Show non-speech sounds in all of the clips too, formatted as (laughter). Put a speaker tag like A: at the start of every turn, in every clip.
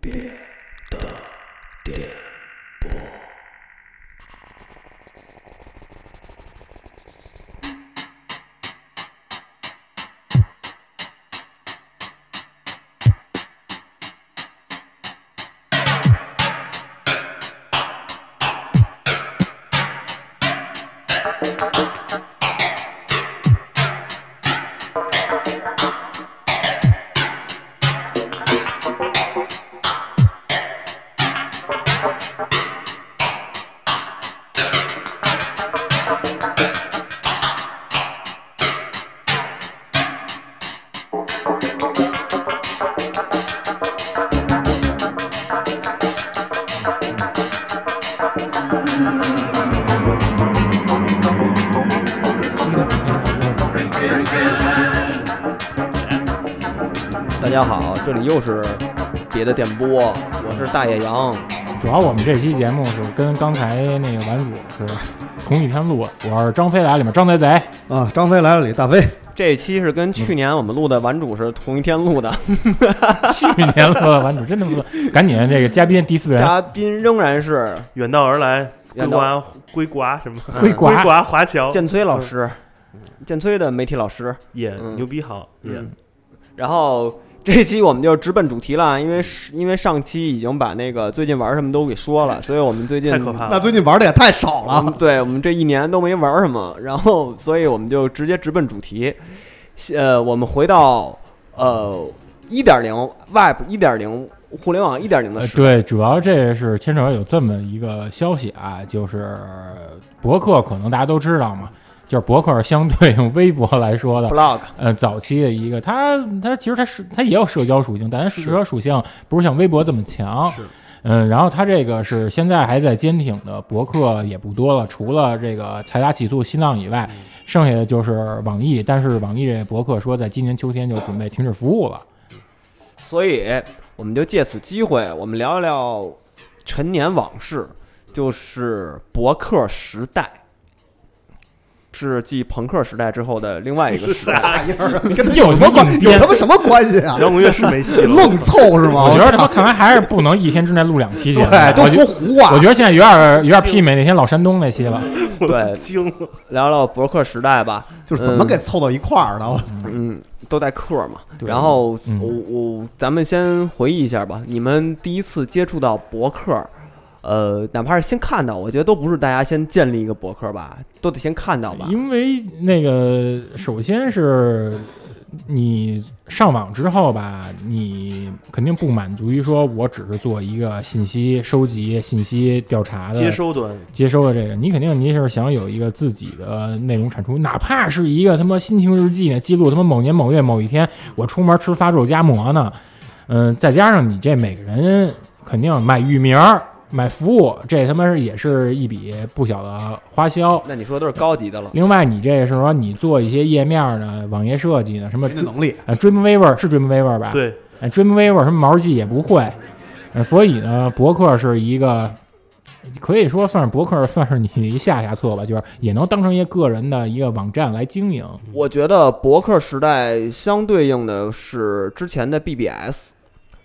A: 别的电波。
B: 大家好，这里又是别的电波，我是大野羊。
C: 主要我们这期节目是跟刚才那个版主是 (laughs) 同一天录的，我是张飞来里面张仔仔，
D: 啊，张飞来了，李大飞，
B: 这期是跟去年我们录的完主是同一天录
E: (laughs)
B: 的，
C: (laughs) 去年录的版主真的不错，赶紧这个嘉宾第四人
B: (laughs) 嘉宾仍然是
E: 远道而来，
B: 远
E: 归
B: 道
E: 瓜归
B: (laughs)
E: 瓜什么？
C: 龟
B: 嗯
E: 归嗯
C: 寡
E: 瓜华侨
B: 建崔老师，建崔的媒体老师。
E: 也
B: 嗯
E: 牛逼好，也 (laughs)
B: 嗯，然后这期我们就直奔主题了，因为是因为上期已经把那个最近玩什么都给说了，所以我们最近
E: 太可
C: 啊
E: 怕
D: 那
E: 了。
D: 最近玩的也太少
B: 我们
C: 嗯
D: 了。
B: 对我们这一年都没玩什么，然后所以我们就直接直奔主题。呃，我们回到呃一点零 Web 一点零互联网一点零的
C: 呃，
B: 时代。
C: 对，主要这是牵扯有这么一个消息啊，就是博客可能大家都知道嘛，就是博客是相对应微博来说的
B: blog
C: 呃，早期的一个，它它其实它是它也有社交属性，但它社交属性不是像微博这么强。
E: 是
C: 嗯，然后它这个是现在还在坚挺的博客也不多了，除了这个财达起诉新浪以
D: 嗯
C: 外，剩下的就是网易。但是网易这博客说，在今年秋天就准备停止服务了。
B: 所以我们就借此机会，我们聊一聊陈年往事，就是博客时代，是继朋克时代之后的另外一个时
D: (laughs)
B: 代。
D: 大
C: (laughs)
D: 爷儿， (laughs) 你跟他
C: 有
D: 什
C: 什
D: 么
C: 么
D: 关？
C: 梗
D: 哎有
C: 编
D: 他妈什么关系啊？
E: 摇滚乐是没
B: (laughs)
E: 戏了，
D: (laughs) 愣凑是吗？
C: 我觉得他
D: 操
C: 们看来还是不能一天之内录两期节
D: (laughs)
C: 目。
D: 啊对，
C: 我
D: 都
C: 觉
D: 说胡话
C: 我觉。得现在有点儿有点儿媲美那天老山东那期了。
D: 嗯
E: 我
B: 对
E: 惊了。
B: 聊聊博客时代吧，
D: 就是怎么给凑到一块儿的？我
B: 嗯，都带客嘛。
C: 对
B: 然后
C: 嗯
B: 我我咱们先回忆一下吧，你们第一次接触到博客。呃，哪怕是先看到，我觉得都不是大家先建立一个博客吧，都得先看到吧。
C: 因为那个，首先是你上网之后吧，你肯定不满足于说我只是做一个信息收集、信息调查的
E: 接收端
C: 接收的这个，你肯定你是想有一个自己的内容产出，哪怕是一个他妈心情日记呢，记录他妈某年某月某一天我出门吃发肉夹馍呢，嗯、再加上你这每个人肯定买域名儿、买服务，这他妈是也是一笔不小的花销。
B: 那你说都是高级的了，
C: 另外，你这是说你做一些页面呢、网页设计呢，什么
D: 没那能力，
C: 呃 Dreamweaver 是 Dreamweaver
B: 啊
C: 吧？
E: 对，
C: 呃，Dreamweaver 什么毛记也不会，呃，所以呢，博客是一个可以说算是博客算是你一下下策吧，就是也能当成一个个人的一个网站来经营。
B: 我觉得博客时代相对应的是之前的 BBS，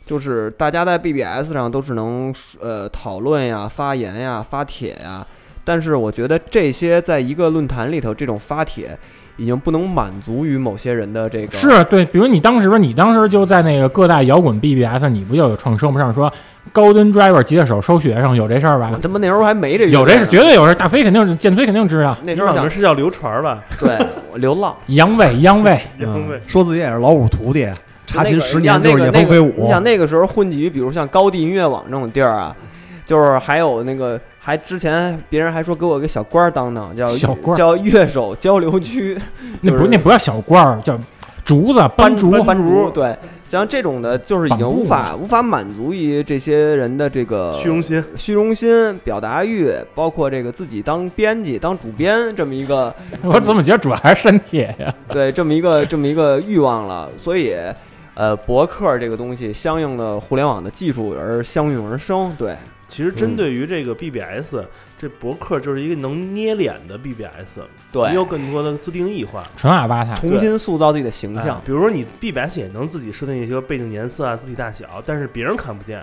B: 就是大家在 BBS 上都是能呃讨论呀、发言呀、发帖呀，但是我觉得这些在一个论坛里头这种发帖已经不能满足于某些人的这个
C: 是对，比如你当时你当时就在那个各大摇滚 BBF，你不就有创生吗上说高端 driver 吉他手收学生有这事儿吧
B: 我？他妈那时候还没这个
C: 啊有这
B: 呢
C: 是绝对有事儿，大飞肯定是建崔肯定知道，
B: 那时
E: 知道
B: 候
E: 你
B: 想
E: 们是叫流传吧？
B: 对我流浪。
C: 杨卫杨卫。
B: 嗯
E: 杨卫
D: 说自己也是老五徒弟，查
B: 那
D: 勤
B: 个
D: 十
B: 你
D: 年
B: 像
D: 就是
B: 那
D: 野
B: 个
D: 蜂飞
B: 那个
D: 舞
B: 你。想那个时候混迹于，比如像高地音乐网这种地儿啊，就是还有那个，还之前别人还说给我个小官儿当当，叫
C: 小官儿
B: 叫乐手交流区，
C: 那不
B: 就是
C: 那不叫小官儿，叫竹子
B: 班
C: 竹。 (laughs)
B: 班竹，对，像这种的，就是已
C: 板
B: 经无
C: 布
B: 法无法满足于这些人的这个
E: 虚荣心，
B: 虚荣心、表达欲，包括这个自己当编辑、当主编这么一个
C: 我怎么觉得主要还是身体呀？
B: (laughs) 对这么一个这么一个欲望了，所以。呃，博客这个东西，相应的互联网的技术而相应而生，对，
E: 其实针对于这个 BBS，这博客就是一个能捏脸的 BBS，
B: 对
E: 也有更多的自定义化。
C: 纯阿巴塔。
B: 重新塑造自己的形
E: 哎
B: 象。
E: 比如说你 BBS 也能自己设定一些背景颜色啊、字体大小，但是别人看不见。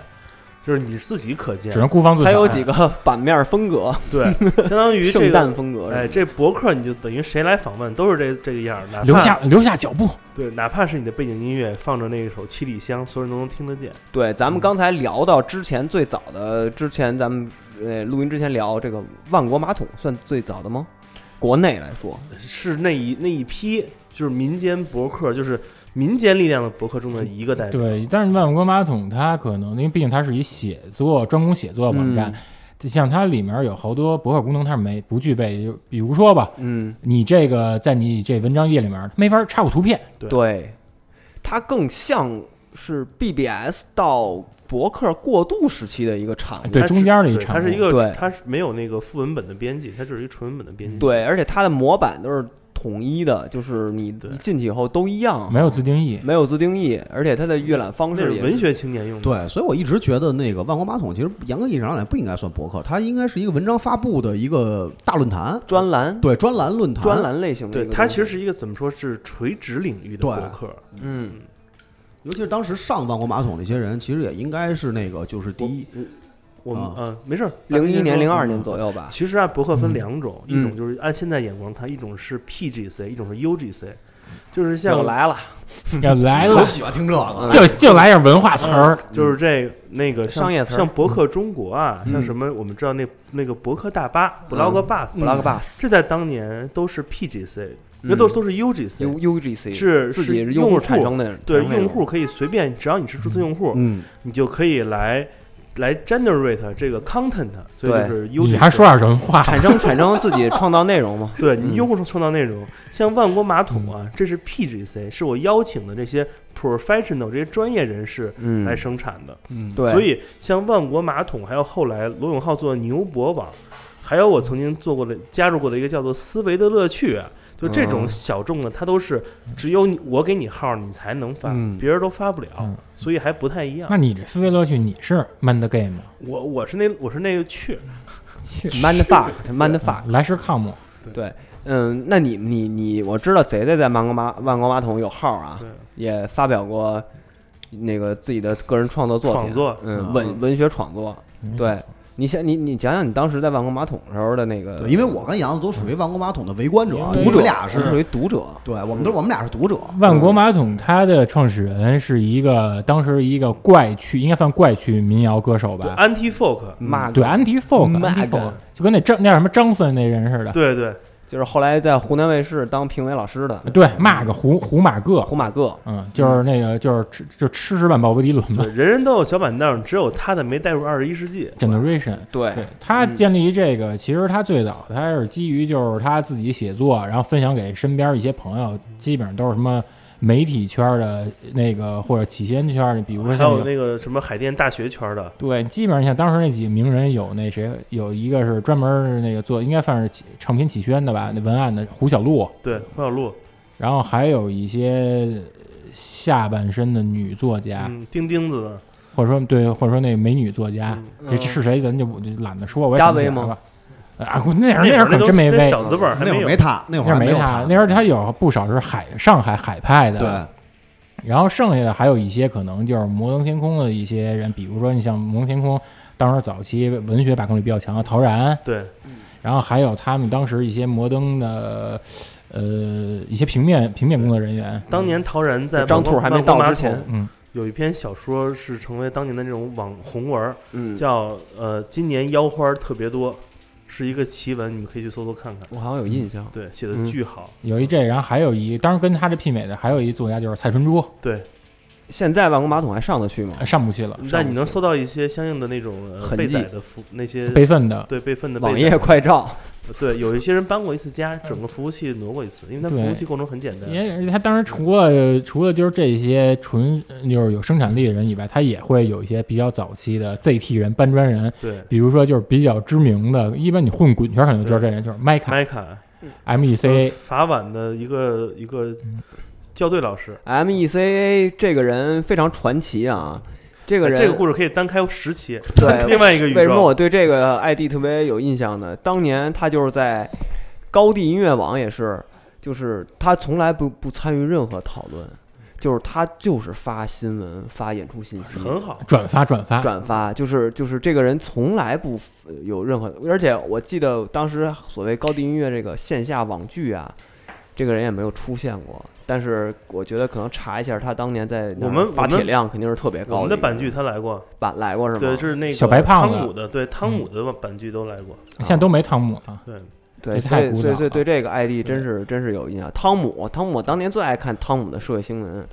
E: 就是你自己可见
C: 只。能孤芳自
B: 还
C: 赏。
B: 有几个版面风格，
E: 对，相当于这
B: (laughs) 圣
E: 个
B: 诞，风格，
E: 哎，这博客你就等于谁来访问都是这这个样儿，哪怕
C: 啊留下留下脚步，
E: 对，哪怕是你的背景音乐放着那一首《七里香》，所有人都能听得见。
B: 对，咱们刚才聊到之前最早的，之前咱们呃录音之前聊这个万国马桶算最早的吗？国内来说，
E: 是那一那一批就是民间博客，就是民间力量的博客中的一个代表。
C: 对，但是万国马桶它可能，因为毕竟它是一写作专攻写作的网站，就像它里面有好多博客功能，它是没不具备。就比如说吧，
B: 嗯，
C: 你这个在你这文章页里面没法插入图片，
E: 对
B: 对，它更像是 BBS 到博客过渡时期的一个产物。
C: 对
E: 它是
C: 中间的一
E: 对
C: 场
E: 它是一个
B: 对，
E: 它是没有那个副文本的编辑，它就是一个纯文本的编辑。
B: 对，，而且它的模板都是统一的，就是你
E: 对
B: 一进去以后都一样，
C: 没有自定
B: (laughs)
C: 义。
B: 没有自定义，而且它的阅览方
E: 那
B: 式
E: 是
B: 也
E: 文
B: 是
E: 学青年用的。
D: 对，所以我一直觉得那个万国马桶其实严格意义上来讲不应该算博客，它应该是一个文章发布的一个大论坛，
B: 专栏、
D: 对专栏论坛。
B: 专栏类型的一
E: 对，
B: 个东西。
E: 它其实是一个怎么说是垂直领域的
D: 对
E: 博客。
B: 嗯，
D: 尤其是当时上万国马桶那些人，其实也应该是那个就是第一，
E: 我们
D: 啊
E: 嗯，没事儿。
B: 零一年、零二
E: 嗯
B: 年左右吧。
E: 其实啊，博客分两种，
B: 嗯
E: 一种就是按现在眼光看，一种是 PGC，一种是 UGC，就是
B: 又
E: 像
B: 来了，
C: 要来了
D: 我喜欢听这个
B: 嗯
C: 就就来点文化词儿，
E: 就是这那个像
B: 商业词儿
E: 像博客中国啊，
B: 嗯
E: 像什么我们知道那那个博客大巴 blog bus
B: 布拉格巴斯
E: 这在当年都是 PGC，那都
B: 嗯
E: 都是 UGC，
B: U UGC
E: 是
B: 自
E: 是
B: 己是
E: 用
B: 用户
E: 户
B: 产生的，
E: 对
B: 产生的
E: 用户可以随便，只要你是注册用户，
D: 嗯，
E: 你就可以来来 generate 这个 content，所以
B: 对
E: 就是 UGC。？
C: 你还说点人话？
B: 产生产生自己创造内容嘛 (laughs)
E: 对你
B: 嗯
E: 用户创造内容，像万国马桶啊，这是 PGC，是我邀请的这些 professional 这些专业人士
B: 嗯
E: 来生产的。
C: 嗯，
B: 对，
E: 所以像万国马桶，还有后来罗永浩做的牛博网，还有我曾经做过的加入过的一个叫做思维的乐趣啊，就这种
B: 嗯
E: 小众的，它都是只有你我给你号，你才能发，
D: 嗯
E: 别人都发不了，
C: 嗯
E: 所以还不太一样
C: 那。你这思维乐趣，你是 man the game 吗？
E: 我我是那我是那个去，
C: 去
B: man fuck man fuck，
C: 嗯莱什 com，
B: 对，嗯，那你你你，我知道贼贼在万国马万国马桶有号啊，
E: 对
B: 也发表过那个自己的个人创作作品，
E: 创作
B: 嗯，
D: 嗯
B: 文文学创作，对。你想你你讲讲你当时在万国马桶时候的那个，
D: 对，因为我跟杨子都属于万国马桶的围观者，
C: 嗯
D: 我
B: 读
D: 们
B: 者
D: 俩是
B: 我，属于读者，
D: 对，我们都我们俩是读者，
C: 万国马桶，它的创始人是一个当时一个怪趣，应该算怪趣民谣歌手吧？
E: anti folk，
B: 骂
C: 对，anti folk，
B: Mag
C: anti folk，就跟那张那叫什么张森那人似的。
E: 对对，
B: 就是后来在湖南卫视当评委老师的
C: 对，Mag 胡胡马个，
B: 胡马个，
C: 嗯，就是那个就是吃就吃屎版鲍勃迪伦嘛
E: 对，人人都有小板凳，只有他的没带入二十一世纪。
C: ，Generation。
B: 对
C: 对他建立这个，其实他最早他是基于就是他自己写作，然后分享给身边一些朋友，基本上都是什么媒体圈的那个或者起先圈的，比如说
E: 还
C: 像
E: 有
C: 那个
E: 那个什么海淀大学圈的，
C: 对，基本上像当时那几个名人，有那谁，有一个是专门儿那个做，应该算是起唱片启轩的吧，那文案的胡小璐，
E: 对，黄小璐，
C: 然后还有一些下半身的女作家，
E: 嗯，钉钉子的，
C: 或者说对，或者说那美女作家，
E: 嗯
C: 这是谁咱就我就懒得说，我也
B: 加
C: 想不
B: 微
C: 起来
B: 吗
C: 了？啊，我那会儿那会
E: 那会
C: 儿
E: 儿
C: 可
E: 都
C: 真没
E: 那
C: 微，
E: 小资本儿还
D: 那会
E: 没
D: 儿
E: 有
D: 没他，那会
C: 那会
D: 儿
C: 儿
D: 还
C: 没
D: 有
C: 他，那会
D: 儿
C: 儿他有不少是海上海海派的，
D: 对。
C: 然后剩下的还有一些可能就是摩登天空的一些人，比如说你像摩登天空，当时早期文学把控力比较强的陶然，
E: 对，
C: 然后还有他们当时一些摩登的，呃，一些平面平面工作人员，
E: 当年陶然在
B: 张
E: 网
B: 兔还没
E: 网网
B: 到
E: 马
B: 之前
E: 桶，
C: 嗯，
E: 有一篇小说是成为当年的这种网红文儿，
B: 嗯，
E: 叫呃“今年腰花儿特别多”，是一个奇文，你们可以去搜搜看看。
B: 我好像有印象，
E: 对，写的
B: 嗯
E: 巨好。
C: 有一这，然后还有一，当然跟他这媲美的还有一作家就是蔡春珠，
E: 对，
B: 现在万国马桶还上得去吗？
C: 呃上不去了，
E: 但你能搜到一些相应的那种呃
B: 痕
E: 备
B: 迹
E: 载的服那些
C: 备份的，
E: 哎对备份的备
B: 网
E: 载
B: 页快照， (laughs)
E: 对，有一些人搬过一次家，整个服务器挪过一次，因为它
C: 对
E: 服务器构成很简单。
C: 也他当然除了除了就是这些纯就是有生产力的人以外，他也会有一些比较早期的 ZT 人搬砖人，
E: 对
C: 比如说就是比较知名的，一般你混滚圈可能就知道这人，就是麦卡 E
E: 麦卡
C: MECA，
E: 法晚的一个一个校对老师，
B: MECA E 这个人非常传奇啊，这个人
E: 哎这个故事可以单开十期。
B: 对
E: (laughs) 另外一个宇宙
B: 为什么我对这个 ID 特别有印象呢？当年他就是在高地音乐网也是，就是他从来不不参与任何讨论，就是他就是发新闻、发演出信息，
E: 很好，啊
C: 转发转发，
B: 转发，就是就是这个人从来不呃有任何，而且我记得当时所谓高地音乐这个线下网剧啊，这个人也没有出现过。但是我觉得可能查一下，他当年在哪儿
E: 我们
B: 发
E: 我们
B: 帖量肯定是特别
E: 我
B: 嗯高
E: 们的
B: 一个
E: 版剧他来过，
B: 版来过是吗？
E: 对，就是那个
C: 小白胖子嗯
E: 汤姆的，对汤姆的版剧都来过，啊
C: 现在都没汤姆了。
E: 对，
B: 对，
C: 这
B: 所
C: 太
B: 以
C: 古
B: 所以
C: 早
B: 所以对
C: 了
B: 这个 ID 真是真是有印象。汤姆，汤姆当年最爱看汤姆的社会新闻。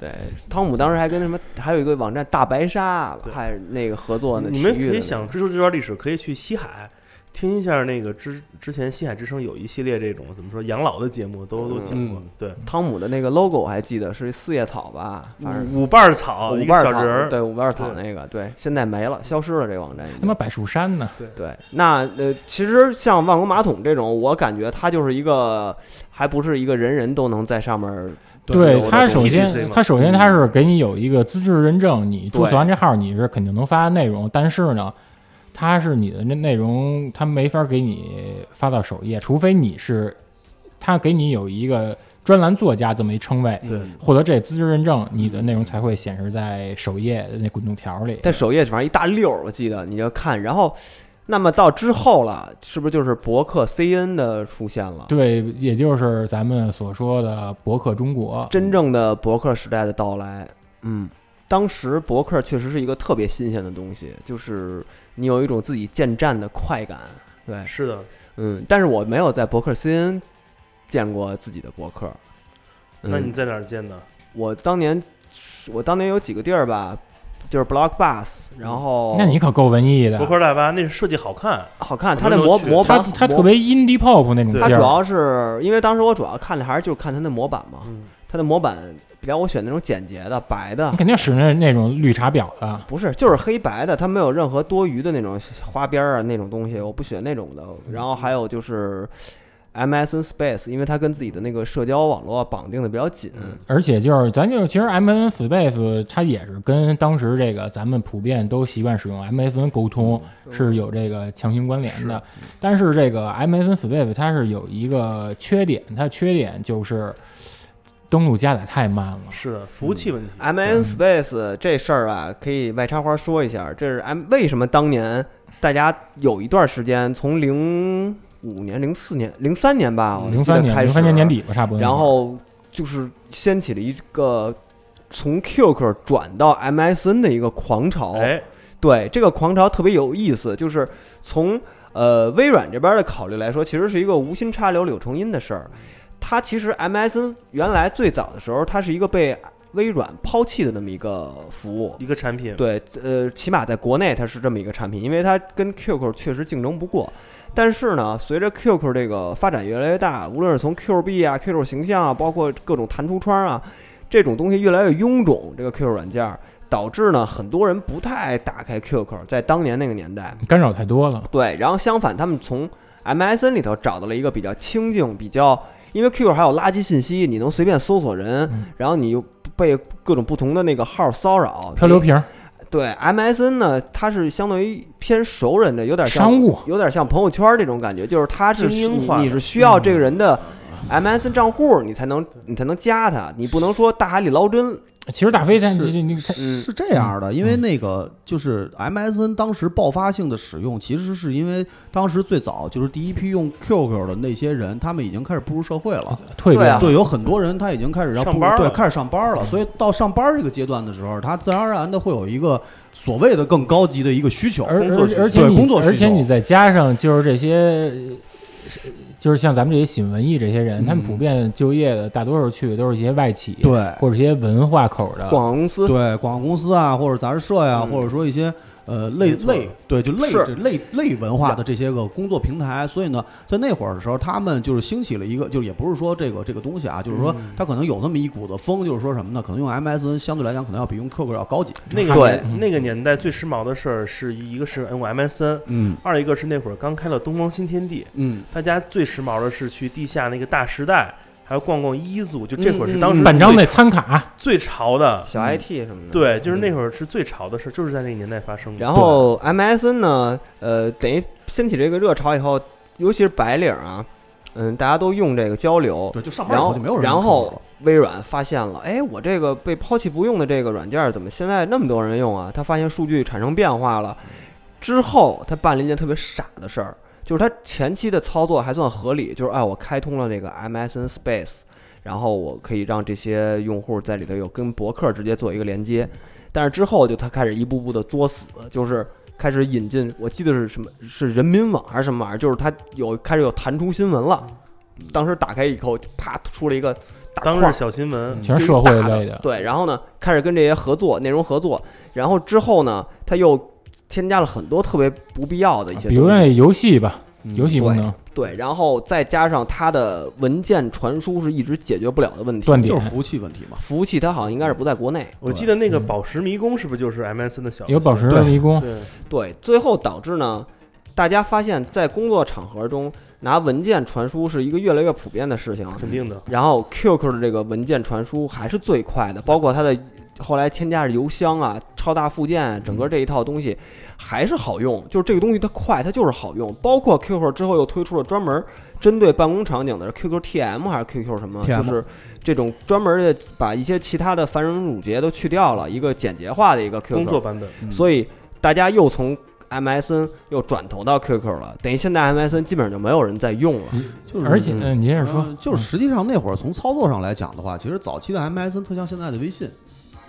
B: 对，汤姆当时还跟什么，还有一个网站大白鲨，
E: 对
B: 还那个合作呢。
E: 你们
B: 体
E: 可
B: 育的
E: 以
B: 那
E: 想
B: 个，
E: 追溯这段历史，可以去西海听一下那个之之前西海之声有一系列这种怎么说养老的节目都都讲过
D: 嗯，
E: 对，
B: 汤姆的那个 logo 我还记得是四叶草吧，还是
E: 五瓣草
B: 五
E: 嗯一个
B: 瓣
E: 小
B: 草
E: 人儿，
B: 对，五瓣草那个，对，现在没了，消失了这个网站已
C: 他
B: 经
C: 妈。柏树山呢？
B: 对，那呃，其实像万国马桶这种，我感觉它就是一个，还不是一个人人都能在上面儿自由
C: 对
B: 地
C: 他
B: 工
C: 首
B: 作
C: 先，他首先他是给你有一个资质认证，你注册
B: 嗯对
C: 完这号，你是肯定能发内容，但是呢，他是你的那内容，他没法给你发到首页，除非你是他给你有一个专栏作家这么一称谓，
E: 对
C: 获得这资质认证，你的内容才会显示在首页的那滚动条里。
B: 在首页反正一大溜儿，我记得你就看。然后，那么到之后了，是不是就是博客 CN 的出现了？
C: 对，也就是咱们所说的博客中国，
B: 真正的博客时代的到来，嗯，当时博客确实是一个特别新鲜的东西，就是你有一种自己建站的快感，对，
E: 是的，
B: 嗯，但是我没有在博客 CN 见过自己的博客。嗯、
E: 那你在哪儿见的？
B: 我当年，我当年有几个地儿吧，就是 Block Bus，然后
C: 那你可够文艺的
E: 博。客大巴那设计好看，
B: 好看，
E: 我
B: 它的
E: 都
B: 模
E: 去
B: 模
C: 他
B: 板
C: 他
B: 模
C: 特别 indie pop 那种劲
E: 对
B: 啊它主
C: 儿，
B: 要是因为当时我主要看的还是就是看它的模板嘛，
E: 嗯，
B: 它的模板比较我选那种简洁的白的
C: 你，肯定使那那种绿茶婊啊的。
B: 不是就是黑白的，它没有任何多余的那种花边儿啊那种东西，我不喜欢那种的。
E: 嗯
B: 然后还有就是。MSN Space，因为它跟自己的那个社交网络绑定的比较紧，
E: 嗯
C: 而且就是，咱就是其实 M N Space 它也是跟当时这个咱们普遍都习惯使用 M F N 沟通
B: 嗯
C: 是有这个强行关联的。但是这个 M F N Space 它是有一个缺点，它的缺点就是登录加载太慢了。
E: 是的，服务器问题，
B: M N Space 这事儿啊，可以外插花说一下，这是 M 为什么当年大家有一段时间，从零五年、零四年、零三年啊吧，我记得
C: 零三年，
B: 开
C: 零
B: 始
C: 三年年底吧，差不多。
B: 然后就是掀起了一个从 QQ 转到 MSN 的一个狂潮。
E: 哎，
B: 对，这个狂潮特别有意思，就是从呃微软这边的考虑来说，其实是一个无心插柳柳成荫的事儿。它其实 MSN 原来最早的时候，它是一个被微软抛弃的那么一个服务。
E: 一个产品，
B: 对，呃，起码在国内它是这么一个产品，因为它跟 QQ 确实竞争不过。但是呢，随着 QQ 这个发展越来越大，无论是从 Q b 啊、QQ 形象啊，包括各种弹出窗啊，这种东西越来越臃肿，这个 QQ 软件儿导致呢，很多人不太爱打开 QQ，在当年那个年代，
C: 干扰太多了，
B: 对，然后相反，他们从 MSN 里头找到了一个比较清静、比较，因为 QQ 还有垃圾信息，你能随便搜索人，
C: 嗯
B: 然后你又被各种不同的那个号骚扰，
C: 漂流瓶儿
B: 对 MSN 呢，它是相当于偏熟人的，有点像
C: 商务
B: 有点像朋友圈这种感觉，就是它是
E: 精英
B: 你
E: 化的嗯
B: 你是需要这个人的 MSN 账户，你才能你才能加他，你不能说大海里捞针。
C: 其实大飞他
D: 是
C: 这这你看，
B: 嗯
D: 是这样的，因为那个就是 MSN 当时爆发性的使用，其实是因为当时最早就是第一批用 QQ 的那些人，他们已经开始步入社会了。
C: 蜕
B: 对
C: 变
B: 啊
D: 对，有很多人他已经开始要
E: 上
D: 步入
E: 班
D: 对
E: 了
D: 开始上班了，所以到上班这个阶段的时候，他自然而然的会有一个所谓的更高级的一个需求。
C: 而
E: 工作需
C: 而
E: 求
C: 而且
D: 对
C: 你
D: 工作需
C: 而且
D: 求
C: 你再加上就是这些，呃是就是像咱们这些新文艺这些人，他们普遍就业的大多数去的都是一些外企，
D: 嗯对
C: 或者一些文化口
E: 啊
C: 的。
B: 广告公司
D: 对，广告公司啊，或者杂志社呀、
B: 嗯
D: 或者说一些呃类
B: 没错
D: 类对就类
B: 是
D: 这类类文化的这些个工作平台，所以呢，在那会儿的时候，他们就是兴起了一个，就是也不是说这个这个东西啊，就是说
B: 嗯
D: 它可能有那么一股子风，就是说什么呢？可能用 MSN 相对来讲，可能要比用 QQ 要高级。
E: 那个
B: 对
E: 年那个年代最时髦的事儿是一个是用 MSN，
D: 嗯
E: 二一个是那会儿刚开了东方新天地，
D: 嗯，
E: 大家最时髦的是去地下那个大时代，还要逛逛一组，就这会儿是当
D: 嗯
E: 时
D: 嗯
C: 办张
E: 最
C: 那餐卡，
E: 最潮的，
B: 小 IT 什么的。
E: 对，就是那
B: 嗯
E: 会儿是最潮的事，就是在那个年代发生的。
B: 然后 MSN 呢，呃，等于掀起这个热潮以后，尤其是白领啊，嗯，大家都用这个交流，
D: 对，就上班
B: 然
D: 以后
B: 后
D: 就没有人用
B: 然
D: QQ
B: 后
D: 了。
B: 微软发现了，哎，我这个被抛弃不用的这个软件儿，怎么现在那么多人用啊？他发现数据产生变化
D: 嗯
B: 了，之后他办了一件特别傻的事儿，就是他前期的操作还算合理，就是哎，我开通了这个 MSN Space，然后我可以让这些用户在里头有跟博客直接做一个连接，但是之后就他开始一步步的作死，就是。开始引进，我记得是什么？是人民网还是什么玩意儿？就是他有开始有弹出新闻了，当时打开以后，啪出了一个大
E: 当
B: 块
E: 日
B: 儿嗯
E: 小新闻，
D: 嗯
C: 全是社会
B: 大
C: 类的，
B: 对，然后呢，开始跟这些合作内容合作，然后之后呢，他又添加了很多特别不必要的一些
C: 啊比如
B: 东
C: 那
B: 西。
C: 游戏吧，
D: 嗯
C: 游戏功能
B: 对，然后再加上它的文件传输是一直解决不了的问题。
C: 断
D: 就
C: 点
D: 是，服务器问题嘛。
B: 服务器它好像应该是不在国内。
E: 我记得那个
C: 嗯
E: 宝石迷宫是不是就是 MSN 的小
C: 有宝石迷宫，
E: 对，
B: 对，最后导致呢，大家发现，在工作场合中拿文件传输是一个越来越普遍的事情。
E: 肯定的。
B: 然后 QQ 的这个文件传输还是最快的，包括它的后来添加的邮箱啊、超大附件啊，整个这一套东西还是好用。就是这个东西它快，它就是好用。包括 QQ 之后又推出了专门针对办公场景的 QQTM 还是 QQ 什么，
D: TM
B: 就是这种专门的把一些其他的繁文缛节都去掉了，一个简洁化的一个 QQ
E: 工作版本，
B: 所以大家又从 MSN 又转投到 QQ 了，等于现在 MSN 基本上就没有人在用了。
D: 就是
C: 而且
B: 嗯
C: 嗯，你接着说
D: 呃，就是实际上那会儿从操作上来讲的话，其实早期的 MSN 特像现在的微信，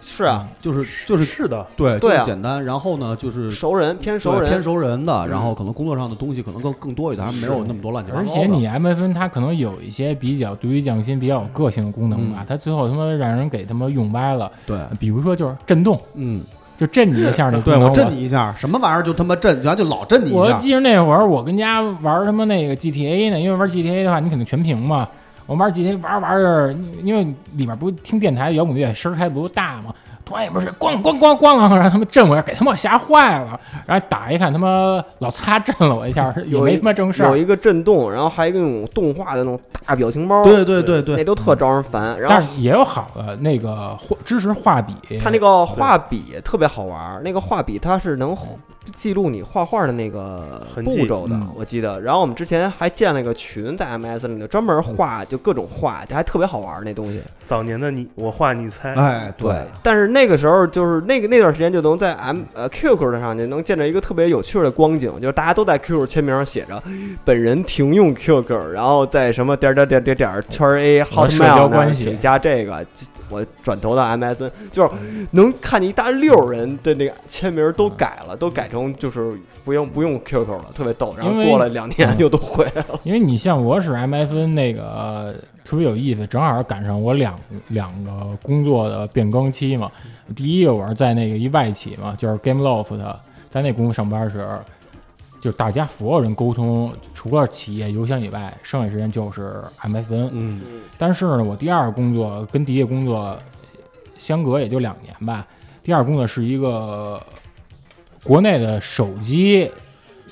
B: 是啊，
D: 就是就是
E: 是的，
D: 对，就
B: 对啊
D: 是简单。然后呢，就是
B: 熟人偏熟
D: 嗯对
B: 人，
D: 偏熟人的，然
B: 嗯
D: 后可能工作上的东西可能更更多一点，还没有那么多乱七八
C: 而
D: 糟的。
C: 且你 M F N 它可能有一些比较对于匠心比较有个性的功能吧
D: 嗯，
C: 它最后他妈让人给他妈用歪了，
D: 对，
C: 比如说就是震动，
D: 嗯，
C: 就震你一下那
D: 对
C: 功能
D: 我震。你一下，什么玩意儿就他妈震，咱就老震你一
C: 我
D: 下。
C: 记着那会儿，我跟家玩他妈那个 GTA 呢，因为玩 GTA 的话，你肯定全屏嘛。我玩 GTA 玩着玩着，因为里面不是听电台摇滚乐，声儿开不大嘛，突然也不是咣咣咣咣，然后他们震我一下，给他们吓坏了。然后打一看，他妈老擦震了我一下，也
B: (laughs) 有一
C: 没他妈正事
B: 有
C: 儿。
B: 一个震动，然后还有一个那种动画的那种大表情包，
D: 对对对对
B: 那，都特招人烦。然
C: 但
B: 后
C: 是也有好的，那个画支持画笔，
B: 它那个画笔特别好玩儿，那个画笔它是能记录你画画的那个
E: 痕迹
B: 步骤的
C: 嗯，
B: 我记得。然后我们之前还建了一个群，在 MS 里头专门画，就各种画，还特别好玩儿那东西。
E: 早年的你我画你
C: 啊
E: 猜，
D: 哎，对，
B: 但是那个时候就是那个那段时间就能在 M 呃 QQ 上就能见着一个特别有趣的光景，就是大家都在 QQ 签名上写着“本人停用 QQ”，然后在什么点儿点儿点儿点儿点儿圈儿 A
C: 我
B: Hotmail
C: 的社交关系
B: 那儿请加这个，我转投到 MSN，就是能看见一大溜人的那个签名都改了，都改成就是不用不用 QQ 了，特别逗。然
C: 嗯
B: 后
C: 因为嗯
B: 过了两年又都回来了，
C: 因为你像我使 MFN 那个呃特别有意思，正好赶上我两两个工作的变更期嘛。第一个我是在那个一外企嘛，就是 GameLoft，在那公司上班时，就大家所有人沟通，除了企业邮箱以外，剩下时间就是 MFN。
D: 嗯，
C: 但是呢，我第二个工作跟第一个工作相隔也就两年吧。第二个工作是一个国内的手机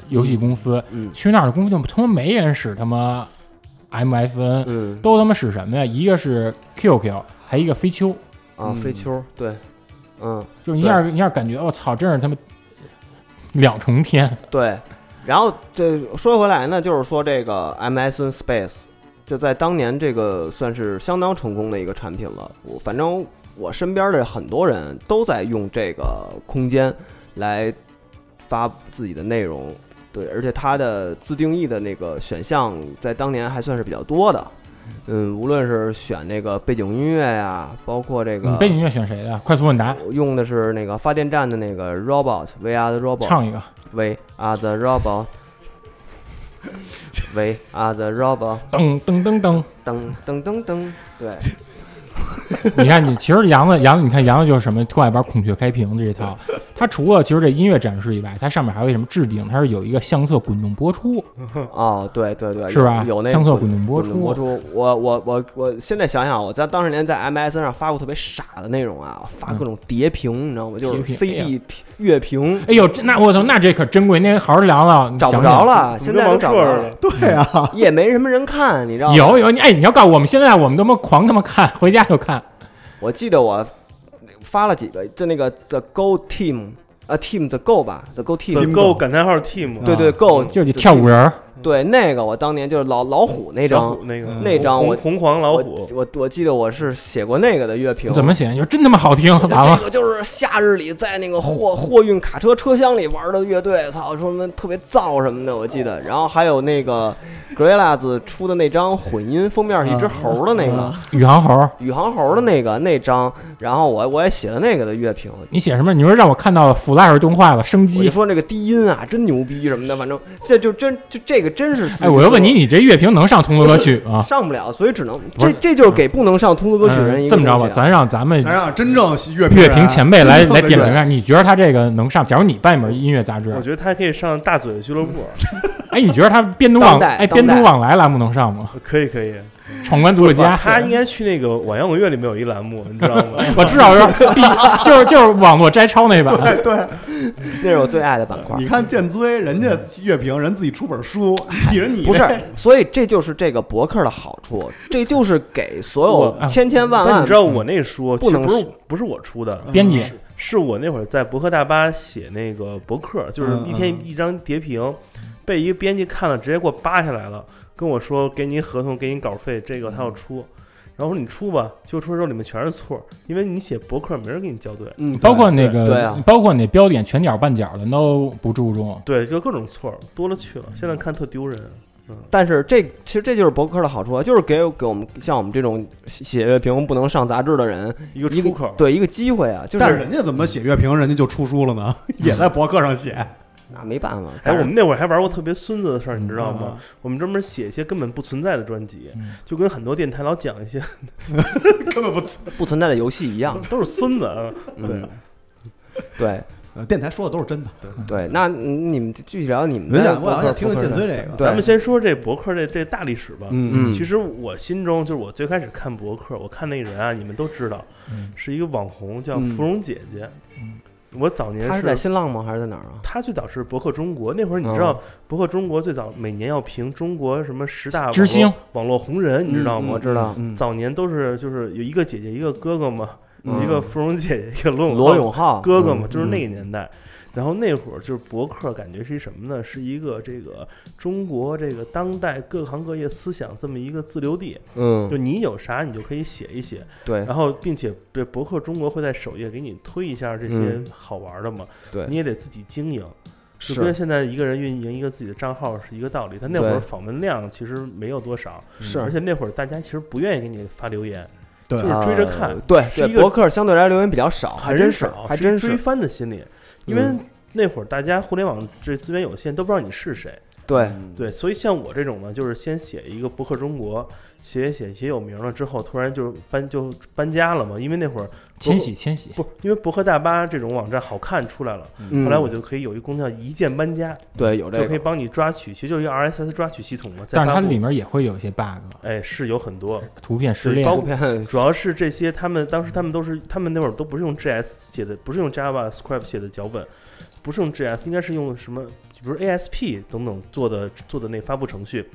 C: 游戏公司，
B: 嗯
C: 去那儿的公司就他妈没人使他妈 MFN，、
B: 嗯
C: 都他妈使什么呀？一个是 QQ，还一个飞丘。
B: 啊
D: 嗯
B: 飞丘对，嗯。
C: 就是一下一下感觉，我、操，真是他妈两重天。
B: 对，然后这说回来呢，就是说这个 MSN Space 就在当年这个算是相当成功的一个产品了。我反正我身边的很多人都在用这个空间来发自己的内容，对，而且它的自定义的那个选项在当年还算是比较多的。嗯，无论是选那个背景音乐呀、包括这
C: 你
B: 个
C: 嗯背景音乐选谁的？快速问答，
B: 我用的是那个发电站的那个 robot，V R 的 robot，
C: 唱一个。
B: We are the (laughs) robot. We are the robot.
C: 噔噔噔噔，
B: 噔噔噔噔，对，
C: (laughs) 你看你，其实杨子杨子，你看杨子就是什么特爱玩孔雀开屏这一
B: (laughs)
C: 套。他除了其实这音乐展示以外，它上面还有一什么置顶，它是有一个相册滚动播出，
B: (laughs) 哦，对对对，
C: 是吧？
B: 有有那
C: 相册
B: 个
C: 滚动播
B: 滚
C: 出，
B: 动播出，我我我我现在想啊想，我在当时年在 MSN 上发过特别傻的内容啊，发各种叠屏，你知道吗？就
C: 叠嗯屏
B: 是
C: 哎
B: CD 屏月屏，
C: 哎呦，这那我操，那这可珍贵，那好好聊聊，
B: 找
C: 讲
B: 不
C: 讲
B: 着。了，啊现
E: 怎么
B: 在都
E: 跟王
B: 找
E: 朔
B: 不着
E: 似
B: 了
E: 的，，
D: 对 (laughs) 啊，
B: 也没什么人看，你知道吗？
C: 有有你哎，你要告诉我们现在我们他妈狂他妈看，回家就看。
B: 我记得我发了几个，就那个 The Go 呃 Team，啊 Team The Go 吧，The Go Team，
E: Go 感叹号 Team，
B: 对对 Go
C: 就得跳舞人儿，
B: 对，那个我当年就是老老虎那
E: 小
B: 张嗯
E: 虎，那个
B: 那张
E: 红
B: 我
E: 红黄老
B: 我
E: 虎，
B: 我我记得我是写过那个的乐评。
C: 怎么写？就真他妈好
B: (laughs)
C: 听，完
B: 这
C: 了，
B: 个就是夏日里在那个货货运卡车车厢里玩的乐队，操，说什么特别燥什么的，我记得。然后还有那
C: (laughs)
B: 个 Gorillaz 出的那张混音封面是一只
C: 嗯
B: 猴的那个
C: 宇航猴，
B: 宇航猴的那个那张，然后我我也写了那个的乐评。
C: 你写什么？你说让我看到 Flash 动画了，生
B: 我就
C: 机。
B: 说这个低音啊，真牛逼什么的，反正这就真就这个真是自己
C: 哎，我又问
B: 说
C: 你，你这乐评能上通俗歌曲啊？
B: 上不了，所以只能
C: 不
B: 这
C: 是
B: 这就是给不能上通俗歌曲人一
C: 嗯
B: 个
C: 这么着吧，
B: 东西啊
C: 咱让咱们
F: 咱让真正乐
C: 嗯
F: 评
C: 乐
F: 人
C: 评前辈来
F: (laughs) 真正
C: 来
F: 的
C: 点
F: 乐
C: 评一下，啊你觉得他这个能上？假如你办一本音乐杂
E: 我
C: 志，
E: 觉得他还可以上大嘴俱乐部，
C: 哎，你觉得他编东往
B: 当代
C: 哎
B: 当代
C: 编东往来栏目能上吗？
B: 嗯
E: 可以可以。
C: 闯关组里家，
E: 他应该去那个网摇滚乐里面有一栏目，你知
B: (laughs)
E: 道吗？
B: 嗯
C: 我至少是必 (laughs) 就是就是网络摘抄那版，
F: 对对，
B: 那是我最爱的板块。
F: 你看剑锥，人家乐评人自己出本书，
C: 哎
F: 你说你
B: 不是
F: 这，
B: 所以这就是这个博客的好处，这就是给所
E: 我啊
B: 有千千万
E: 但你
B: 万
E: 知道我那书
B: 嗯
E: 其
B: 不
E: 实
B: 能
E: 不是
B: 是
E: 不是我出的，
C: 编辑
E: 是我那会儿在博客大巴写那个博客，就是
F: 嗯
E: 一
F: 嗯
E: 天一张叠屏，被一个编辑看了，直接给我扒下来了，跟我说给你合同，给你稿费，这个他要
B: 嗯
E: 出。然后我说你出吧，结果出来之后里面全是错儿，因为你写博客没人给你校对，
B: 嗯，
C: 包括那个
B: 对啊
C: 包括那标点全角半角的都不注重。
E: 对，就各种错儿多了去了，现在看特丢人。
B: 但是这其实这就是博客的好处啊，就是给给我们像我们这种写乐评不能上杂志的人
E: 一个
B: 一
E: 出
B: 个
E: 口，
B: 对一个机会啊，就
F: 但是
B: 是
F: 人家怎么写乐评，人家就出书
C: (laughs)
F: 了呢？也在博客上写，
B: 那啊没办法。
E: 哎，
B: 但
E: 我
B: 是
E: 们那会儿还玩过特别孙子的事儿，你知道
F: 嗯
E: 吗
B: 啊
F: 嗯？
E: 我们专门写一些根本不存在的专辑
C: 嗯，
E: 就跟很多电台老讲一些
F: 根本不。
B: 不存在的游戏一样，
E: (laughs) 都是孙子啊。
B: 嗯，对
F: 呃电台说的都是真的。
B: 对。那你们具体聊你们
F: 人
B: 的
F: 家
B: 博
F: 我
B: 客，
F: 好像听了
B: 博客
F: 剑
B: 的
F: 锥这
B: (laughs)
F: 个，
B: 对
E: 咱们先说这博客这这大历史吧。
B: 嗯
E: 其实我心中就是我最开始看博客，我看那个人啊，你们都知道，
C: 嗯
E: 是一个网红叫
B: 嗯
E: 芙蓉姐姐
C: 嗯。
E: 我早年
B: 他是在
E: 是
B: 新浪吗？还是在哪儿啊？
E: 她最早是博客中国，那会儿你知
B: 嗯
E: 道博客中国最早每年要评中国什么十大网
C: 知星
E: 络网络红人，你知道
B: 我
E: 吗？
B: 嗯知道，
E: 早年都是就是有一个姐姐一个哥哥嘛，
B: 嗯
E: 一个芙蓉姐姐一
B: (laughs)
E: 个罗永
B: 罗
E: 浩
B: 永浩嗯
E: 哥哥嘛，就是那个年代。然后那会儿就是博客，感觉是一什么呢？是一个这个中国这个当代各行各业思想这么一个自留地，
B: 嗯哎
E: 就，你有啥你就可以写一写，
B: 对
E: 然后并且这博客中国会在首页给你推一下这些
B: 嗯
E: 好玩的嘛，
B: 对
E: 你也得自己经营，就是跟现在一个人运营一个自己的账号是一个道理。他那会
B: 对
E: 儿访问量其实没有多少，而
B: 是，
E: 且那会儿大家其实不愿意给你发留言，
F: 对
E: 就是追着看
B: 呃对
E: 是
B: 对，
E: 一个
B: 博客相对来留言比较少，啊还
E: 很
B: 真是
E: 少，
B: 还
E: 是
B: 真
E: 追
B: 是
E: 番的心理，因为
B: 嗯
E: 那会儿大家互联网这资源有限，都不知道你是谁。
B: 对，
D: 嗯
E: 对，所以像我这种呢，就是先写一个博客中国，写写写写有名了之后，突然就搬就搬家了嘛，因为那会儿
C: 千禧千禧，
E: 不因为博客大巴这种网站好看出来了，
B: 嗯
E: 后来我就可以有一功能叫一键搬家，
B: 对有
E: 就
B: 这
E: 可以
B: 个，
E: 帮你抓取，其实就是一个 RSS 抓取系统嘛。再
C: 但是它
E: 发布
C: 里面也会有一些 bug，
E: 哎是有很多，
C: 图片失
E: 对包
C: 恋
E: 括。 (laughs)
B: 片
E: 主要是这些，他们当时他们都是，他们那会儿都不是用 JS 写的，不是用 JavaScript 写的脚本，不是用 JS，应该是用什么，比如 ASP 等等做的做的那发布程序，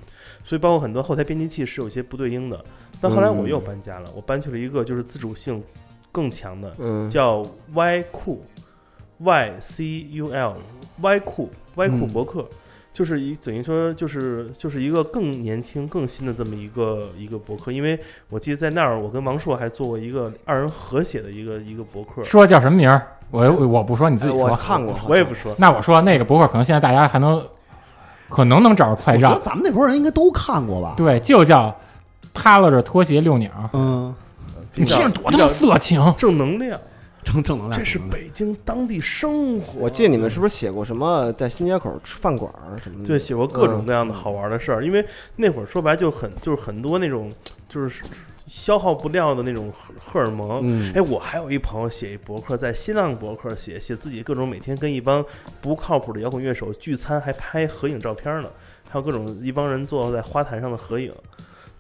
E: 所以包括很多后台编辑器是有些不对应的。但后来
C: 嗯
E: 我又搬家了，我搬去了一个就是自主性更强的，
B: 嗯
E: 叫 Y 酷，Y C U L Y 酷 Y 酷
B: 嗯
E: 博客，就是一等于说就是就是一个更年轻更新的这么一个一个博客，因为我记得在那儿我跟王硕还做过一个二人合写的一个一个博客，
C: 说叫什么名儿？我我不说，你自
B: 哎
C: 己
B: 我
C: 说。
B: 看过，好
E: 我也
B: 像
E: 不说。
C: 那我说那个博客，可能现在大家还能可能能找着快
F: 我觉
C: 照
F: 得。咱们那波人应该都看过吧？
C: 对，就叫趴拉着拖鞋遛鸟。
F: 嗯，
E: 比较
C: 听着多他妈色情！
E: 正能量，
F: 正正能量，
E: 这是
F: 正能量
E: 北京当地生活。
B: 我记得你们是不是写过什么在新街口吃饭馆儿什么的？
E: 对，写过各种
B: 嗯
E: 各样的好玩的事儿。因为那会儿说白就很就是很多那种就是消耗不掉的那种荷荷尔蒙。
B: 嗯，
E: 哎，我还有一朋友写一博客，在新浪博客写写自己各种每天跟一帮不靠谱的摇滚乐手聚餐，还拍合影照片呢，还有各种一帮人坐在花坛上的合影。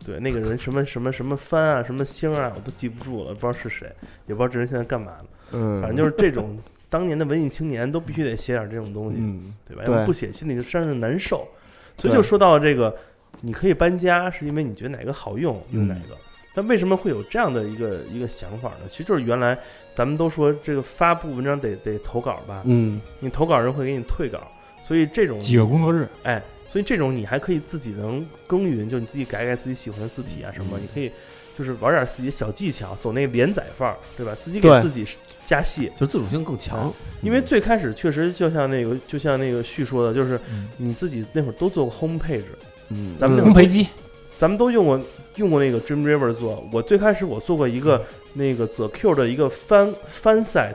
E: 对，那个人什么什么什么帆啊，什么星啊，我都记不住了，不知道是谁，也不知道这人现在干嘛呢。
B: 嗯，
E: 反正就是这种当年的文艺青年都必须得写点这种东西，
F: 嗯，
E: 对吧？
B: 对
E: 要不写心里就真是难受。所
B: 对
E: 以就说到这个，你可以搬家，是因为你觉得哪个好用
B: 嗯
E: 用哪个。但为什么会有这样的一个一个想法呢？其实就是原来咱们都说这个发布文章得得投稿吧，
B: 嗯
E: 你投稿人会给你退稿，所以这种
C: 几个工作日，
E: 哎，所以这种你还可以自己能耕耘，就你自己改改自己喜欢的字体啊什
B: 嗯
E: 么，你可以就是玩点自己的小技巧，走那连载范儿，对吧？自己给
B: 对
E: 自己加戏，
D: 就是自主性更强。
E: 因为最开始确实就像那个就像那个旭说的，就是
C: 嗯
E: 你自己那会儿都做过 homepage，
D: 嗯，
E: 咱们那会
C: 烘
E: 儿
C: 焙机，
E: 咱们都用过用过那个 Dream River 做。我最开始我做过一个那个 The Q 的一个翻翻 site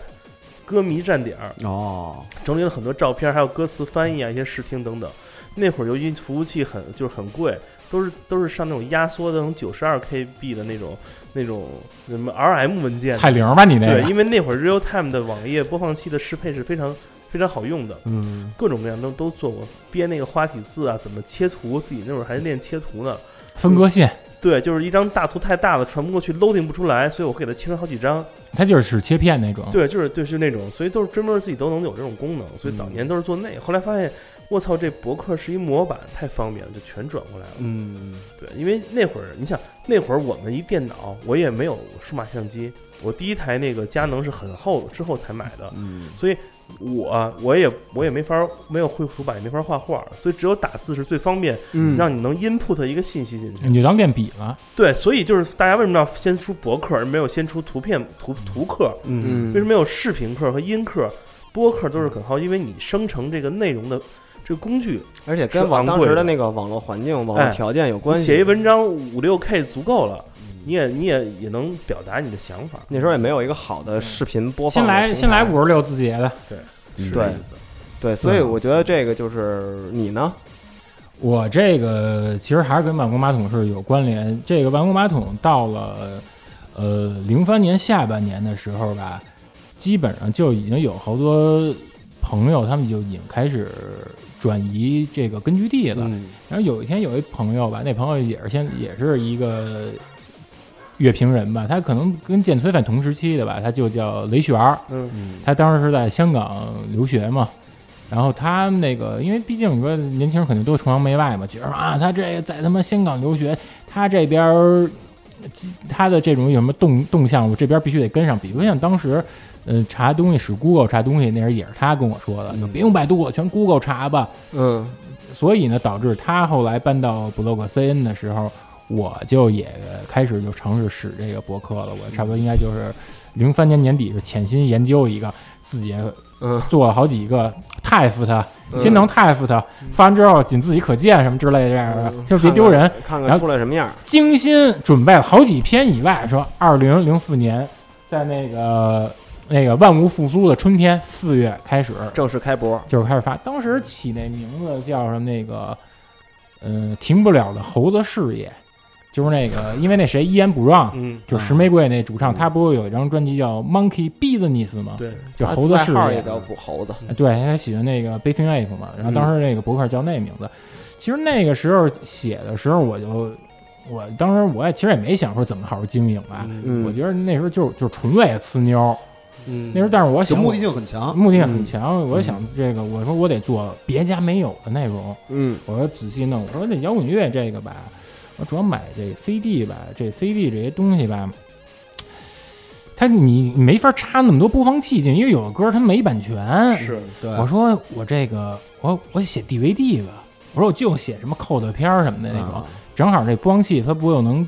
E: 歌迷站点儿，
D: 哦，
E: 整理了很多照片，还有歌词翻译啊、一些试听等等。那会儿由于服务器很就是很贵，都是都是上那种压缩的那种九十二 KB 的那种那种什么 RM 文件的，
C: 彩铃吧你那
E: 对，
C: 个，
E: 因为那会儿 Real Time 的网页播放器的适配是非常非常好用的，
D: 嗯，
E: 各种各样都都做过，编那个花体字啊，怎么切图，自己那会儿还练切图呢。
C: 分割线，
E: 对，就是一张大图太大了，传不过去，loading 不出来，所以我给它切成好几张。
C: 它就是切片那种。
E: 对，就是对，就是那种，所以都是专门自己都能有这种功能，所以早年都是做那个。后来发现，我操，这博客是一模板，太方便了，就全转过来了。
D: 嗯，
E: 对，因为那会儿你想，那会儿我们一电脑，我也没有数码相机，我第一台那个佳能是很后之后才买的，
D: 嗯，
E: 所以我我也我也没法没有绘图板，也没法画画，所以只有打字是最方便，
B: 嗯
E: 让你能 input 一个信息进去。
C: 你就当练笔了，
E: 对，所以就是大家为什么要先出博客，而没有先出图片图图课？
D: 嗯，
B: 嗯，
E: 为什么有视频课和音课？播客都是很好，因为你生成这个内容的这个工具，
B: 而且
E: 是
B: 跟网
E: 昂
B: 当
E: 贵
B: 时
E: 的
B: 的那个网络环境、网
E: 哎
B: 络条件有关
E: 你写一
B: 系。嗯
E: 文章五六 K 足够了，你也你也也能表达你的想法。
B: 那时候也没有一个好的视频播放
C: 先
B: 的平台。
C: 来先来五十六字节的，
B: 对
E: 是这意思，嗯
B: 对，所以我觉得这个就是你呢，
C: 我这个其实还是跟万国马桶是有关联。这个万国马桶到了呃零三年下半年的时候吧，基本上就已经有好多朋友他们就已经开始转移这个根据地了。然后有一天有一朋友吧，那朋友也是先也是一个乐评人吧，他可能跟建崔范同时期的吧，他就叫雷璇儿。
E: 嗯，
C: 他当时是在香港留学嘛，然后他那个，因为毕竟你说年轻人肯定都崇洋媚外嘛，觉得啊，他这个在他妈香港留学，他这边儿他的这种有什么动动向，我这边必须得跟上。比如像当时，嗯，查东西使 Google 查东西，那时候也是他跟我说的，就别用百度，全 Google 查吧。
B: 嗯，
C: 所以呢，导致他后来搬到 Blog CN 的时候，我就也开始就尝试使这个博客了。我差不多应该就是零三年年底是潜心研究一个，自己也
B: 嗯
C: 做了好几个 TIF 它，
B: 嗯
C: 先能 TIF 它，发完之后仅自己可见什么之类的这样的，先别丢人。，
B: 嗯看看看
C: 然后
B: 看出来什么样儿。
C: 精心准备了好几篇以外，说二零零四年在那个那个万物复苏的春天四月开始，
B: 正式开播，
C: 就是开始发。当时起那名字叫什么？那个，嗯，停不了的猴子事业，就是那个，因为那谁一言不让，
E: 嗯，
C: 就石玫瑰那主唱，他不是有一张专辑叫《Monkey Business》吗？
E: 对，
C: 就
B: 他
C: 猴子
B: 外
C: 事
B: 啊号
C: 业
B: 也。叫捕猴子，
C: 对，他写的那个《Basing Ape》嘛，然后当时那个博客叫那名字。其实那个时候写的时候，我就我当时我也其实也没想说怎么好好经营吧，
B: 嗯，
C: 我觉得那时候就是就是纯为了呲妞。
D: 嗯
C: 那时候，但是我
D: 就
C: 想
D: 目的性很强，
C: 目的性很强，我想这个，我说我得做别家没有的内容，
B: 嗯
C: 我说仔细弄，我说那摇滚乐这个吧，我主要买这 CD 吧，这 CD 这些东西吧，它你你没法插那么多播放器进，因为有的歌它没版权。
E: 是
D: 对，
C: 我说我这个我我写 DVD 吧，我说我就写什么扣的片儿什么的那种，
D: 啊
C: 正好这播放器它不又能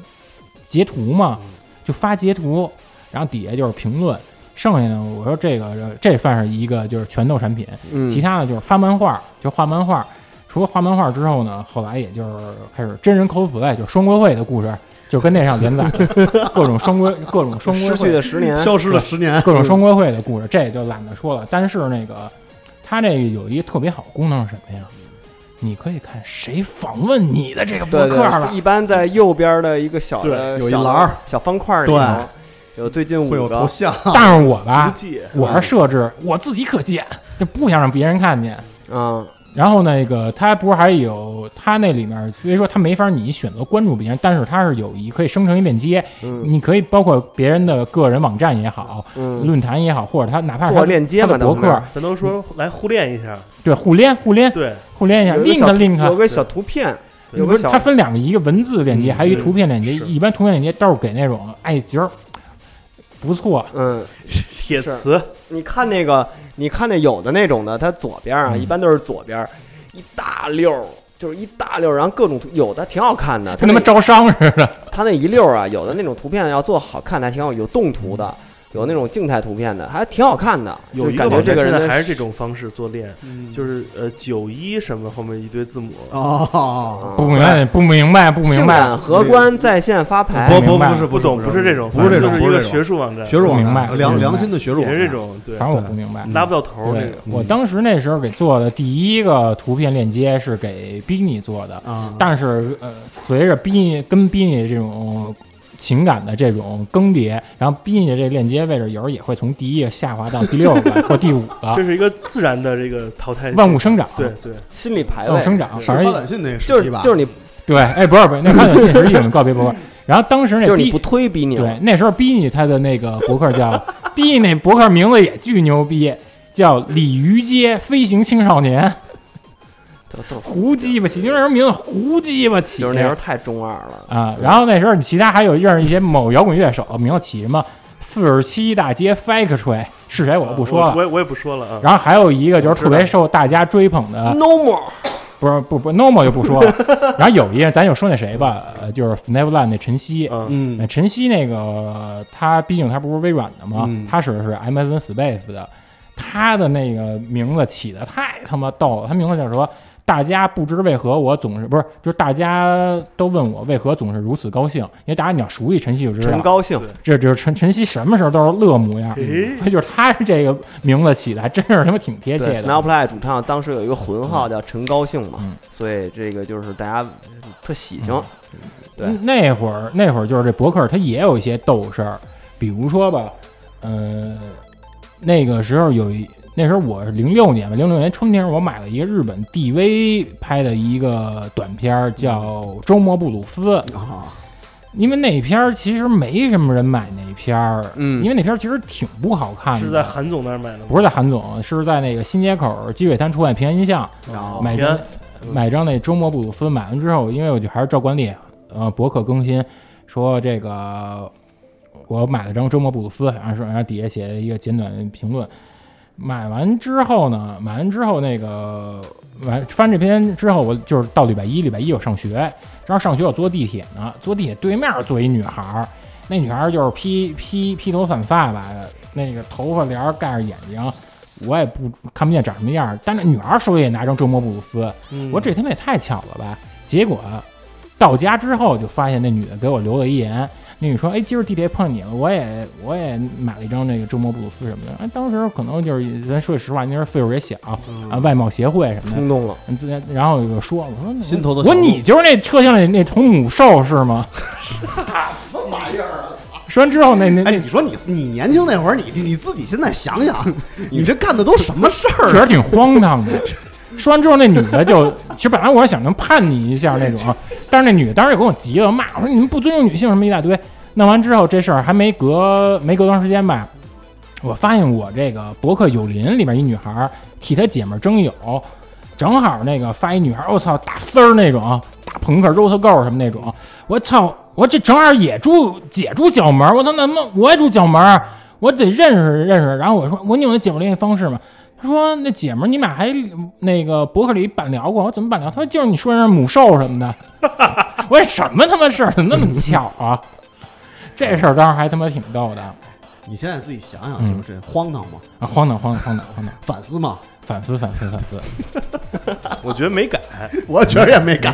C: 截图嘛，
D: 嗯
C: 就发截图，然后底下就是评论。剩下呢，我说这个这算是一个就是拳头产品，
B: 嗯，
C: 其他的就是发漫画，就画漫画。除了画漫画之后呢，后来也就是开始真人 cosplay，就双规会的故事，就跟那上连
B: (laughs)
C: 载各种双规各种双规
B: 失
C: 会
B: 去的十年，
D: 消失了十年，
C: 各种双规会的故事，这也就懒得说了。但是那个，它这个有一个特别好功能是什么呀？你可以看谁访问你的这个博
B: 对
C: 客了
B: 对，，一般在右边的一个小的
D: 对有一
B: 小的
D: 栏儿
B: 小方块儿里
D: 对
B: 头，有最近五
D: 会有头
B: 个，
D: 像，
C: 但是我吧
E: 足，迹，
C: 我是设置我自己可见，就不想让别人看见。
B: 嗯
C: 然后那个它不是还有它那里面，虽说它没法你选择关注别人，但是它是有一可以生成一链接，
B: 嗯
C: 你可以包括别人的个人网站也好，
B: 嗯，
C: 论坛也好，或者它哪怕是
B: 做
C: 它
B: 链接
C: 它
B: 嘛，
C: 的博
B: 当时
C: 客，
E: 咱都说来互练一下，
C: 对互联互联
B: (laughs)
E: 对，
C: 互联一下
B: 有一个小
C: ，link
B: 图有
C: link。
B: 个小图片，
E: 对
B: 有
C: 不
B: 个
C: 是，
B: 小
C: 它分两个，一个文字链接，
D: 嗯
C: 还有一个图片链接。
E: 是
C: 一般图片链接都是给那种，哎，觉得不错，
B: 嗯，
E: 铁磁，
B: 你看那个，你看那有的那种的，它左边啊，
C: 嗯
B: 一般都是左边一大溜儿，就是一大溜儿，然后各种图，有的挺好看的，
C: 跟他妈
B: 那
C: 招商似的。
B: 它那一溜儿啊，有的那种图片要做好看的还挺好，有动图的，有那种静态图片的，还挺好看的。
E: 有
B: 就
E: 一
B: 感
E: 个
B: 觉
E: 网
B: 这
E: 站
B: 个
E: 现
B: 人的
E: 在还是这种方式做练，
D: 嗯
E: 就是呃九一什么后面一堆字母，
D: 哦，
B: 啊
C: 不明白，不明白，不明
B: 性
C: 白
B: 感。荷官在线发牌，
D: 不
C: 明
D: 不
C: 白
D: 不是
E: 不懂不是这种，
D: 不是这种，
E: 反正
D: 不
E: 就
D: 这
E: 是是一个
D: 种
E: 学术网站，
D: 学术网
C: 明白
D: 站，良
C: 明白
D: 良心的学术
E: 也
D: 网
E: 是这
D: 站。
E: 种，对
C: 反，正我不明白。
E: 拉不到头儿这
C: 对
E: 个，，
C: 我当时那时候给做的第一个图片链接是给 Bini 做
E: 嗯
C: 的，
D: 啊，
C: 但是呃，随着 Bini 跟 Bini 这种情感的这种更迭，然后 Bini 这链接位置有时候也会从第一个下滑到第六个或第五
E: (laughs)
C: 个，
E: 这是一个自然的这个淘汰，
C: 万物生长，
E: 对，对，
B: 心理排
C: 万物
B: 位，
C: 生长，
D: 是
C: 反
D: 发
C: 正
D: 短信那个
B: 就
D: 时期
B: 是
D: 吧，
B: 就是你
C: 对，哎，不是不是，那发短信实际我们告别博客，然后当时那
B: 就是
C: B-
B: 你不推比你
C: 对，那时候 Bini 他的那个博客叫 Bini，那博客名字也巨牛逼，叫鲤鱼街飞行青少年，
B: 都都
C: 胡鸡巴起，因为什么名字胡鸡巴起？
B: 就是那时候太中二了。
C: 啊，然后那时候你其他还有认识一些某摇滚乐手，名字起什么四十七大街 Fake 吹是谁我就不说
E: 呃我
C: 了。
E: 也我也不说了啊。
C: 然后还有一个就是特
E: 我知
C: 别
E: 道
C: 受大家追捧的，
B: No more，
C: 不是不不 Normal 就不说了。然后有一个咱就说那谁吧，呃，就是 Neverland 那晨曦，
E: 嗯，
D: 嗯
C: 呃，晨曦那个他毕竟他不是微软的嘛，
D: 嗯
C: 他使的是 MSN Space 的，他的那个名字起的太他妈逗了，他名字叫什么？大家不知为何我总是不是，就是大家都问我为何总是如此高兴，因为大家你要熟悉晨曦就知
B: 陈
C: 道，
B: 高兴，
C: 这就是晨晨曦什么时候都是乐模样，
E: 诶
C: 所以就是他这个名字起的还真是他妈挺贴切
B: 对
C: 的。
B: ，Snowplay 主唱当时有一个混号叫陈高兴嘛
C: 嗯，
B: 所以这个就是大家特喜庆
C: 嗯，
B: 对
C: 嗯那会儿那会儿就是这博客，它也有一些逗事儿，比如说吧，呃，那个时候有一那时候我是零六年吧，零六年春天我买了一个日本 DV 拍的一个短片儿，叫《周末布鲁斯》，
D: 啊，
C: 因为那片儿其实没什么人买那片儿，
B: 嗯
C: 因为那片儿其实挺不好看的，
E: 是在韩总那儿买的吗？
C: 不是在韩总，是在那个新街口积水滩出海平安音像。
D: 然后
C: 买
E: 平
C: 张
E: 安
C: 买张那周末布鲁斯，买完之后，因为我就还是照惯例，呃，博客更新说这个我买了张周末布鲁斯，然后说然后底下写了一个简短的评论。买完之后呢，买完之后那个完翻这篇之后，我就是到礼拜一，礼拜一我上学，然后上学我坐地铁呢，坐地铁对面坐一女孩儿，那女孩儿就是披披披头散发吧，那个头发帘儿盖着眼睛，我也不看不见长什么样儿，但那女孩儿手里也拿张周末布鲁斯，
E: 嗯
C: 我说这他妈也太巧了吧！结果到家之后就发现那女的给我留了一言，那女说：“哎，今儿地铁碰你了，我也我也买了一张那个周末布鲁斯什么的。”哎，当时可能就是咱说句实话，那时候岁数也小
D: 嗯
C: 啊，外贸协会什么的
B: 冲动了，
C: 嗯，自然然后我就说：“我说
D: 心头的
C: 我
D: 小
C: 说
D: 鹿
C: 你就是那车厢里那头母兽是 (laughs) 吗？”什么玩意儿？说啊完之后，那那那
D: 哎，你说你你年轻那会儿，你你自己现在想想， (laughs) 你这干的都什么事
F: (laughs)
C: 确
D: 儿啊？
C: 实挺荒唐的。说完之后，那女的就，其实本来我是想能叛逆一下那种，啊但是那女的当时也跟我急了，骂我说你们不尊重女性什么一大堆。弄完之后，这事儿还没隔没隔多长时间吧，我发现我这个博客有邻里面一女孩儿替她姐们儿争友，正好那个发一女孩儿，我操大丝儿那种，啊大朋克 r o t g o 什么那种，啊我操，我这正好也住姐住角门儿，我操那么我也住角门儿，啊我得认识认识。然后我说我你有那姐们儿联系方式吗？他说：“那姐们儿，你俩还那个博客里板聊过？我怎么板聊？”他说：“就是你说那母兽什么的。” (laughs) 我说：“什么他妈事儿？怎么那么巧啊？” (laughs) 这事儿当时还他妈挺逗的啊！
D: 你现在自己想
C: 嗯
D: 想，就是这荒唐吗？
C: 荒唐，荒唐，荒唐，荒唐！
D: 反思吗？
C: 反思，反思，反思。 (laughs)
E: 我觉得没改，
D: 我觉得也没改。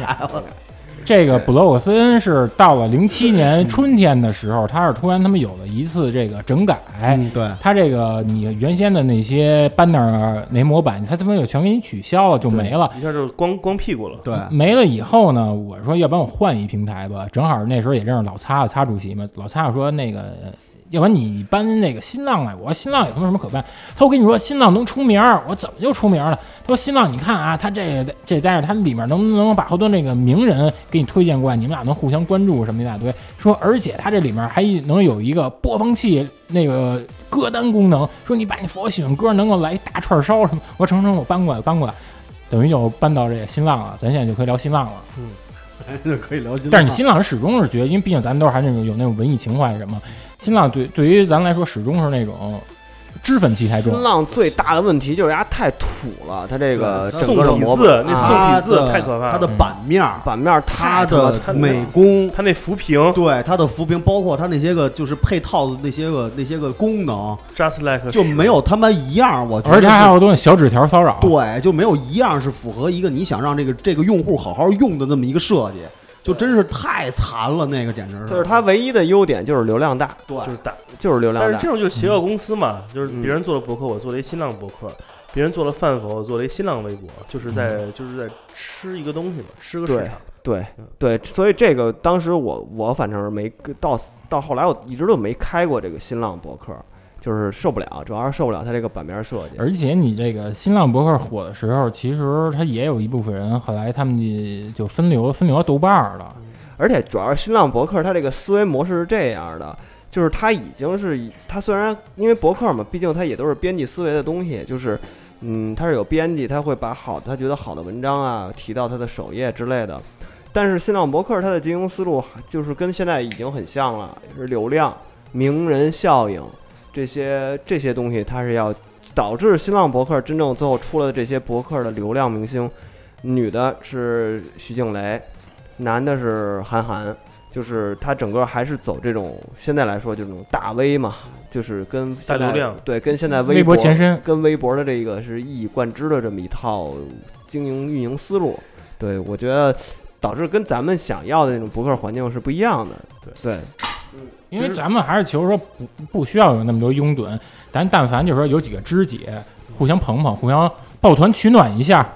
C: 这个布洛克斯恩是到了零七年春天的时候，他是突然他们有了一次这个整改。
D: 嗯，对，
C: 他这个你原先的那些 banner 那模板，他他妈就全给你取消了，就没了。
E: 一下就光光屁股了。
D: 对， (laughs)
C: 没了以后呢，我说要不然我换一平台吧，正好那时候也认识老擦擦主席嘛，老擦擦说那个，呃要不然你搬那个新浪来，我说新浪有什么什么可搬？他说我跟你说新浪能出名儿，我怎么就出名儿了？他说新浪你看啊，他这这但是他里面能能把好多那个名人给你推荐过来，你们俩能互相关注什么一大堆。说而且他这里面还能有一个播放器那个歌单功能，说你把你所喜欢歌能够来一大串烧什么。我说成成，我搬过来，搬过来。等于就搬到这个新浪了，咱现在就可以聊新浪了。
D: 就可以聊心。
C: 但是你新浪始终是觉得，因为毕竟咱都是还那种有那种文艺情怀什么，新浪对对于咱来说始终是那种脂粉气太重
B: 新。浪最大的问题就是它太土了，它这个
D: 对
B: 整个的
E: 宋体
B: 模
E: 字
B: 板
E: 那
B: 啊
E: 宋体字
D: 它的
E: 太可怕了嗯
D: 它的版面儿，
B: 版面太
D: 它
B: 他妈
D: 的
E: 它
D: 美工，
E: 它那浮屏
D: 对它的浮屏，包括它那些个就是配套的那些个那些个功能，
E: ，just like
D: 就没有他妈一样，我觉得
C: 而且它还
D: 是。
C: 有东西小纸条骚扰，
D: 对，就没有一样是符合一个你想让这个这个用户好好用的那么一个设计，就真是太残了，那个简直是。
B: 就是它唯一的优点就是流量大，
D: 对
E: 就是打，
B: 就是流量
E: 但是
B: 大
E: 这。种就是邪恶公司嘛，就是
B: 嗯
E: 别人做了博客，我做了一新浪博客。别人做了饭否，我做了一新浪微博，就是在、就是在吃一个东西嘛，吃个市
B: 对
E: 场。
B: 对
E: 嗯
B: 对，所以这个当时我我反正是没到到后来我一直都没开过这个新浪博客，就是受不了，主要是受不了它这个版面设计。
C: 而且你这个新浪博客火的时候，其实它也有一部分人后来他们就分流分流到豆瓣儿了。
B: 而且主要是新浪博客，它这个思维模式是这样的，就是它已经是以它虽然因为博客嘛，毕竟它也都是编辑思维的东西，就是嗯，它是有编辑，他会把好他觉得好的文章啊提到他的首页之类的。但是新浪博客它的经营思路还就是跟现在已经很像了，是流量、名人效应这些这些东西，它是要导致新浪博客真正最后出来的这些博客的流量明星，女的是徐静蕾，男的是韩寒，就是他整个还是走这种现在来说就这种大 V 嘛，就是跟现在
E: 大流量
B: 对，跟现在
C: 嗯微
B: 博
C: 博前身，
B: 跟微博的这个是一以贯之的这么一套经营运营思路。对我觉得导致跟咱们想要的那种博客环境是不一样的。对
C: 因为咱们还是求说不不需要有那么多拥趸，咱但凡就是说有几个知己，互相捧捧，互相抱团取暖一下。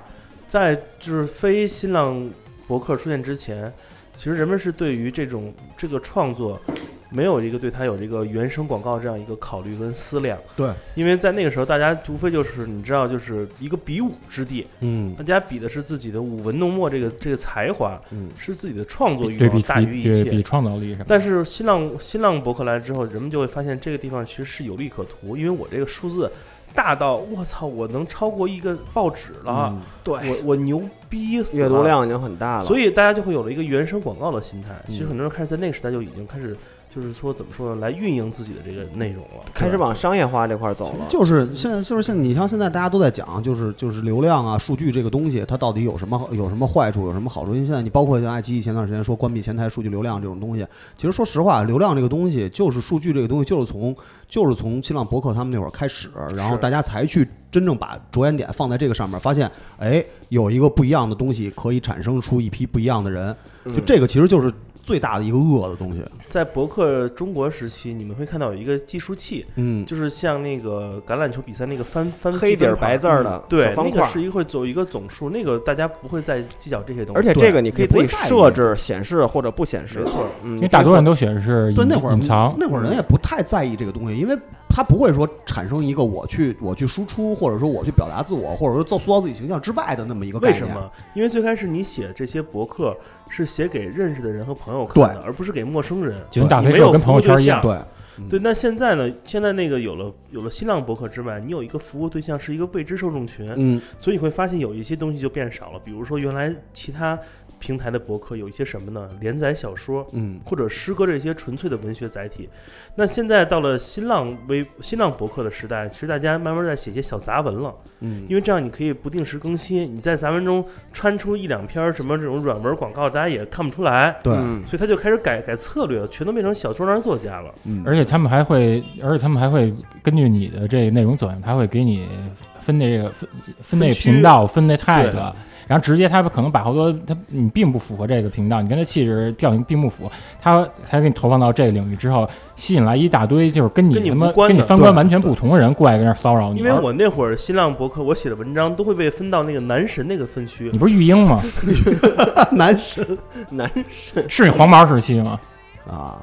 E: 在就是非新浪博客出现之前，其实人们是对于这种这个创作没有一个对它有这个原生广告这样一个考虑跟思量。
D: 对，
E: 因为在那个时候，大家无非就是你知道，就是一个比武之地，
D: 嗯，
E: 大家比的是自己的舞文弄墨这个这个才华，
D: 嗯
E: 是自己的创作欲
C: 对
E: 望
C: 比
E: 大于
C: 比对
E: 一切
C: 比。创造力什么的。
E: 但是新浪新浪博客来之后，人们就会发现这个地方其实是有利可图，因为我这个数字大到我操，我能超过一个报纸了。
D: 嗯，
E: 我我牛逼死
B: 阅
E: 了，
B: 读量已经很大了，
E: 所
B: 以
E: 以大家就会有了一个原生广告的心态。其实
B: 嗯
E: 很多人开始在那个时代就已经开始，就是说怎么说呢，来运营自己的这个内容了，
B: 开始往商业化这块走了。
D: 就是现在就是现在你像现在大家都在讲，就是就是流量啊、数据这个东西，它到底有什么有什么坏处，有什么好处？因为现在你包括像爱奇艺前段时间说关闭前台数据流量这种东西，其实说实话，流量这个东西就是数据这个东西，就是从就是从新浪博客他们那会儿开始，然后
E: 是
D: 大家才去真正把着眼点放在这个上面，发现哎有一个不一样的东西可以产生出一批不一样的人，就这个其实就是最大的一个恶的东西。
E: 在博客中国时期，你们会看到有一个计数器，
D: 嗯，
E: 就是像那个橄榄球比赛那个翻翻
B: 黑底
E: 积
B: 儿
E: 分盘嗯
B: 白字儿的小
E: 对，
B: 方
E: 那
B: 块
E: 个
B: 儿。
E: 是一个会走一个总数，那个大家不会再计较这些东西。
B: 而且
D: 对
B: 这个你可以自己
D: 也不会在意
B: 设置显示或者不显示
E: 没，错，
B: 嗯，
C: 因为大多数人都选的是隐
D: 对，那会儿
C: 隐藏，
D: 那会儿人也不太在意这个东西，因为他不会说产生一个我去我去输出，或者说我去表达自我，或者说造塑造自己形象之外的那么一个概
E: 为
D: 念。
E: 什？么？因为最开始你写这些博客是写给认识的人和朋友看
D: 对
E: 的，而不是给陌生人。
C: 就跟大
E: 你
C: 飞
E: 没
C: 说
E: 有
C: 跟朋友
E: 服
C: 圈
E: 务对
C: 一样
E: 象。
D: 对，
E: 对，那现在呢？现在那个有了有了新浪博客之外，你有一个服务对象是一个未知受众群，
D: 嗯，
E: 所以你会发现有一些东西就变少了。比如说原来其他平台的博客有一些什么呢？连载小说
D: 嗯，
E: 或者诗歌这些纯粹的文学载体。那现在到了新浪微新浪博客的时代，其实大家慢慢在写一些小杂文了，
D: 嗯，
E: 因为这样你可以不定时更新，你在杂文中穿出一两篇什么这种软文广告，大家也看不出来。
D: 对，
B: 嗯
E: 所以他就开始改改策略了，全都变成小专栏作家了。
D: 嗯，
C: 而且他们还会，而且他们还会根据你的这个内容走向，他会给你分那个分分那个
E: 区
C: 频道，分那 tag，
E: 对
C: 然后直接他可能把好多他你并不符合这个频道，你跟他气质调性并不符，他他给你投放到这个领域之后，吸引来一大堆就是跟你
E: 跟你
C: 他妈
E: 无关的
C: 跟你三观
D: 对
C: 完全不同的人过来跟那儿骚扰你，
E: 因为
C: 而
E: 我那会儿新浪博客，我写的文章都会被分到那个男神那个分区
C: 你。不是育婴
D: (laughs)
C: 吗？
D: 男神
E: 嗯
C: 是你黄毛时期吗？
D: 啊。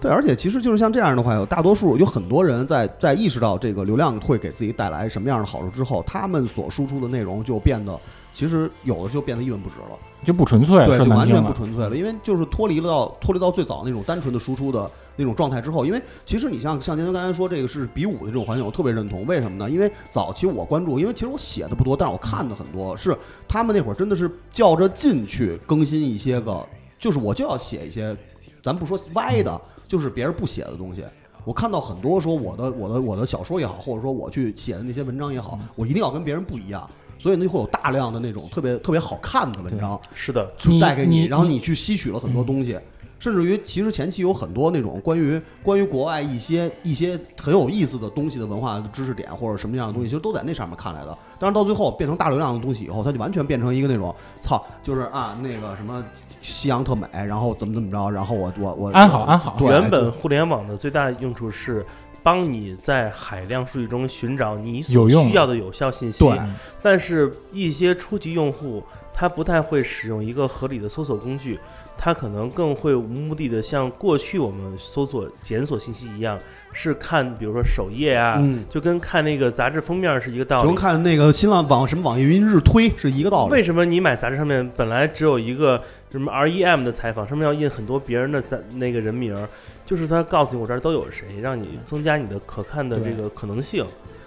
D: 对，而且其实就是像这样的话，有大多数有很多人在在意识到这个流量会给自己带来什么样的好处之后，他们所输出的内容就变得，其实有的就变得一文不值了。
C: 就不纯粹，说
D: 对，就
C: 难
D: 完全
C: 听
D: 不
C: 了。
D: 纯粹了，因为就是脱离了到脱离到最早那种单纯的输出的那种状态之后，因为其实你像像您刚才说这个是比武的这种环境，我特别认同。为什么呢？因为早期我关注，因为其实我写的不多，但是我看的很多，是他们那会儿真的是较着劲去更新一些个，就是我就要写一些，咱不说歪的，就是别人不写的东西。我看到很多说我的我的我的小说也好，或者说我去写的那些文章也好，我一定要跟别人不一样，所以呢就会有大量的那种特别特别好看的文章
E: 是的，
D: 就带给
C: 你你嗯
D: 然后你去吸取了很多东西。甚至于，其实前期有很多那种关于关于国外一些一些很有意思的东西的文化知识点或者什么样的东西，其实都在那上面看来的。但是到最后变成大流量的东西以后，它就完全变成一个那种操，就是啊那个什么西洋特美，然后怎么怎么着，然后我我我
C: 安好安好，
D: 对
E: 原本互联网的最大的用处是帮你在海量数据中寻找你所
C: 有用的
E: 需要的有效信息。
D: 对
B: 嗯
E: 但是一些初级用户他不太会使用一个合理的搜索工具，他可能更会无目的的像过去我们搜索检索信息一样，是看比如说首页啊，
D: 嗯，
E: 就跟看那个杂志封面是一个道
D: 就跟
E: 理。
D: 看那个新浪网什么网易云日推是一个道 (laughs) 理。
E: 为什么你买杂志上面本来只有一个什么 REM 的采访，上面要印很多别人的在那个人名儿？就是他告诉你我这儿都有谁，让你增加你的可看的这
C: 对
E: 个可能性。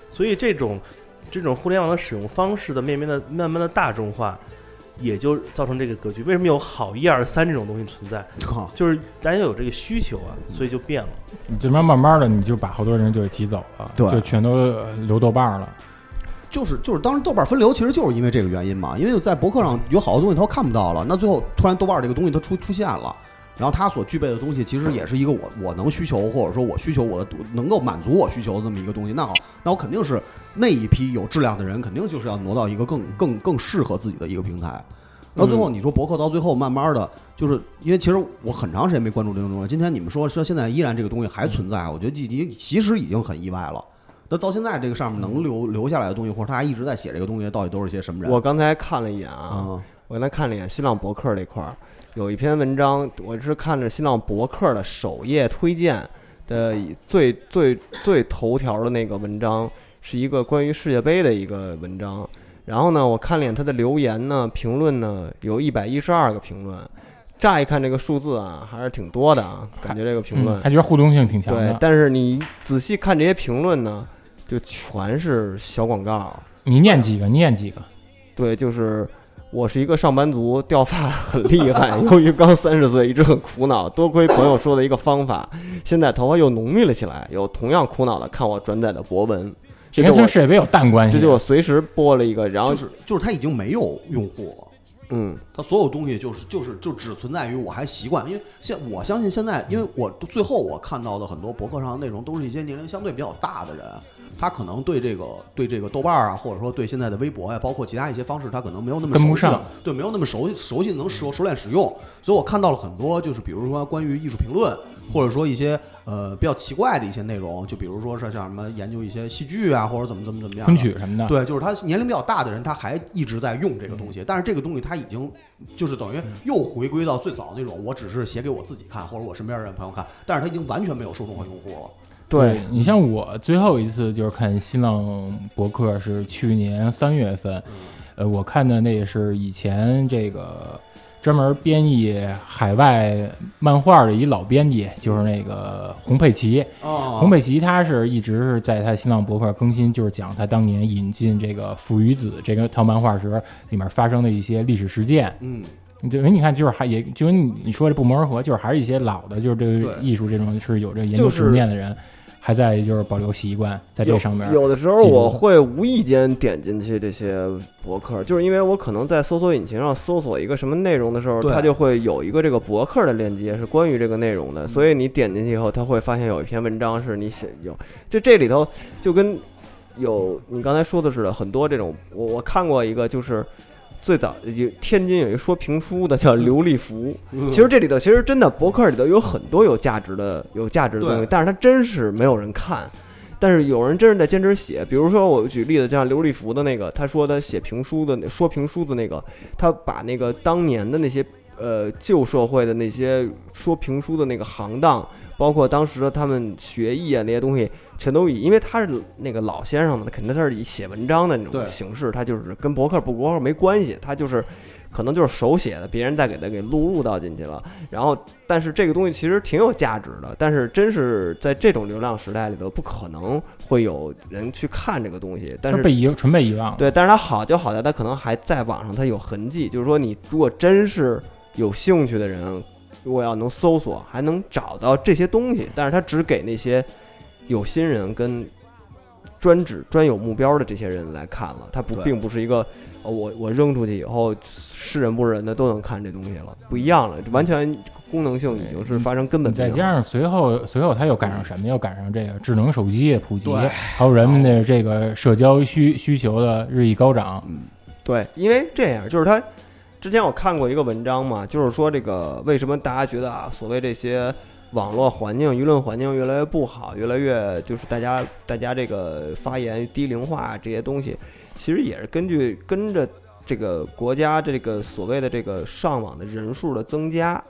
E: 所以这种这种互联网的使用方式的面面的慢慢的大众化，也就造成这个格局。为什么有好一二三这种东西存在？
D: 啊
E: 就是大家有这个需求啊，
D: 嗯
E: 所以就变了。
C: 你这边慢慢的你就把好多人就给挤走了，
D: 对
C: 就全都呃留豆瓣儿了。
B: 嗯
D: 就是就是当时豆瓣分流，其实就是因为这个原因嘛，因为在博客上有好多东西他看不到了，那最后突然豆瓣这个东西它出出现了。然后它所具备的东西，其实也是一个我我能需求，或者说我需求我的能够满足我需求的这么一个东西。那好，那我肯定是那一批有质量的人，肯定就是要挪到一个更更更适合自己的一个平台。到最后，你说博客到最后慢慢的，就是因为其实我很长时间没关注这种东西。今天你们说说现在依然这个东西还存在，我觉得已经其实已经很意外了。那到现在这个上面能留留下来的东西，或者他还一直在写这个东西，到底都是些什么人？
B: 我刚才看了一眼
E: 嗯
B: 啊，
D: 啊，
B: 我刚才看了一眼新浪博客这块儿，有一篇文章，我是看着新浪博客的首页推荐的最最最头条的那个文章，是一个关于世界杯的一个文章。然后呢，我看了眼他的留言呢，评论呢有一百一十二个评论，乍一看这个数字啊，还是挺多的啊，感觉这个评论
C: 嗯，还觉得互动性挺强
B: 对
C: 的，。
B: 但是你仔细看这些评论呢，就全是小广告。
C: 你念几个？你念几个？
B: 对，就是我是一个上班族，掉发很厉害，由于刚三十岁，一直很苦恼。多亏朋友说的一个方法，现在头发又浓密了起来。有同样苦恼的，看我转载的博文，这
C: 这
B: 就
C: 跟
B: 我
C: 跟世界杯有淡关系。
B: 这就我随时播了一个，然后
D: 就是就是他已经没有用户了。
B: 嗯，
D: 它所有东西就是就是就只存在于我还习惯，因为现我相信现在，因为我最后我看到的很多博客上的内容都是一些年龄相对比较大的人，他可能对这个对这个豆瓣儿啊，或者说对现在的微博呀、包括其他一些方式，他可能没有那么
C: 跟不
D: 熟悉的
C: 上，
D: 对，没有那么熟悉熟悉能熟熟练使用，所以我看到了很多就是比如说关于艺术评论，或者说一些呃比较奇怪的一些内容，就比如说是像什么研究一些戏剧啊，或者怎么怎么怎么样的，
C: 昆曲什么的，
D: 对，就是他年龄比较大的人，他还一直在用这个东西，但是这个东西他已经就是等于又回归到最早那种，我只是写给我自己看，或者我身边人朋友看，但是他已经完全没有受众和用户了。
B: 对，
C: 你像我最后一次就是看新浪博客是去年三月份，
B: 嗯
C: 呃，我看的那是以前这个专门编译海外漫画的一老编辑，就是那个洪佩奇。
B: 啊
D: 哦
C: 洪佩奇他是一直是在他新浪博客更新，就是讲他当年引进这个《父与子》这个套漫画时里面发生的一些历史事件。
D: 嗯，
C: 对，因为你看，就是还也就跟你你说的不谋而合，就是还是一些老的，就是对于
D: 对
C: 艺术这种是有这个研
B: 就
C: 究
B: 是
C: 执念的人，还在就是保留习惯在这上面。
B: 有的时候
C: 记录
B: 我会无意间点进去这些博客，就是因为我可能在搜索引擎上搜索一个什么内容的时候，
D: 对
B: 它就会有一个这个博客的链接是关于这个内
C: 嗯
B: 容的，所以你点进去以后，它会发现有一篇文章是你写有，就这里头就跟有你刚才说的似的，很多这种我我看过一个就是。最早有天津有一说评书的叫刘立福，其实这里头其实真的博客里头有很多有价值的有价值的东西
D: 对，
B: 但是它真是没有人看，但是有人真是在坚持写，比如说我举例子，像刘立福的那个，他说他写评书的那，说评书的那个，他把那个当年的那些呃旧社会的那些说评书的那个行当，包括当时的他们学艺啊那些东西，全都以因为他是那个老先生嘛，他肯定他是以写文章的那种
D: 对
B: 形式，他就是跟博客不博客没关系，他就是可能就是手写的，别人再给他给录入到进去了。然后，但是这个东西其实挺有价值的，但是真是在这种流量时代里头，不可能会有人去看这个东西。但
C: 就是是被遗纯被遗忘了。
B: 对，但是它好就好在它可能还在网上，它有痕迹，就是说你如果真是有兴趣的人，如果要能搜索，还能找到这些东西，但是它只给那些有心人跟专指专有目标的这些人来看了，它不
D: 对
B: 并不是一个呃我我扔出去以后是人不是人的都能看这东西了，不一样了，完全功能性已经是发生根本不一
C: 再
B: 样
C: 加上随后随后它又赶上什么？又赶上这个智能手机的普及，
D: 对
C: 还有人们的这个社交需需求的日益高涨。
D: 嗯，
B: 对，因为这样就是他之前我看过一个文章嘛，就是说这个为什么大家觉得啊，所谓这些网络环境、舆论环境越来越不好，越来越就是大家大家这个发言低龄化这些东西，其实也是根据跟着这个国家这个所谓的这个上网的人数的增加。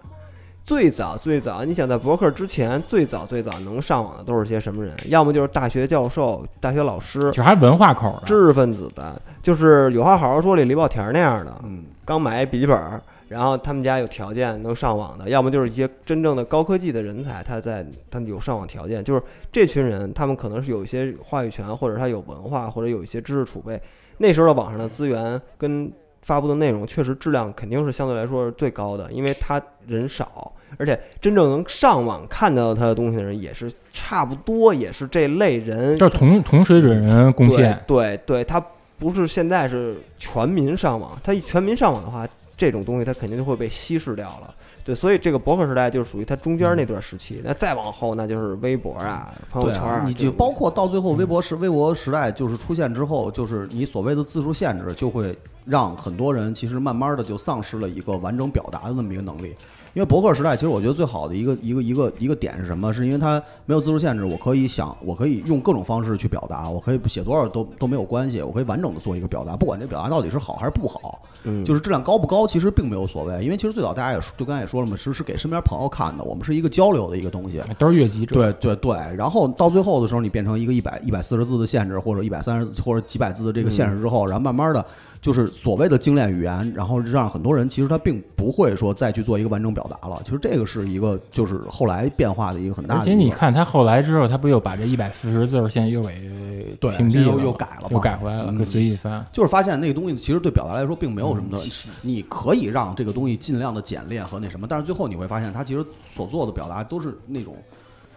B: 最早最早，你想在博客之前，最早最早能上网的都是些什么人？要么就是大学教授、大学老师，
C: 就是还文化口啊
B: 知
C: 的，
B: 识分子的，就是有话好好说里李保田那样的，
D: 嗯，
B: 刚买一笔记本儿，然后他们家有条件能上网的，要么就是一些真正的高科技的人才，他在他有上网条件，就是这群人，他们可能是有一些话语权，或者他有文化，或者有一些知识储备。那时候的网上的资源跟发布的内容，确实质量肯定是相对来说是最高的，因为他人少，而且真正能上网看到他的东西的人也是差不多，也是这类人，
C: 就是同同水准人贡献。
B: 对对对，它不是现在是全民上网，它一全民上网的话，这种东西它肯定就会被稀释掉了。对，所以这个博客时代就是属于它中间那段时期，那再往后那就是微博啊、朋友
D: 对
B: 圈
D: 啊，你
B: 这
D: 就
B: 种
D: 包括到最后微博时微博时代就是出现之后，就是你所谓的字数限制，就会让很多人其实慢慢的就丧失了一个完整表达的那么一个能力。因为博客时代，其实我觉得最好的一个一个一个一个点是什么？是因为它没有字数限制，我可以想，我可以用各种方式去表达，我可以写多少都都没有关系，我可以完整的做一个表达，不管这表达到底是好还是不好，
B: 嗯
D: 就是质量高不高，其实并没有所谓。因为其实最早大家也说就刚才也说了嘛，是是给身边朋友看的，我们是一个交流的一个东西。
C: 都是越级者，
D: 对对对，然后到最后的时候，你变成一个一百一百四十字的限制，或者一百三十或者几百字的这个限制之后，然后慢慢的就是所谓的精炼语言，然后让很多人其实他并不会说再去做一个完整表达了。其实这个是一个就是后来变化的一个很大
C: 而
D: 的一个。
C: 且你看他后来之后，他不又把这一百四十字儿现在又给
D: 对
C: 屏
D: 现
C: 蔽
D: 在
C: 了
D: 又
C: 吗，
D: 又改了嘛嗯
C: 又改回来了，可随意翻。
D: 就是发现那个东西其实对表达来说并没有什么的，你可以让这个东西尽量的简练和那什么，但是最后你会发现，它其实所做的表达都是那种，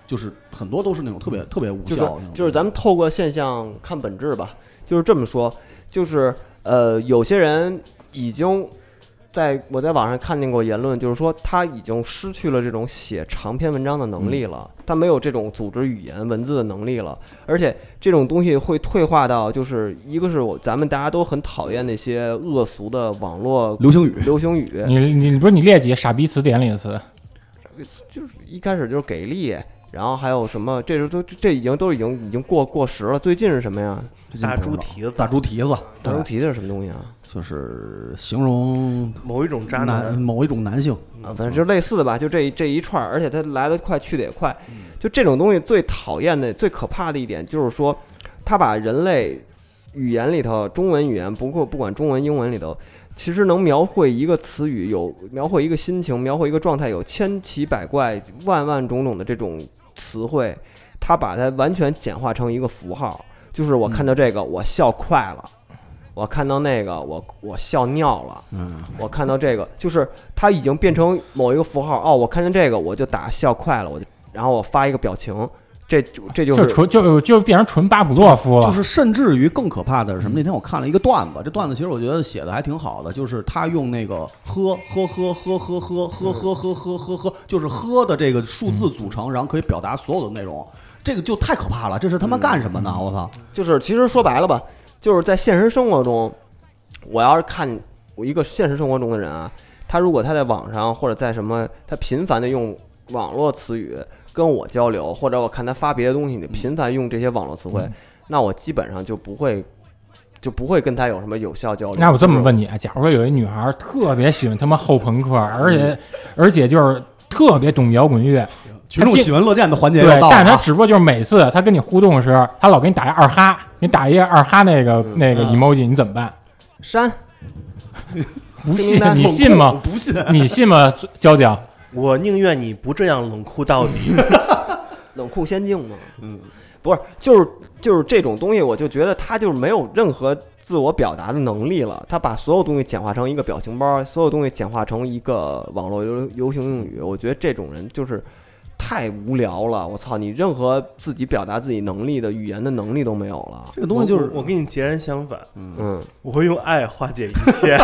D: 就是很多都是那种特别特别无
B: 就是
D: 效的那种。
B: 就是咱们透过现象看本质吧，就是这么说，就是呃，有些人已经在我在网上看见过言论，就是说他已经失去了这种写长篇文章的能力了，他没有这种组织语言文字的能力了，而且这种东西会退化到，就是一个是我咱们大家都很讨厌那些恶俗的网络
D: 流星雨，
B: 流行语，
C: 你你不是你列几个傻逼词典里的词？
B: 就是一开始就是给力，然后还有什么，这时候都这已经都已经已经过过时了。最近是什么呀？
E: 大猪蹄子，
D: 大猪蹄子，
B: 大猪蹄子是什么东西啊？
D: 就是形容
E: 某一种渣
D: 男
E: 男，
D: 某一种男性，
B: 啊，反正就类似的吧，就这一这一串儿，而且它来得快，去得也快。就这种东西最讨厌的、最可怕的一点就是说，它把人类语言里头，中文语言，不过不管中文、英文里头，其实能描绘一个词语有描绘一个心情，描绘一个状态有千奇百怪、万万种种的这种词汇，它把它完全简化成一个符号，就是我看到这个我笑快了，我看到那个我我笑尿了。
D: 嗯，
B: 我看到这个，就是它已经变成某一个符号。哦，我看见这个，我就打笑快了，我就然后我发一个表情，这就这就
C: 就是纯就就变成纯巴甫洛夫了，
D: 就是甚至于更可怕的是什么？那天我看了一个段子，这段子其实我觉得写的还挺好的，就是他用那个喝喝喝喝喝喝喝喝喝喝喝喝，就是喝的这个数字组成，然后可以表达所有的内容。这个就太可怕了，这是他妈干什么呢？我操！
B: 就是其实说白了吧，就是在现实生活中，我要是看我一个现实生活中的人啊，他如果他在网上或者在什么，他频繁的用网络词语跟我交流，或者我看他发别的东
C: 嗯
B: 西，你频繁用这些网络词汇，那我基本上就不会就不会跟他有什么有效交流。
C: 那我这
B: 就
C: 么
B: 是
C: 问你啊，假如说有一女孩儿特别喜欢他妈后朋克，而
D: 嗯
C: 且而且就是特别懂摇滚乐，
F: 群众喜闻乐见的环节
C: 对
F: 要，到了
C: 但是她
F: 啊！
C: 只不过就是每次她跟你互动的时候，她老给你打一二哈，你打一二哈那个
D: 嗯
C: 那个 emoji，你怎么办？
B: 删，
C: 不
B: 清
C: 信
B: 明单
C: 你信
F: (laughs) 我
C: 吗？(laughs)
F: 不信，
C: 你信吗？娇娇，
E: 我宁愿你不这样冷酷到底。
D: 嗯
E: (laughs)
B: 冷酷仙境嘛。嗯，不是，就是就是这种东西，我就觉得他就是没有任何自我表达的能力了。他把所有东西简化成一个表情包，所有东西简化成一个网络流流行用语。我觉得这种人就是太无聊了。我操，你任何自己表达自己能力的语言的能力都没有了。
D: 这个东西就是
E: 我我跟你截然相反，
B: 嗯，
E: 我会用爱化解一切。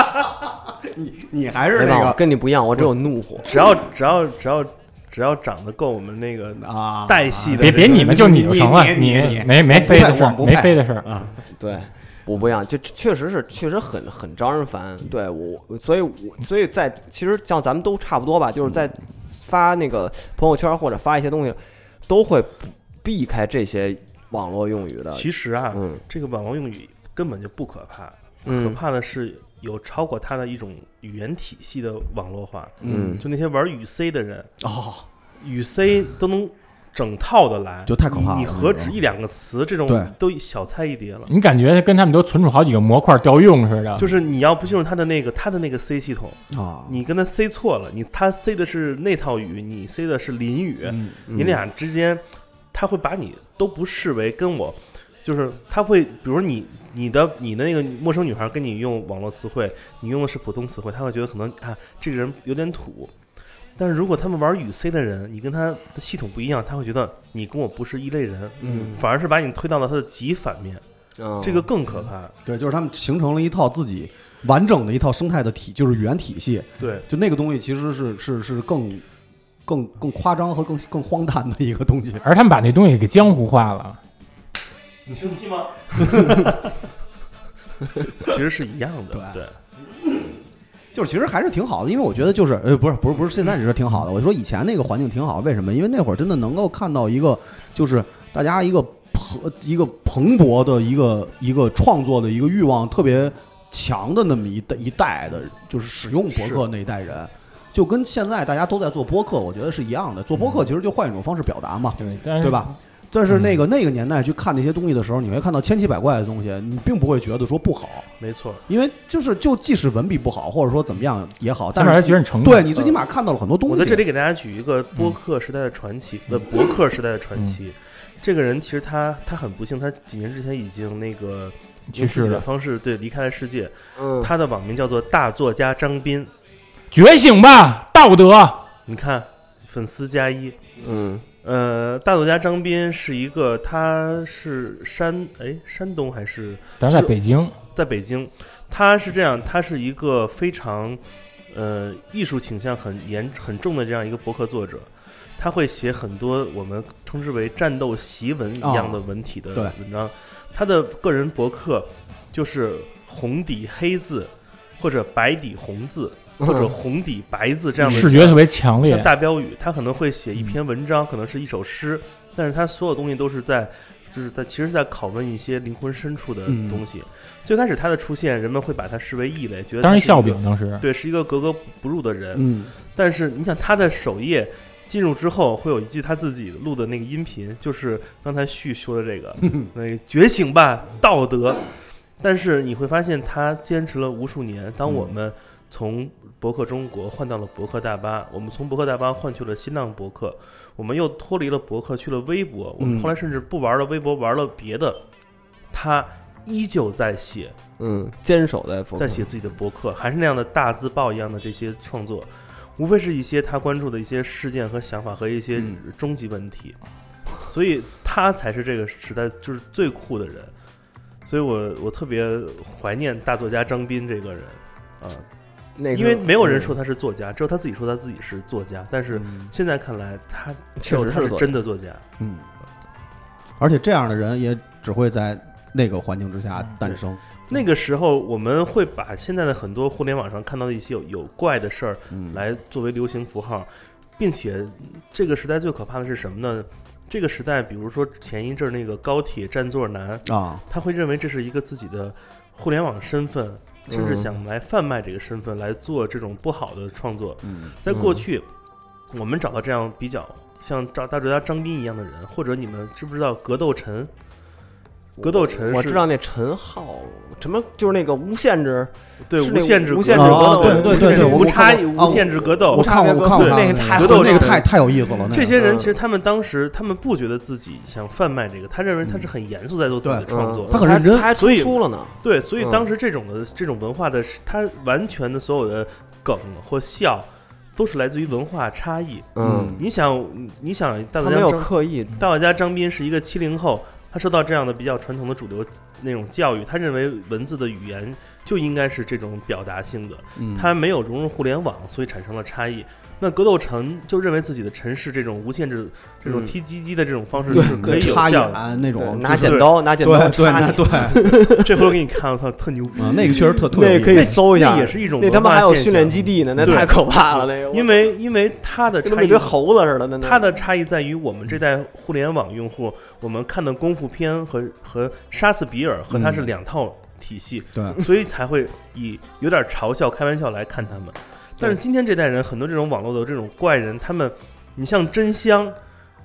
E: (laughs)
F: 你你还是
B: 没
F: 那
B: 办法，
F: 个
B: 跟你不一样，我只有怒火。
E: 只要只要只要只要长得够我们那个
F: 啊
E: 带戏的
C: 别
E: 这个，
C: 别你们就就成了，
F: 你你你
C: 没没飞的事
F: 我
C: 儿，
F: 不
C: 没
F: 配
C: 飞的事儿。
F: 啊，
B: 对，我不一样，就确实是确实很很招人烦。
E: 嗯
B: 对我，我所以我所以在其实像咱们都差不多吧，就是
E: 嗯
B: 在发那个朋友圈或者发一些东西，都会不避开这些网络用语的。
E: 其实啊，
B: 嗯
E: 这个网络用语根本就不可怕，可
B: 嗯
E: 怕的是有超过它的一种语言体系的网络化。
B: 嗯，
E: 就那些玩语 C 的人，
F: 哦，
E: 语 C 都能整套的来，
D: 就太可怕了
E: 你你何止一两个词，这种
D: 对
E: 都小菜一碟了。
C: 你感觉跟他们都存储好几个模块调用似的，
E: 就是你要不进入他的那个他的那个 C 系统，
D: 啊，
E: 你跟他 C 错了，你他 C 的是那套语，你 C 的是林语，
C: 嗯
E: 你俩之间，他会把你都不视为跟我，就是他会，比如你你的你的那个陌生女孩跟你用网络词汇，你用的是普通词汇，他会觉得可能啊这个人有点土。但是如果他们玩语 C 的人，你跟他的系统不一样，他会觉得你跟我不是一类人，
B: 嗯，
E: 反而是把你推到了他的极反面，
B: 嗯
E: 这个更可怕。
D: 对，就是他们形成了一套自己完整的一套生态的体，就是语言体系。
E: 对，
D: 就那个东西其实是是是更更更夸张和更更荒诞的一个东西。
C: 而他们把那东西给江湖化了。
E: 你生气吗？其实是一样的，对，
D: 就是其实还是挺好的，因为我觉得就是呃不是不是不是现在你说挺好的，我说以前那个环境挺好，为什么？因为那会儿真的能够看到一个就是大家一个蓬一个蓬勃的一个一个创作的一个欲望特别强的那么一代一代的，就是使用博客那一代人。就跟现在大家都在做播客，我觉得是一样的。做播客其实就换一种方式表达嘛，
C: 对，但是
D: 对吧？？但是那个那个年代去看那些东西的时候，你会看到千奇百怪的东西，你并不会觉得说不好，
E: 没错。
D: 因为就是就即使文笔不好，或者说怎么样也好，
C: 但
D: 但
C: 是还
D: 是
C: 觉得你成功
D: 对你最起码看到了很多东西。
E: 我在这里给大家举一
C: 嗯
E: 个播客时代的传奇，呃，博客时代的传奇。这个人其实他他很不幸，他几年之前已经那个
C: 去
E: 用自
C: 世
E: 己的
C: 了，
E: 方式对离开了世界。
B: 嗯
E: 他的网名叫做大作家张斌。
C: 觉醒吧，道德！
E: 你看，粉丝加一。
B: 嗯
E: 呃，大作家张斌是一个，他是山哎山东还是
C: 但是在北京，
E: 在北京？他是这样，他是一个非常呃艺术倾向很严很重的这样一个博客作者，他会写很多我们称之为战斗檄文一样的文体的
D: 对
E: 文章。他的个人博客就是红底黑字，或者白底红字， (laughs) 或
B: 嗯
E: 者红底白字这样的
C: 视觉特别强
E: 像
C: 烈。嗯
E: 大标语，他可能会写一篇文章，可能是一首诗，但是他所有东西都是在，就是在，其实是在拷问一些灵魂深处的
D: 嗯
E: 东西。最开始他的出现，人们会把他视为异类，觉得
C: 当
E: 他
C: 一
E: 是个
C: 笑柄，，当时
E: 对，是一个格格不入的人。
D: 嗯，
E: 但是你想，他的首页进入之后，会有一句他自己录的那个音频，就是刚才旭说的这个，那个觉醒吧，道德。但是你会发现，他坚持了无数年。当
D: 嗯
E: 我们从博客中国换到了博客大巴，我们从博客大巴换去了新浪博客，我们又脱离了博客去了微博，我
D: 嗯
E: 们后来甚至不玩了微博，玩了别的。他依旧在写，
B: 嗯，坚守在博客
E: 在写自己的博客，还是那样的大字报一样的这些创作，无非是一些他关注的一些事件和想法和一些
D: 嗯
E: 终极问题，所以他才是这个时代就是最酷的人，所以我我特别怀念大作家张斌这个人啊，
B: 那个，
E: 因为没有人说他是作家，只有他自己说他自己是作家，但是
B: 嗯，
E: 现在看来他
B: 确实
E: 哦他
B: 是
E: 是
B: 作家
E: 真的作家，
D: 嗯，而且这样的人也只会在那个环境之下诞生。
E: 那个时候，我们会把现在的很多互联网上看到的一些有有怪的事儿，
D: 嗯，
E: 来作为流行符号，并且这个时代最可怕的是什么呢？这个时代，比如说前一阵儿那个高铁占座男，
D: 啊，
E: 他会认为这是一个自己的互联网身份，甚至
B: 嗯
E: 想来贩卖这个身份来做这种不好的创作。
D: 嗯
E: 在过去，我们找到这样比较像大大哲家张斌一样的人，或者你们知不知道格斗陈？格斗陈
B: 我
E: 是
B: 知道那陈浩什么，就是那个无限制，
E: 对
B: 是那个
E: 无限制
B: 无
E: 格
B: 限
E: 斗，
B: 制格斗
E: 啊对
B: 对
D: 哦对对我
E: 无差
D: 我
E: 异无限制格斗，
D: 我看过，我看过
E: 对
D: 他
B: 那个太
D: 格
B: 好
D: 斗
B: 了
D: 那个太太有意思了。那个
E: 这些人
B: 嗯
E: 其实他们当时他们不觉得自己想贩卖这个，他认为他是很严肃在做自己的
D: 嗯对
E: 创作
B: 嗯
E: 的，
D: 他很认真
B: 他还出
E: 所以
B: 书了呢。
E: 对，所以
B: 嗯
E: 当时这种的这种文化的，他完全的所有的梗或笑，都是来自于文化差异。
B: 嗯，
E: 你想，你想大
B: 他
E: 作
B: 没
E: 家
B: 有
E: 张
B: 刻意，
E: 大作家张斌是一个七零后，他受到这样的比较传统的主流那种教育，他认为文字的语言就应该是这种表达性的，
D: 嗯
E: 他没有融入互联网，所以产生了差异。那格斗城就认为自己的城市这种无限制、这种
B: 嗯
E: 踢鸡鸡的这种方式
D: 对
E: 是可以有
D: 插
E: 效
D: 眼
E: 的，
D: 那
B: 对
D: 种
B: 拿
D: 就是
B: 剪刀拿剪
D: 对
B: 刀
D: 对
B: 插
D: 那
B: 你
D: 对 (laughs)
E: 这回我给你看，我操，特牛逼！
D: 啊，那个确实特特有
B: 那
D: 意
B: 可以
D: 思
B: 搜一下
E: 那，也是一种
B: 那他
E: 文
B: 妈
E: 化
B: 还有
E: 现
B: 训练
E: 象
B: 基地呢，那
E: 对
B: 太可怕了，那个
E: 因为因为他的
B: 跟他
E: 差
B: 们一
E: 异
B: 堆，猴子似的，那
E: 他的差异在于我们这代互联网用户，我们看的功夫片和和杀死比尔和他是
D: 嗯
E: 两套体系，
D: 对，
E: 所以才会以有点嘲笑、开玩笑来看他们。但是今天这代人，很多这种网络的这种怪人，他们，你像真香，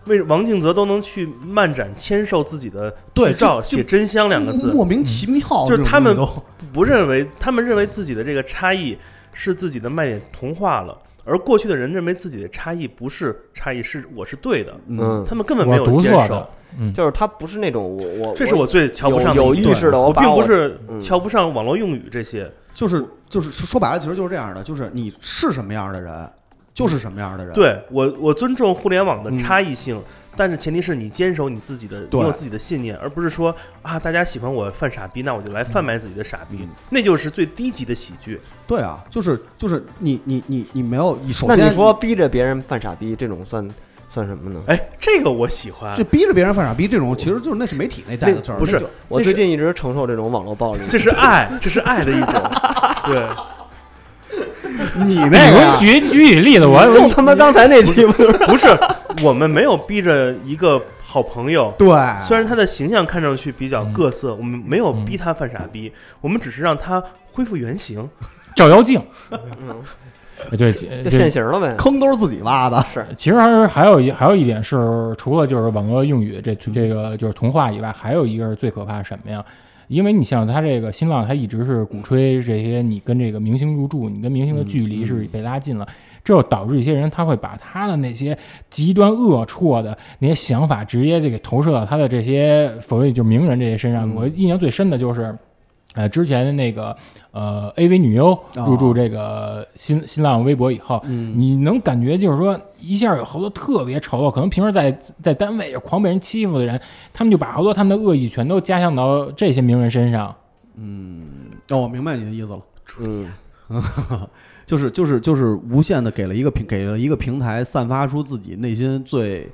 E: 为王敬泽都能去漫展签售自己的
D: 对
E: 剧照，
D: 这
E: 写“真香”两个字，
D: 莫名其妙，
E: 就
D: 这
E: 是
D: 种
E: 他
D: (laughs)
E: 们
D: 东西都
E: 不认为他们认为自己的这个差异是自己的卖点同化了，而过去的人认为自己的差异不是差异，是我是对的，
B: 嗯，
E: 他们根本没
C: 我
E: 有
C: 读
E: 接
C: 错
E: 受
C: 的。，嗯，
B: 就是他不是那种我我
E: 这是我最瞧不
B: 有
E: 上的
B: 有
E: 一
B: 意
E: 点
B: 识的，
E: 我并
B: 把
E: 不
B: 我
E: 是
B: 嗯
E: 瞧不上网络用语这些。
D: 就是就是说白了，其实就是这样的，就是你是什么样的人，就是什么样的人。
E: 对我，我尊重互联网的
D: 嗯
E: 差异性，但是前提是你坚守你自己的，你
D: 对
E: 有自己的信念，而不是说啊，大家喜欢我犯傻逼，那我就来贩卖自己的傻逼，
D: 嗯
E: 那就是最低级的喜剧。
D: 对啊，就是就是你你你你没有，你首
B: 那
D: 先
B: 你说逼着别人犯傻逼这种算算什么呢？
E: 哎，这个我喜欢
D: 就，逼着别人犯傻逼这种，其实就是那是媒体那代的事儿，
E: 不是
D: 那就
B: 我
E: 那
B: 最
E: 是
B: 近一直承受这种网络 (laughs) 暴力，
E: 这是爱，这是爱的一种。对，
D: 你
C: 你
D: (laughs) 那个
C: 能
D: 呀
C: 举举例子，我
B: 就他妈刚才那期不是
E: 不是我们没有逼着一个好朋友。
B: 啊
D: 对，
E: 虽然他的形象看上去比较各色，我们没有
C: 嗯
E: 逼他犯傻逼，我们只是让他恢复原形。
C: 照妖镜，
B: 嗯
C: 对，
B: 就
C: 这
B: 现形了呗？
D: 坑都是自己挖的，
B: 是，
C: 其实还是还有一还有一点是，除了就是网络用语这这个就是童话以外，还有一个是最可怕的什么呀？因为你像他这个新浪，他一直是鼓吹这些你跟这个明星入住，你跟明星的距离是被拉近了，这就导致一些人他会把他的那些极端恶绰的那些想法直接就给投射到他的这些所谓就是名人这些身上。我印象最深的就是，呃，之前的那个呃 AV 女优入驻这个新、新浪微博以后，你能感觉就是说，一下有好多特别丑陋，可能平时在在单位也狂被人欺负的人，他们就把好多他们的恶意全都加向到这些名人身上。
D: (laughs) 哦，我明白你的意思了。
B: 嗯，
D: 就是就是就是无限的给了一个平给了一个平台散发出自己内心最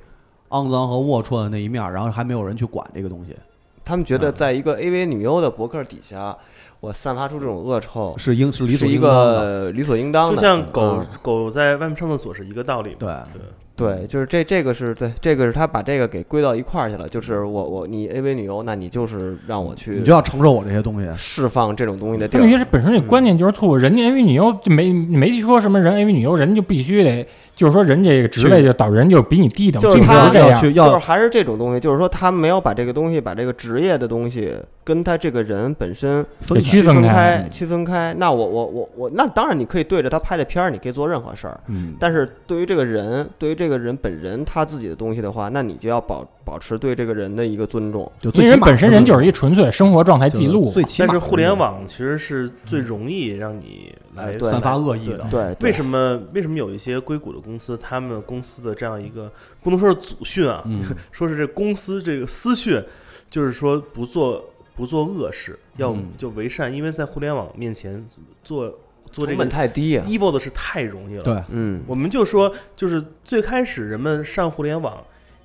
D: 肮脏和龌龊的那一面儿，然后还没有人去管这个东西，
B: 他们觉得在一个 AV 女优的博客底下，我散发出这种恶臭，
D: 是应是理所
B: 是一
D: 应当的。
B: 个理所应当
E: 就
B: 的，
E: 像狗、
B: 嗯
E: 狗在外面上厕所是一个道理嘛。
D: 对
E: 对，
B: 对，就是这这个是对，这个是他把这个给归到一块儿去了，就是我我你 AV 女优，那你就是让我去
D: 你就要承受我这些东西，
B: 释放这种东西的地
C: 他们
B: 儿
C: 其，实本身这观念就是错误，人家 AV 女优就没没说什么人 AV 女优，人就必须得就是说人这个职位就导致人就比你低等，
B: 就
C: 并
B: 是
C: 不
B: 他
C: 是这
D: 要
C: 样。
D: 去
B: 就是
D: 要
B: 还是这种东西，就是说他没有把这个东西，把这个职业的东西跟他这个人本身
C: 得区分
B: 分
C: 开，
B: 开，区分开。那我我我我，那当然你可以对着他拍的片儿，你可以做任何事儿，
D: 嗯，
B: 但是对于这个人，对于这个人本人他自己的东西的话，那你就要保保持对这个人的一个尊重。
D: 就
C: 因
D: 最
C: 为
D: 起
C: 人
D: 码
C: 本身人就是一纯粹生活状态记录嘛，
D: 最起码
E: 但是互联网其实是最容易让你来
B: 哎对
D: 散发恶意的，
B: 对，对
E: 为什么为什么有一些硅谷的公司，他们公司的这样一个不能说是祖训啊，
D: 嗯
E: 说是这公司这个私训，就是说不做不做恶事，要
D: 嗯
E: 就为善，因为在互联网面前做做这
B: 成
E: 个
B: 本太低呀、
E: evil 的事太容易了。
D: 对，
B: 嗯，
E: 我们就说，就是最开始人们上互联网，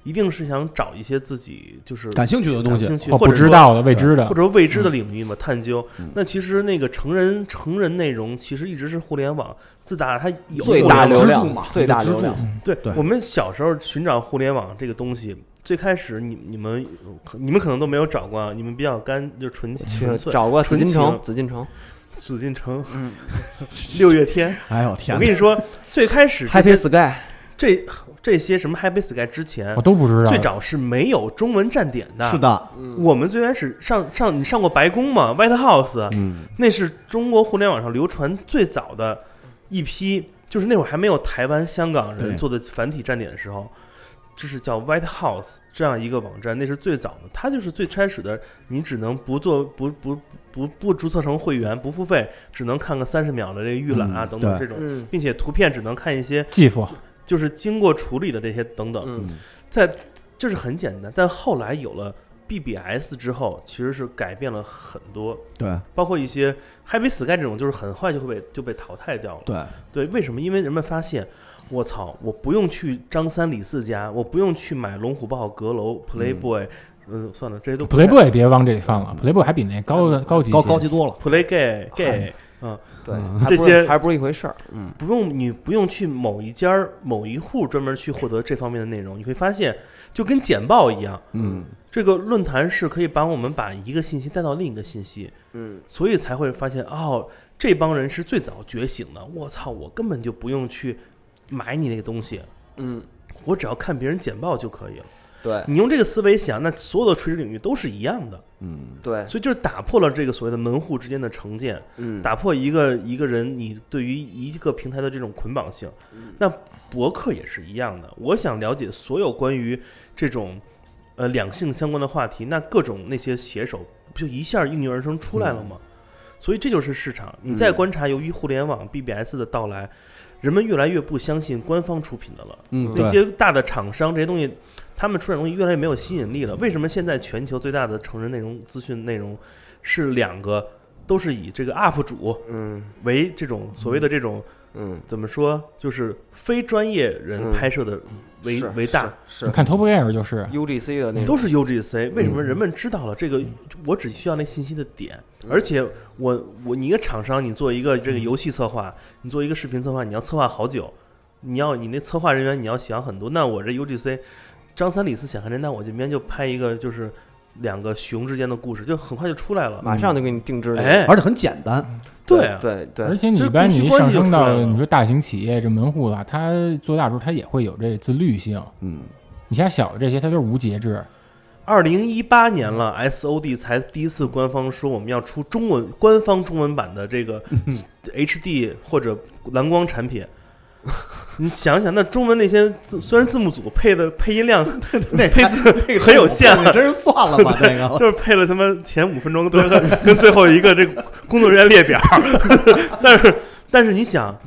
E: 一定是想找一些自己就是
D: 感兴趣的东西
E: 感，兴趣
C: 或
E: 或
C: 不
E: 者
C: 知
E: 说
C: 道的、未知的
E: 或，者说未知的领域嘛，探究
D: 嗯。
E: 那其实那个成人成人内容其实一直是互联网，自打它有
B: 最
E: 互联
B: 大
E: 网
B: 流
D: 支
B: 量
D: 柱嘛
B: 最大
D: 支
B: 流
D: 柱
B: 量
E: 对
D: 对
E: 我们小时候寻找互联网这个东西，最开始你你们你们可能都没有找过，啊，你们比较干就纯
B: 去
E: 纯
B: 嗯
E: 粹。
B: 找过紫禁
E: 纯
B: 城，
E: 情
B: 紫禁城
E: 紫禁城，六月天，
D: 哎呦天
E: 我
D: 哪
E: 跟，你说，最开始这
B: ，Happy
E: 些
B: Sky，
E: 这这些什么 Happy Sky 之前
C: 我，都不知道。
E: 最早是没有中文站点的。
D: 是。的，
B: 嗯，
E: 我们最开始上上你上过白宫吗？White House，
D: 嗯，
E: 那是中国互联网上流传最早的一批，就是那会儿还没有台湾、香港
D: 对
E: 人做的繁体站点的时候，就是叫 White House 这样一个网站，那是最早的，它就是最开始的，你只能不做不不不不注册成会员，不付费，只能看个三十秒的这个预览啊、
D: 嗯
E: 等等这
D: 对
E: 种，
B: 嗯
E: 并且图片只能看一些
C: 继父，
E: 就是经过处理的这些等等，
B: 嗯
E: 在这是很简单，但后来有了 BBS 之后，其实是改变了很多，
D: 对
E: 包括一些 Happy Sky 这种，就是很快就会被就被淘汰掉了。
D: 对，
E: 对，为什么？因为人们发现，我操，我不用去张三李四家，我不用去买龙虎豹、阁楼、Playboy，嗯、算了，这些都不
C: Playboy 也别往这里放了，Playboy 还比那高的高级一
D: 高
C: 些
D: 高级多了。
E: Play Gay Gay，
B: 对
D: 嗯，
B: 还
E: 这
B: 不是
E: 些
B: 还不是一回事儿，嗯
E: 不用你不用去某一家儿某一户专门去获得这方面的内容，你会发现，就跟简报一样，
D: 嗯，
E: 这个论坛是可以把我们把一个信息带到另一个信息，
B: 嗯
E: 所以才会发现哦，这帮人是最早觉醒的。我操，我根本就不用去买你那个东西，
B: 嗯，
E: 我只要看别人简报就可以了。
B: 对
E: 你用这个思维想，那所有的垂直领域都是一样的，
B: 对，
E: 所以嗯就是打破了这个所谓的门户之间的成见，
B: 嗯
E: 打破一个一个人你对于一个平台的这种捆绑性。那博客也是一样的，我想了解所有关于这种呃两性相关的话题，那各种那些写手不就一下应运而生出来了吗？所以这就是市场。你再
B: 嗯
E: 观察，由于互联网 BBS 的到来，人们越来越不相信官方出品的了。
D: 嗯，
E: 那
D: 对，
E: 些大的厂商这些东西，他们出来的东西越来越没有吸引力了。为什么现在全球最大的成人内容资讯内容是两个都是以这个 UP 主
B: 嗯
E: 为这种所谓的这种
B: 嗯，
E: 怎么说，就是非专业人
B: 嗯
E: 拍摄的为
B: 是
E: 为大，
B: 是
C: 你
B: 是
C: 看 Top Gear 就是，
B: UGC 的那种，
E: 都是 UGC。为什么人们知道了这个？我只需要那信息的点，
B: 嗯
E: 而且我我你一个厂商，你做一个这个游戏策划，你做一个视频策划，你要策划好久，你要你那策划人员你要想很多。那我这 UGC，张三李四想看这，那我这边就拍一个就是两个熊之间的故事，就很快就出来了。
B: 马上就给你定制那个，
E: 哎，
D: 而且很简单。
E: 对啊
B: 对对
C: 而，且你
E: 所以
C: 一般
E: 供需
C: 你一
E: 关
C: 上
E: 系就
C: 升
E: 出来
C: 到
E: 了
C: 你说大型企业这门户了，它做大时候它也会有这自律性，
D: 嗯，
C: 你像小的这些它都是无节制，
E: 二零一八年了，SOD 才第一次官方说我们要出中文官方中文版的这个
D: 嗯
E: HD 或者蓝光产品。你想想，那中文那些字虽然字幕组配的配音量
D: (laughs) 那
E: 配字很有限
D: (laughs)
E: 啊
D: 那真是算了
E: (laughs)
D: 吧，那个
E: 就是配了他妈前五分钟跟跟最后一个这个工作人员
D: (laughs)
E: 列表，但是但是你想，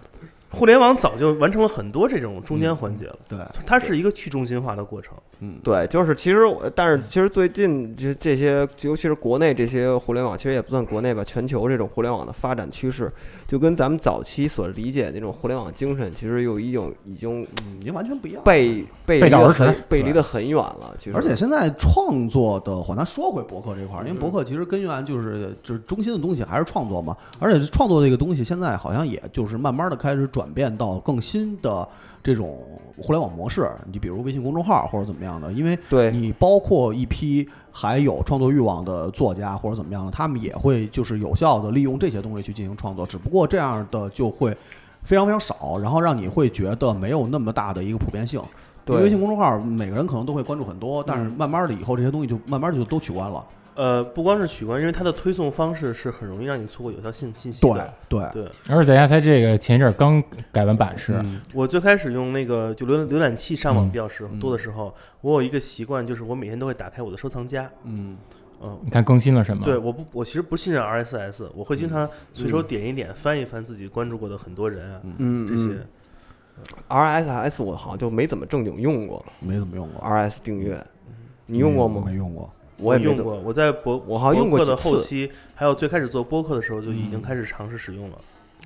E: 互联网早就完成了很多这种中间环节了，
D: 嗯对，
E: 它是一个去中心化的过程。
D: 嗯，
B: 对，就是其实我，但是其实最近这这些，尤其是国内这些互联网，其实也不算国内吧，全球这种互联网的发展趋势，就跟咱们早期所理解那种互联网精神，其实有一种已经
D: 嗯已经完全不一样了。
B: 被
C: 背
B: 被离
C: 道而
B: 得很
C: 驰
B: 背离得很远了。其实，
D: 而且现在创作的话，咱说回博客这块儿，因为博客其实根源就是就是中心的东西还是创作嘛，而且创作这个东西现在好像也就是慢慢的开始转变到更新的这种互联网模式，你比如微信公众号或者怎么样的，因为
B: 对
D: 你包括一批还有创作欲望的作家或者怎么样的，他们也会就是有效的利用这些东西去进行创作，只不过这样的就会非常非常少，然后让你会觉得没有那么大的一个普遍性。因为微信
B: 对
D: 公众号每个人可能都会关注很多，但是慢慢的以后这些东西就慢慢就都取关了。
E: 呃，不光是取关，因为它的推送方式是很容易让你错过有效信信息
D: 对
E: 的。
D: 对，
E: 对，
C: 而且再加上它这个前一阵儿刚改完版式，
D: 嗯
E: 我最开始用那个就浏浏览器上网比较时
D: 嗯
E: 多的时候，我有一个习惯，就是我每天都会打开我的收藏夹。
D: 嗯，
E: 嗯，
C: 你看更新了什么？
E: 对，我不，我其实不信任 RSS，我会
D: 嗯
E: 经常随手点一点，翻一翻自己关注过的很多人啊，
B: 嗯
E: 这
B: 嗯
E: 些。
B: ，RSS 我好像就没怎么正经用过
D: 没怎么用过，
B: RS 订阅，你用过吗
D: 没？用过。
B: 我也没
E: 用
B: 怎么
E: 过，我在博
B: 我好像用过
E: 博客的
B: 几次
E: 后期，还有最开始做播客的时候就已经开始尝试使用了。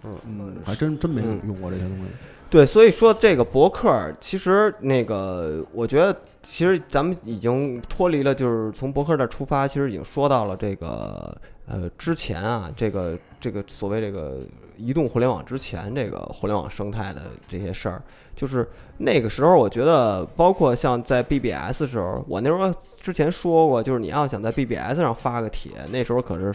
D: 嗯，还真真没怎么用过这些东西。
B: 对，所以说这个博客儿，其实那个，我觉得其实咱们已经脱离了，就是从博客这儿出发，其实已经说到了这个呃之前啊，这个这个所谓这个移动互联网之前这个互联网生态的这些事儿，就是那个时候，我觉得包括像在 BBS 时候，我那时候之前说过，就是你要想在 BBS 上发个帖，那时候可是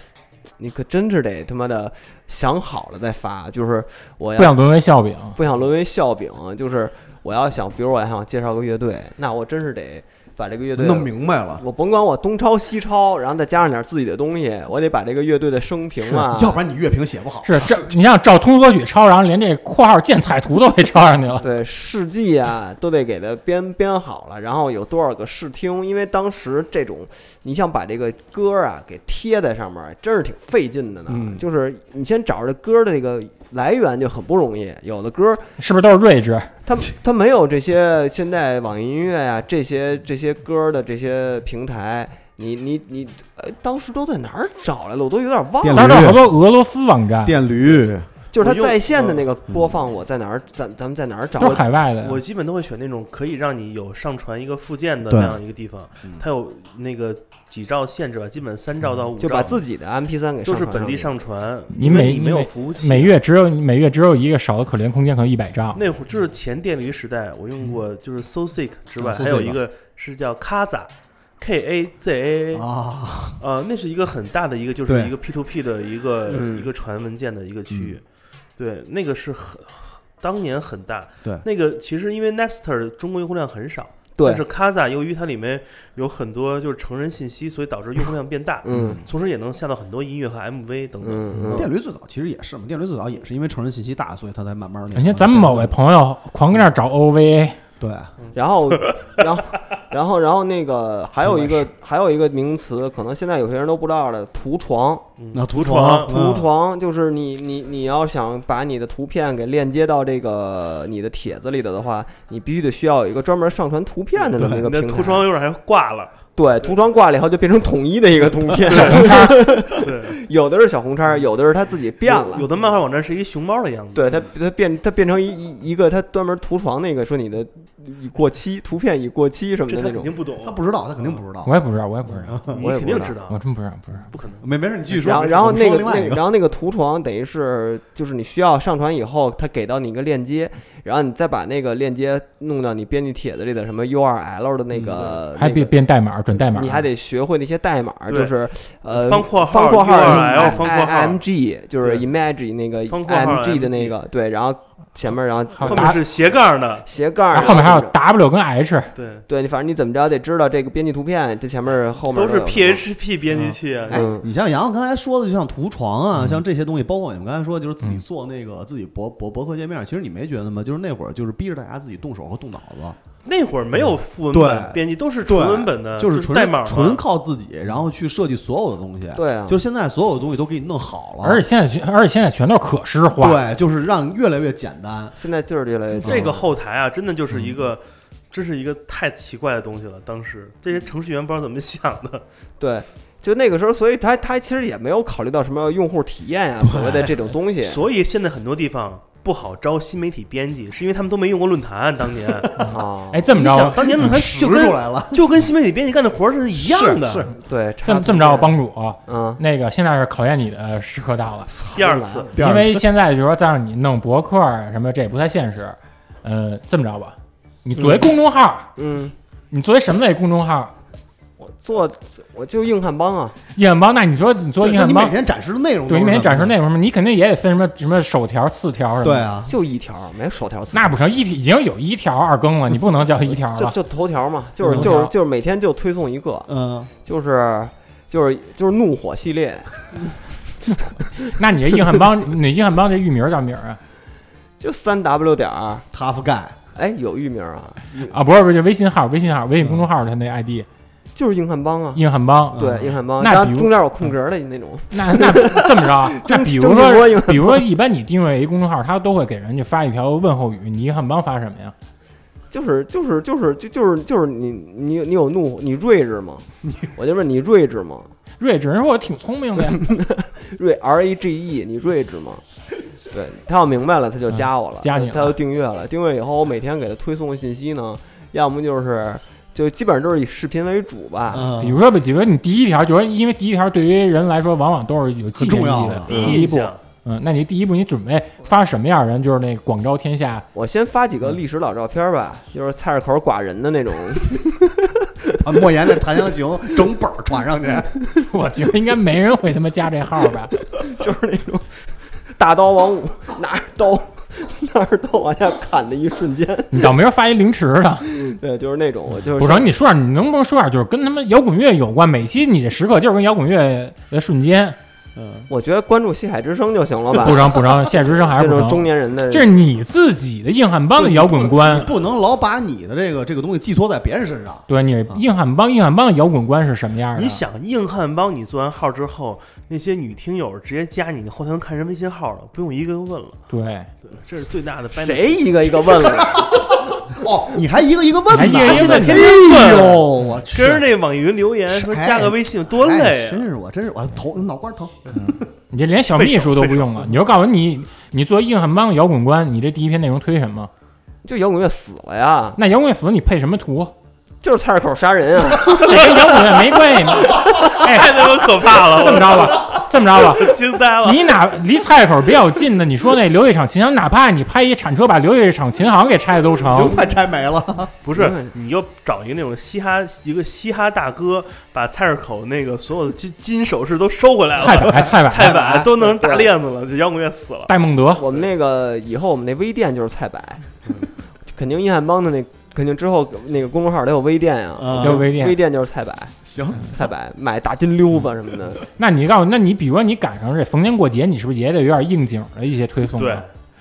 B: 你可真是得他妈的想好了再发，就是我要
C: 不想沦为笑柄。
B: 不想沦为笑柄，就是我要想，比如我想介绍个乐队，那我真是得把这个乐队
D: 弄明白了，
B: 我甭管我东抄西抄，然后再加上点自己的东西，我得把这个乐队的生平啊，
D: 要不然你乐评写不好。
C: 是这，你像照通歌曲抄，然后连这括号建彩图都给抄上去了。
B: 对事迹啊，都得给它编编好了，然后有多少个试听？因为当时这种，你想把这个歌啊给贴在上面，真是挺费劲的呢。
D: 嗯
B: 就是你先找着歌的这个来源就很不容易，有的歌
C: 是不是都是睿智？
B: 它它没有这些现在网易音乐呀、这些这些歌的这些平台，你你你、呃，当时都在哪儿找来的？我都有点忘
F: 电
B: 了。
C: 当时有好多俄罗斯网站，
F: 电驴，
B: 就是它
E: 我用
B: 在线的
E: 嗯
B: 那个播放，我在哪儿咱咱们在哪儿找
C: 都？是海外的。
E: 我基本都会选那种可以让你有上传一个附件的
F: 对
E: 那样一个地方，它有那个几兆限制吧，基本三兆到五兆，
B: 就把自己的 MP 3给
E: 就是
B: 传
E: 本地
B: 上
E: 上传，
C: 你
E: 因为
C: 每
E: 你没有
C: 每
E: 服务器，
C: 每月只有每月只有一个少的可怜空间，可能一百兆。
E: 那会儿就是前电驴时代，我用过就是 So Sick 之
D: 嗯
E: 外，
D: ，So
E: 还有
D: Sick
E: 一个是叫 Kaza。K A Z A A，
D: 啊，
E: 呃，那是一个很大的一个，就是
F: 对
E: 一个 P to P 的一个
B: 嗯
E: 一个传文件的一个区域，对，那个是很当年很大，
F: 对
E: 那个其实因为 Napster 中国用户量很少，
B: 对
E: 但是 Kaza 由于它里面有很多就是成人信息，所以导致用户量变大，
B: 嗯
E: 同时也能下到很多音乐和 MV 等等。
B: 嗯嗯，
D: 电驴最早其实也是嘛，电驴最早也是因为成人信息大，所以它才慢慢那个。
C: 你看咱们某位朋友狂跟那儿找 OVA，
D: 对，
B: 然
E: (laughs)
B: 后，然后，然后，然后那个还有一个还有一个名词，可能现在有些人都不知道的，图床。
D: 那
E: 图
D: 图嗯床
B: 图
E: 嗯
B: 床就是你你你要想把你的图片给链接到这个你的帖子里头的话，你必须得需要有一个专门上传图片的这么一个
E: 你的
B: 平
E: 图
B: 台。
E: 窗有点还
B: (laughs)
E: 挂了，
B: 对，图床挂了以后就变成统一的一个图片，
E: (laughs) 对，
B: 有的是小红叉，有的是它自己变
E: 有
B: 了
E: 有。的漫画网站是一熊猫的样子，
B: 对它，它变它变成一一一个它专门图床那个说你的已过期图片已过期什么
E: 这
B: 的
E: 他
B: 那种
E: 肯定，不懂，啊
D: 他不知道，他肯定不知道。
C: 我也不知道，我也不知道，
E: 你
B: 我也
E: 肯定
B: 不知
E: 知道
D: 嗯
C: 我，真不知道，不知道。
E: 不可能。
F: 没没事，你继续说。
B: 然后，
F: 没事
B: 然后
F: 我们说
B: 那个
F: 另外一
B: 那，然后那个图床等于是就是你需要上传以后，它给到你一个链接，然后你再把那个链接弄到你编辑帖子里的什么 URL 的那个，
C: 还
B: 呃那
C: 变
B: 个
C: 变代码，转代码，
B: 你还得学会那些代码，
E: 对
B: 就是呃
E: 方括号
B: 方括号哎
E: URL 方括号
B: IMG 就是 image 那个
E: 方括号
B: IMG 的
E: IMG
B: 那个对，然后前面然后
D: 啊
C: 还有
E: 后面
C: 打，
E: 是斜杠的，
B: 斜杠，
C: 然后后面还有
B: 然后
C: W 跟 H，
E: 对，
B: 对你反正你怎么着得知道这个编辑图片，这前面后面
E: 都是
B: 有
E: PHP 编辑器啊，
D: 哎
B: 嗯，
D: 你像洋洋刚才说的，就像图床啊，
F: 嗯
D: 像这些东西，包括你们刚才说，就是自己做那个自己博博博客界面，其实你没觉得吗？就是那会儿就是逼着大家自己动手和动脑子，
E: 那会儿没有副文
D: 嗯对
E: 本编辑，都是纯
D: 对
E: 文本
F: 呃
E: 的，
D: 就是纯
E: 代码嘛
D: 纯靠自己，然后去设计所有的东西。
B: 对啊，
D: 就是现在所有的东西都给你弄好了，
C: 而且现在全而且现在全都是可视化，
D: 对，就是让越来越简单。
B: 现在就是越来越
D: 嗯
E: 这个后台啊，真的就是一个，真是一个太奇怪的东西了。当时这些程序员不知道怎么想的，
B: 对，就那个时候，所以他他其实也没有考虑到什么用户体验啊，所谓的这种东西
E: 所以现在很多地方不好招新媒体编辑，是因为他们都没用过论坛。当
D: (laughs)
E: 年，
B: 啊。
C: 哎，，这么
E: 你
C: 着
E: 想，，当年论坛
D: 拾
E: 就
D: 出
E: 跟
D: 来嗯了，
E: 就跟新媒体编辑干的活儿是一样的。
D: 是是
B: 对，
C: 这
B: 差
C: 么这么着，帮主，
B: 嗯，
C: 那个现在是考验你的时刻到了，
E: 第二次，
F: 第二
C: 因
F: 次
C: 为现在就是说再让你弄博客啊什么，这也不太现实。呃，这么着吧，你作为公众号，
B: 嗯，
C: 你作为什么类公众号？
B: 我做我就硬汉帮啊，
C: 硬汉帮，那你说你做
D: 就
C: 硬
D: 那
C: 汉
D: 你每
C: 帮，
D: 天展示的内容都
C: 对，
D: 是什么，
C: 你每天展示内容什么，你肯定也得分什么什么首条、次条什么。
D: 对，啊，
B: 就一条，没有手条词。
C: 那不成，一已经有一条二更了，你不能叫一条
B: 就
C: 了。
B: 就头条嘛，就
C: 嗯
B: 是
C: 头
B: 就
C: 条
B: 是就是每天就推送一个，
D: 嗯，
B: 就是就是就是怒火系列，
C: 那你这硬汉帮，你硬汉帮这域名叫名儿啊？
B: 就三 w 点儿，
D: 哈佛盖，
B: 哎，有域名啊，
C: 啊，不是不是，就微信号，微信号，微信公众号它那 ID
B: 就是硬汉帮啊，
C: 硬汉帮。
B: 对，硬汉帮，
C: 那
B: 然
C: 比
B: 后
C: 如
B: 中间有空格的那种，
C: 那那这么着啊，那比如
B: 郑
C: 说
B: 郑启波硬
C: 比如说，一般你定位一公众号，他都会给人家发一条问候语，你硬汉帮发什么呀？
B: 就是就是就是就就是就是你你你有怒你睿智吗？我就问你睿智吗？
C: 睿智人说我挺聪明的呀，
B: 睿 R A G E 你睿智吗？对他要明白了，他就加我了，
C: 嗯加你了
B: 他就订阅了。订阅以后，我每天给他推送的信息呢，要么就是就基本上都是以视频为主吧。
D: 嗯，
C: 比如说，比如说你第一条，就是因为第一条对于人来说往往都是有纪
D: 很
C: 念意
D: 重要
C: 义
D: 的
C: 的，
E: 第
C: 第
E: 一
C: 一
E: 印
C: 步，
E: 象，
C: 嗯，那你第一步你准备发什么样的人？就是那广招天下，
B: 我先发几
C: 嗯
B: 个历史老照片吧，就是菜市口寡人的那种， (laughs)
D: 啊，莫言那《檀
C: (laughs)
D: 香刑》整本儿传上去，
C: 我觉得应该没人会他妈加这号吧？
B: 就是那种大刀王五拿着刀 (laughs) 那儿都往下砍的一瞬间，
C: 你倒没有发一凌迟的。
B: 对，就是那种，我就是
C: 不是，你说点，你能不能说点，就是跟他们摇滚乐有关？每期你这时刻就是跟摇滚乐的瞬间，
D: 嗯，
B: 我觉得关注西海之声就行了吧
C: 不。成不成，现实生还
B: 这
C: 是不
B: 种中
C: 成。
B: 年人的，
C: 这是你自己的硬汉帮的摇滚
D: 你
C: 观，
D: 不能老把你的这个这个东西寄托在别人身上。
C: 对你
B: 啊
C: 硬汉帮硬汉帮的摇滚观是什么样的？啊
E: 你想硬汉帮你做完号之后，那些女听友直接加你后台能看人微信号了，不用一个个问了。
C: 对，
E: 对，这是最大的 benefit
B: (laughs) 谁一个一个问
C: (laughs)
B: 了？
D: 哦，你还一个一个问
C: 还一
D: 呢？
C: 个一个问呢
D: 哎呦，我去！
E: 跟着那网易云留言说加个微信多累
D: 哎
E: 啊
D: 真！是我，真是我头脑瓜疼。
C: 你这连小秘书都不用了，你就告诉你，你作为硬汉帮的摇滚观，你这第一篇内容推什么？
B: 就摇滚乐死了呀，
C: 那摇滚乐死你配什么图？
B: 就是菜市口杀人
C: (laughs)
B: 啊！
C: 这跟摇滚乐没关系。哎
E: 太他妈可怕了，
C: 这么着吧，这么着吧，
E: 我惊呆
C: (laughs)
E: 了。
C: 你哪离菜口比较近的，你说那留一场琴行，哪怕你拍一铲车把留一场琴行给拆了都
D: 就
C: 成。
D: 快拆没了。
E: 不是，你就找一个那种嘻哈，一个嘻哈大哥，把菜市口那个所有的金金首饰都收回来
C: 菜
E: 了，
C: 板，菜板，
E: 菜板都弄成大链子了，就摇滚乐死了。
C: 戴梦德，
B: 我们那个以后我们那微店就是菜百，肯定硬汉帮的那肯定之后那个公众号得有微店啊，
C: 叫
D: 嗯，
C: 微
B: 微
C: 店。
B: 店就是菜百，
D: 行，
B: 菜百买大金溜子什么的，
C: 那你告诉，那你比如说你赶上这逢年过节，你是不是也得有点应景的一些推送？啊
E: 对，，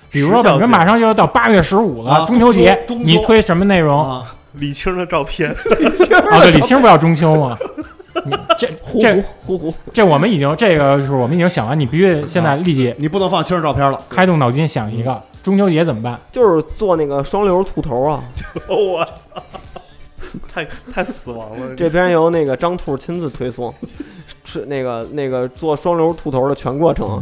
C: 比如说
E: 时效
C: 本
E: 性
C: 身马上就要到八月十五了，
D: 啊
C: 中秋节，
D: 中秋
C: 你推什么内容？啊，
D: 啊，
E: 李青的照片， (laughs)
C: 对，李青不要中秋
D: (laughs)
C: 吗？你这
B: 呼
C: 这
B: 呼呼呼，
C: 这我们已经这个是我们已经想完，你必须现在立即
D: 你不能放亲人照片了。
C: 开动脑筋想一个中秋节怎么办？
B: 就是做那个双流兔头啊，
E: 我操，太太死亡了。
B: 这边由那个张兔亲自推送，是那个那个做双流兔头的全过程。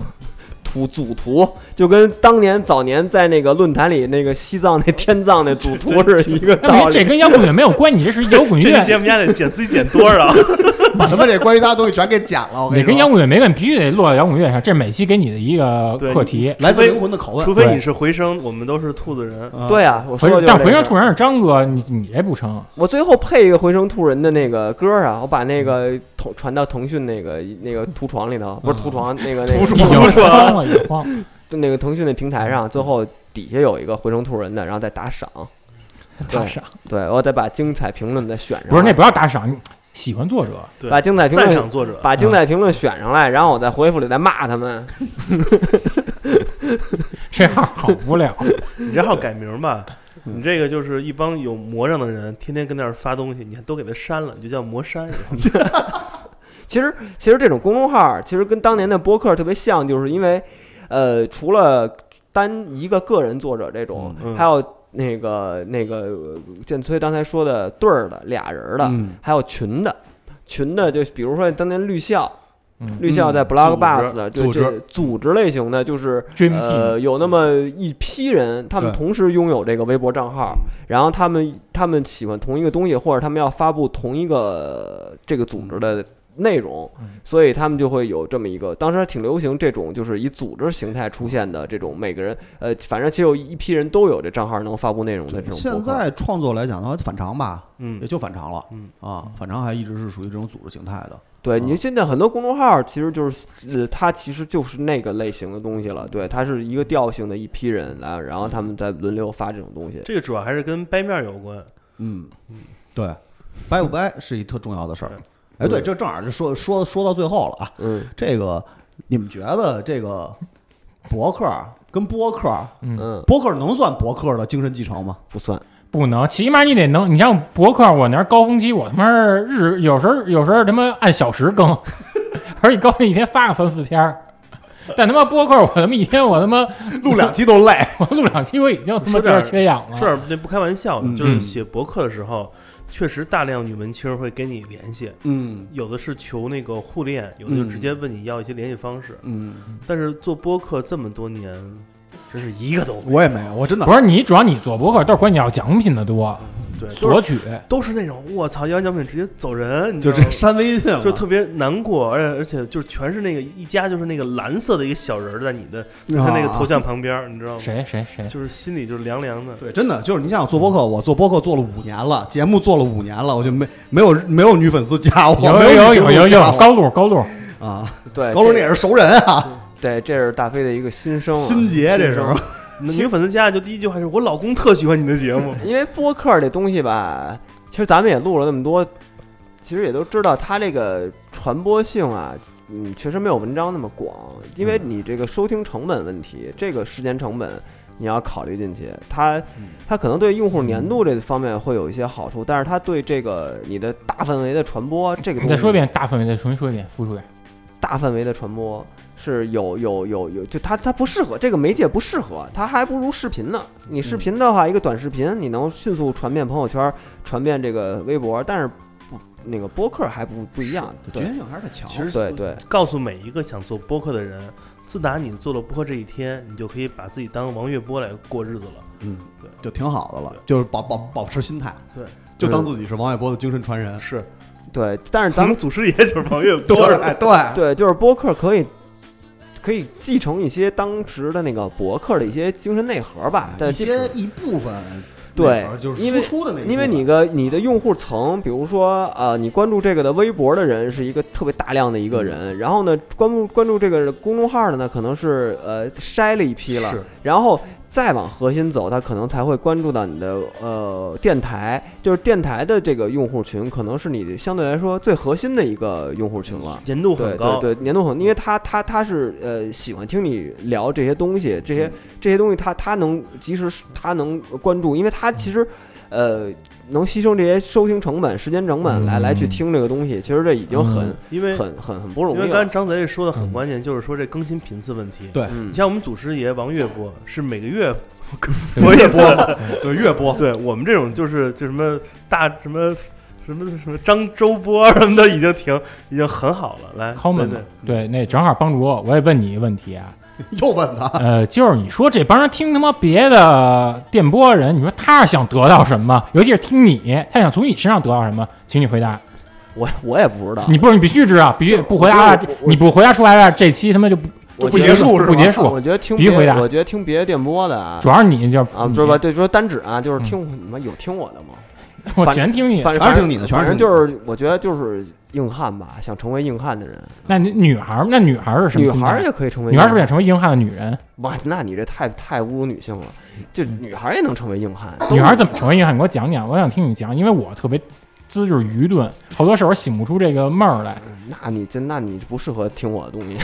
B: 图组图就跟当年早年在那个论坛里那个西藏那天葬那组图是一个
C: 那
B: 道
C: 不这
B: 理。
C: 跟摇滚乐没有关系，你这是摇滚
E: 这
C: 乐
E: 期。节目家得剪自己剪
C: (laughs)
E: 多少？
D: 把他们这关于他的东西全给剪了。我
C: 你
D: 跟
C: 跟
D: 你
C: 摇
D: 说，
C: 滚乐没关，必须得落到摇滚乐上，这是每期给你的一个
E: 对
C: 课题。
D: 来自灵魂的拷
E: 除
D: 问。
E: 非你是回声，我们都是兔子人。
C: 哎
D: 啊
B: 对，啊，我
C: 回
B: 说的就是
C: 但
B: 这
C: 回
B: 个
C: 声突然是张哥，你你这不成，
B: (laughs) 我最后配一个回声兔人的那个歌啊，我把那个腾传到腾讯那个那个图床里头，不是图床那个那
C: 已
B: 个
C: 经慌了，已经慌。
B: 就那个腾讯那平台上，最后底下有一个回声兔人的，然后再打赏，
C: 打赏
B: 对我再把精彩评论再选上，
C: 不是那不要打赏，你喜欢作者
E: 对，
B: 把精彩评
E: 赞赏
B: 论
E: 作者，
B: 把精彩评论选上来，然后我在回复里再骂他们，
C: 这号好无
B: (laughs)
C: 聊。
E: 你这号改名吧。你这个就是一帮有魔障的人，天天跟那儿发东西，你还都给他删了，你就叫魔删。
B: 其实，其实这种公众号儿其实跟当年的播客特别像，就是因为，呃，除了单一个个人作者这种，
E: 嗯嗯
B: 还有那个那个呃建崔刚才说的对儿的、俩人儿的，
D: 嗯
B: 还有群的。群的就比如说当年绿校，
C: 嗯
B: 绿校在
D: 嗯
B: Blog
E: 组织
B: Bus 的就
D: 组织
B: 这组织类型的，就是
C: Dream Team
B: 呃有那么一批人，他们
D: 对嗯
B: 同时拥有这个微博账号，然后他们他们喜欢同一个东西，或者他们要发布同一个呃这个组织的内容
C: 嗯，
B: 所以他们就会有这么一个，当时还挺流行这种就是以组织形态出现的这种，每个人呃，反正其实有一批人都有这账号能发布内容的这种博
D: 现
B: 客。
D: 在创作来讲的话，反常吧，
E: 嗯
D: 也，就反常了。
E: 嗯
D: 啊，反常还一直是属于这种组织形态的。
B: 对，
D: 嗯
B: 你现在很多公众号其实就是，呃，它其实就是那个类型的东西了。对，它是一个调性的一批人来，然后他们在轮流发这种东西。
E: 这个主要还是跟掰面有关。
D: 嗯，对，掰不掰是一特重要的事儿
E: 对。
D: 哎，对，这正好就说说说到最后了啊。
B: 嗯
D: 这个你们觉得这个博客跟播客，
C: 嗯，
B: 嗯，
D: 播客能算博客的精神继承吗？
B: 不算。
C: 不能，起码你得能，你像博客，我那儿高峰期，我他妈日有时候有时候他妈按小时更， (laughs) 而且高峰一天发个三四篇儿。但他妈播客，我他妈一天我他妈
D: 录两期都累。
C: 我录两期，我已经他妈
E: 说
C: 有
E: 点儿
C: 点缺氧了。
E: 这儿那不开玩笑的，
D: 嗯
E: 就是写博客的时候，确实大量女文青会跟你联系，
D: 嗯
E: 有的是求那个互联，有的就直接问你要一些联系方式。
D: 嗯，
E: 但是做播客这么多年，真是一个都没
D: (laughs)
E: 有
D: 我也没有，我真的
C: 不是你，主要你做博客都是关你要奖品的多，
E: 对，都
C: 索取。
E: 是都是那种我操，要完奖品直接走人，你知
D: 就
E: 道吗
D: 这删微信了，
E: 就特别难过，而且而且就是全是那个一家就是那个蓝色的一个小人儿在你的在那个头像旁边儿，你知道吗？
C: 谁谁谁？
E: 就是心里就是凉凉的。
D: 对，真的就是你想想做播客，我做播客做了五年了，节目做了五年了，我就没没有没有女粉丝加我，
C: 有
D: (laughs) 没
C: 有
D: 女
C: 有
D: 听
C: 有
D: 众加
C: 有
D: 我
C: 高露高露，
D: 啊，
B: 对，
D: 高冷
B: 这
D: 也是熟人啊，
B: 对，这是大飞的一个心声啊。
D: 心结这
B: 心
D: 是
B: 声
E: 女粉丝加就第一句话是我老公特喜欢你的节目，
B: 因为播客这东西吧，其实咱们也录了那么多，其实也都知道它这个传播性啊，嗯，确实没有文章那么广，因
D: 嗯
B: 为你这个收听成本问题，这个时间成本你要考虑进去。它
D: 嗯
B: 它可能对用户粘度这方面会有一些好处，但是它对这个你的大范围的传播，这个
C: 你
B: 东
C: 再说一
B: 西
C: 遍，大范围再重新说一遍，复述一遍。
B: 大范围的传播是有有有有，就它它不适合这个媒介不适合，它还不如视频呢。你视频的话，一个短视频你能迅速传遍朋友圈，传遍这个微博，但是不那个播客还不不一样。
D: 局
B: 对
D: 限性还是太强。
E: 其实
B: 对对，
E: 告诉每一个想做播客的人，自打你做了播客这一天，你就可以把自己当王月波来过日子了。
D: 嗯，
E: 对，
D: 就挺好的了
E: 对，
D: 就是保保保持心态，
E: 对，
D: 就当自己是王玥波的精神传人，
E: 是，
B: 对，但是
E: 咱
B: 咱
E: 们
B: 们
E: 祖师爷就是王月波
D: 对。
F: (laughs)
D: 哎对，
B: 对就是播客可以。可以继承一些当时的那个博客的一些精神内核吧，但
D: 一
B: 其
D: 些
B: 实
D: 一部分
B: 对
D: 那会儿就是
B: 因为
D: 输出的那一部分，
B: 因为你个你的用户层，比如说呃，你关注这个的微博的人是一个特别大量的一个
D: 嗯
B: 人，然后呢，关注关注这个公众号的呢，可能是呃筛了一批了
E: 是，
B: 然后再往核心走，他可能才会关注到你的呃电台，就是电台的这个用户群，可能是你相对来说最核心的一个用户群了。
E: 人度
B: 对
E: 很高，嗯
B: 对对，粘度很，因为他他他是呃喜欢听你聊这些东西，这
E: 嗯
B: 些这些东西他他能及时他能关注，因为他其实
E: 嗯
B: 呃能牺牲这些收听成本、时间成本来来去
C: 嗯
B: 听这个东西，其实这已经很
E: 因为
B: 很很很不容
E: 嗯因为
B: 易啊
E: 刚才
B: 了。
E: 张贼也说的很
C: 嗯
E: 关键，就是说这更新频次问题。
D: 对
B: 嗯
E: 你，像我们祖师爷王月波是每个月
C: 对
E: 播一
D: 月
E: 次
D: 播，嘛，对月
B: 哦
D: 播，
E: 对我们这种就是就什么大什么什么什么张周波什么的已经停，已经很好了。来
C: common 嘛
E: 对
B: 嗯
C: 对，那正好帮主我，我也问你一个问题啊，
D: (laughs) 又问他，
C: 呃，就是你说这帮人听他妈别的电波人，你说他是想得到什么？尤其是听你，他想从你身上得到什么？请你回
B: 啊
C: 答。
B: 我我也不知道，
C: 你不是你必须知道，必须不回答
B: 我我我
C: 你不回答出来了，这期他妈就不
B: 我
C: 不
B: 觉
D: 结
B: 得
C: 束
D: 束是吧
C: 不结
B: 我
C: 束。
B: 觉得听
C: 必须
B: 别
C: 回答
B: 我觉得听别的电波的啊
C: 主。要是你就是
B: 啊，
C: 你
B: 就是吧，对，说单指啊，就是听你们有听我的吗？
C: (laughs) 我
B: 反
C: 全听你。
B: 反正
D: 全是听你的全是
B: 反正
D: 听
B: 就
D: 你
B: 是我觉得就是硬汉吧，想成为硬汉的人，
C: 那你女孩儿，那女孩儿是什么
B: 女
C: 心
B: 孩
C: 态？啊
B: 儿也可以成为
C: 女孩儿
B: 硬
C: 是不是也成为硬汉的女人？
B: 哇，那你这太太侮辱女性了！就女孩也能成为硬汉，
C: 嗯女孩儿怎么成为硬汉？你给我讲讲，我想听你讲，因为我特别资质愚钝，好多事儿我醒不出这个闷儿来。
B: 那你真那你不适合听我的东
C: (laughs)
B: 西。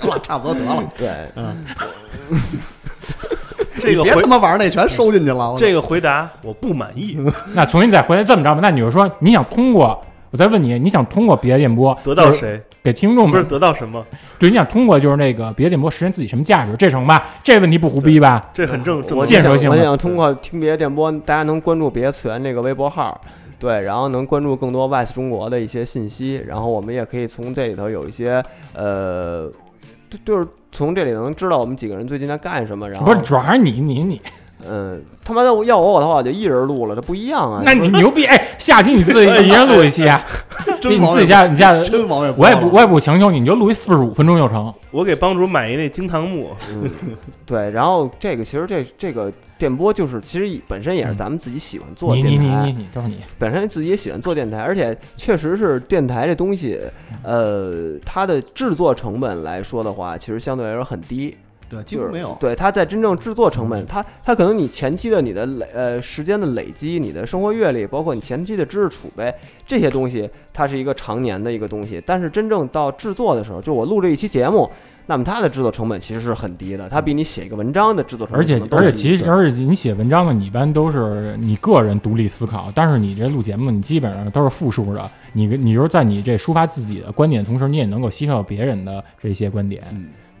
D: 行了，差不多得了，
B: 对，
C: 嗯
E: 这个
D: 别
E: 回
D: 他妈玩儿那全收进去了，我
E: 这个回答我不满意，
B: (laughs)
C: 那重新再回来这么着吧，那你就说你想通过，我再问你，你想通过别的电波
E: 得到
C: 就是
E: 谁
C: 给听众
E: 不是
C: 们，
E: 得到什么，
C: 对，你想通过就是那个别的电波实现自己什么价值，这成吧？这问题不胡逼吧？
E: 这很正正
B: 我
E: 常。
C: 建设
B: 想
C: 性
B: 我
C: 的
B: 想通过听别的电波，大家能关注别的次元这个微博号，对，然后能关注更多 Vice 中国的一些信息，然后我们也可以从这里头有一些呃，就就是从这里能知道我们几个人最近在干什么。然后
C: 不是，主要还是你你你，
B: 嗯，他妈的要我我的话，我就一人录了，这不一样啊。
C: 那你牛逼！哎，下期你自己一人录一期
E: 哎
C: 啊，你
D: 真王
C: 自己
D: 玥
C: 下你下，
D: 波真王玥波
C: 我
D: 了，
C: 也不我也不强求你，你就录一四十五分钟就成。
E: 我给帮主买一那惊堂木，
B: 嗯，对，然后这个其实这这个电波就是其实本身也是咱们自己喜欢做
C: 嗯你
B: 电
C: 你你
B: 台，
C: 你你，就是你，
B: 本身自己也喜欢做电台，而且确实是电台这东西，
C: 嗯
B: 呃，它的制作成本来说的话，其实相对来说很低，
D: 对，几
B: 就
D: 乎
B: 是
D: 没有，
B: 对，它在真正制作成本，它它可能你前期的你的累呃时间的累积，你的生活阅历，包括你前期的知识储备这些东西，它是一个常年的一个东西。但是真正到制作的时候，就我录这一期节目，那么它的制作成本其实是很低的，它比你写一个文章的制作成本
C: 而且
B: 可能都
C: 而且
B: 低
C: 其实而且你写文章呢，你一般都是你个人独立思考，但是你这录节目，你基本上都是复述的，你跟你就是在你这抒发自己的观点的同时，你也能够吸收到别人的这些观点。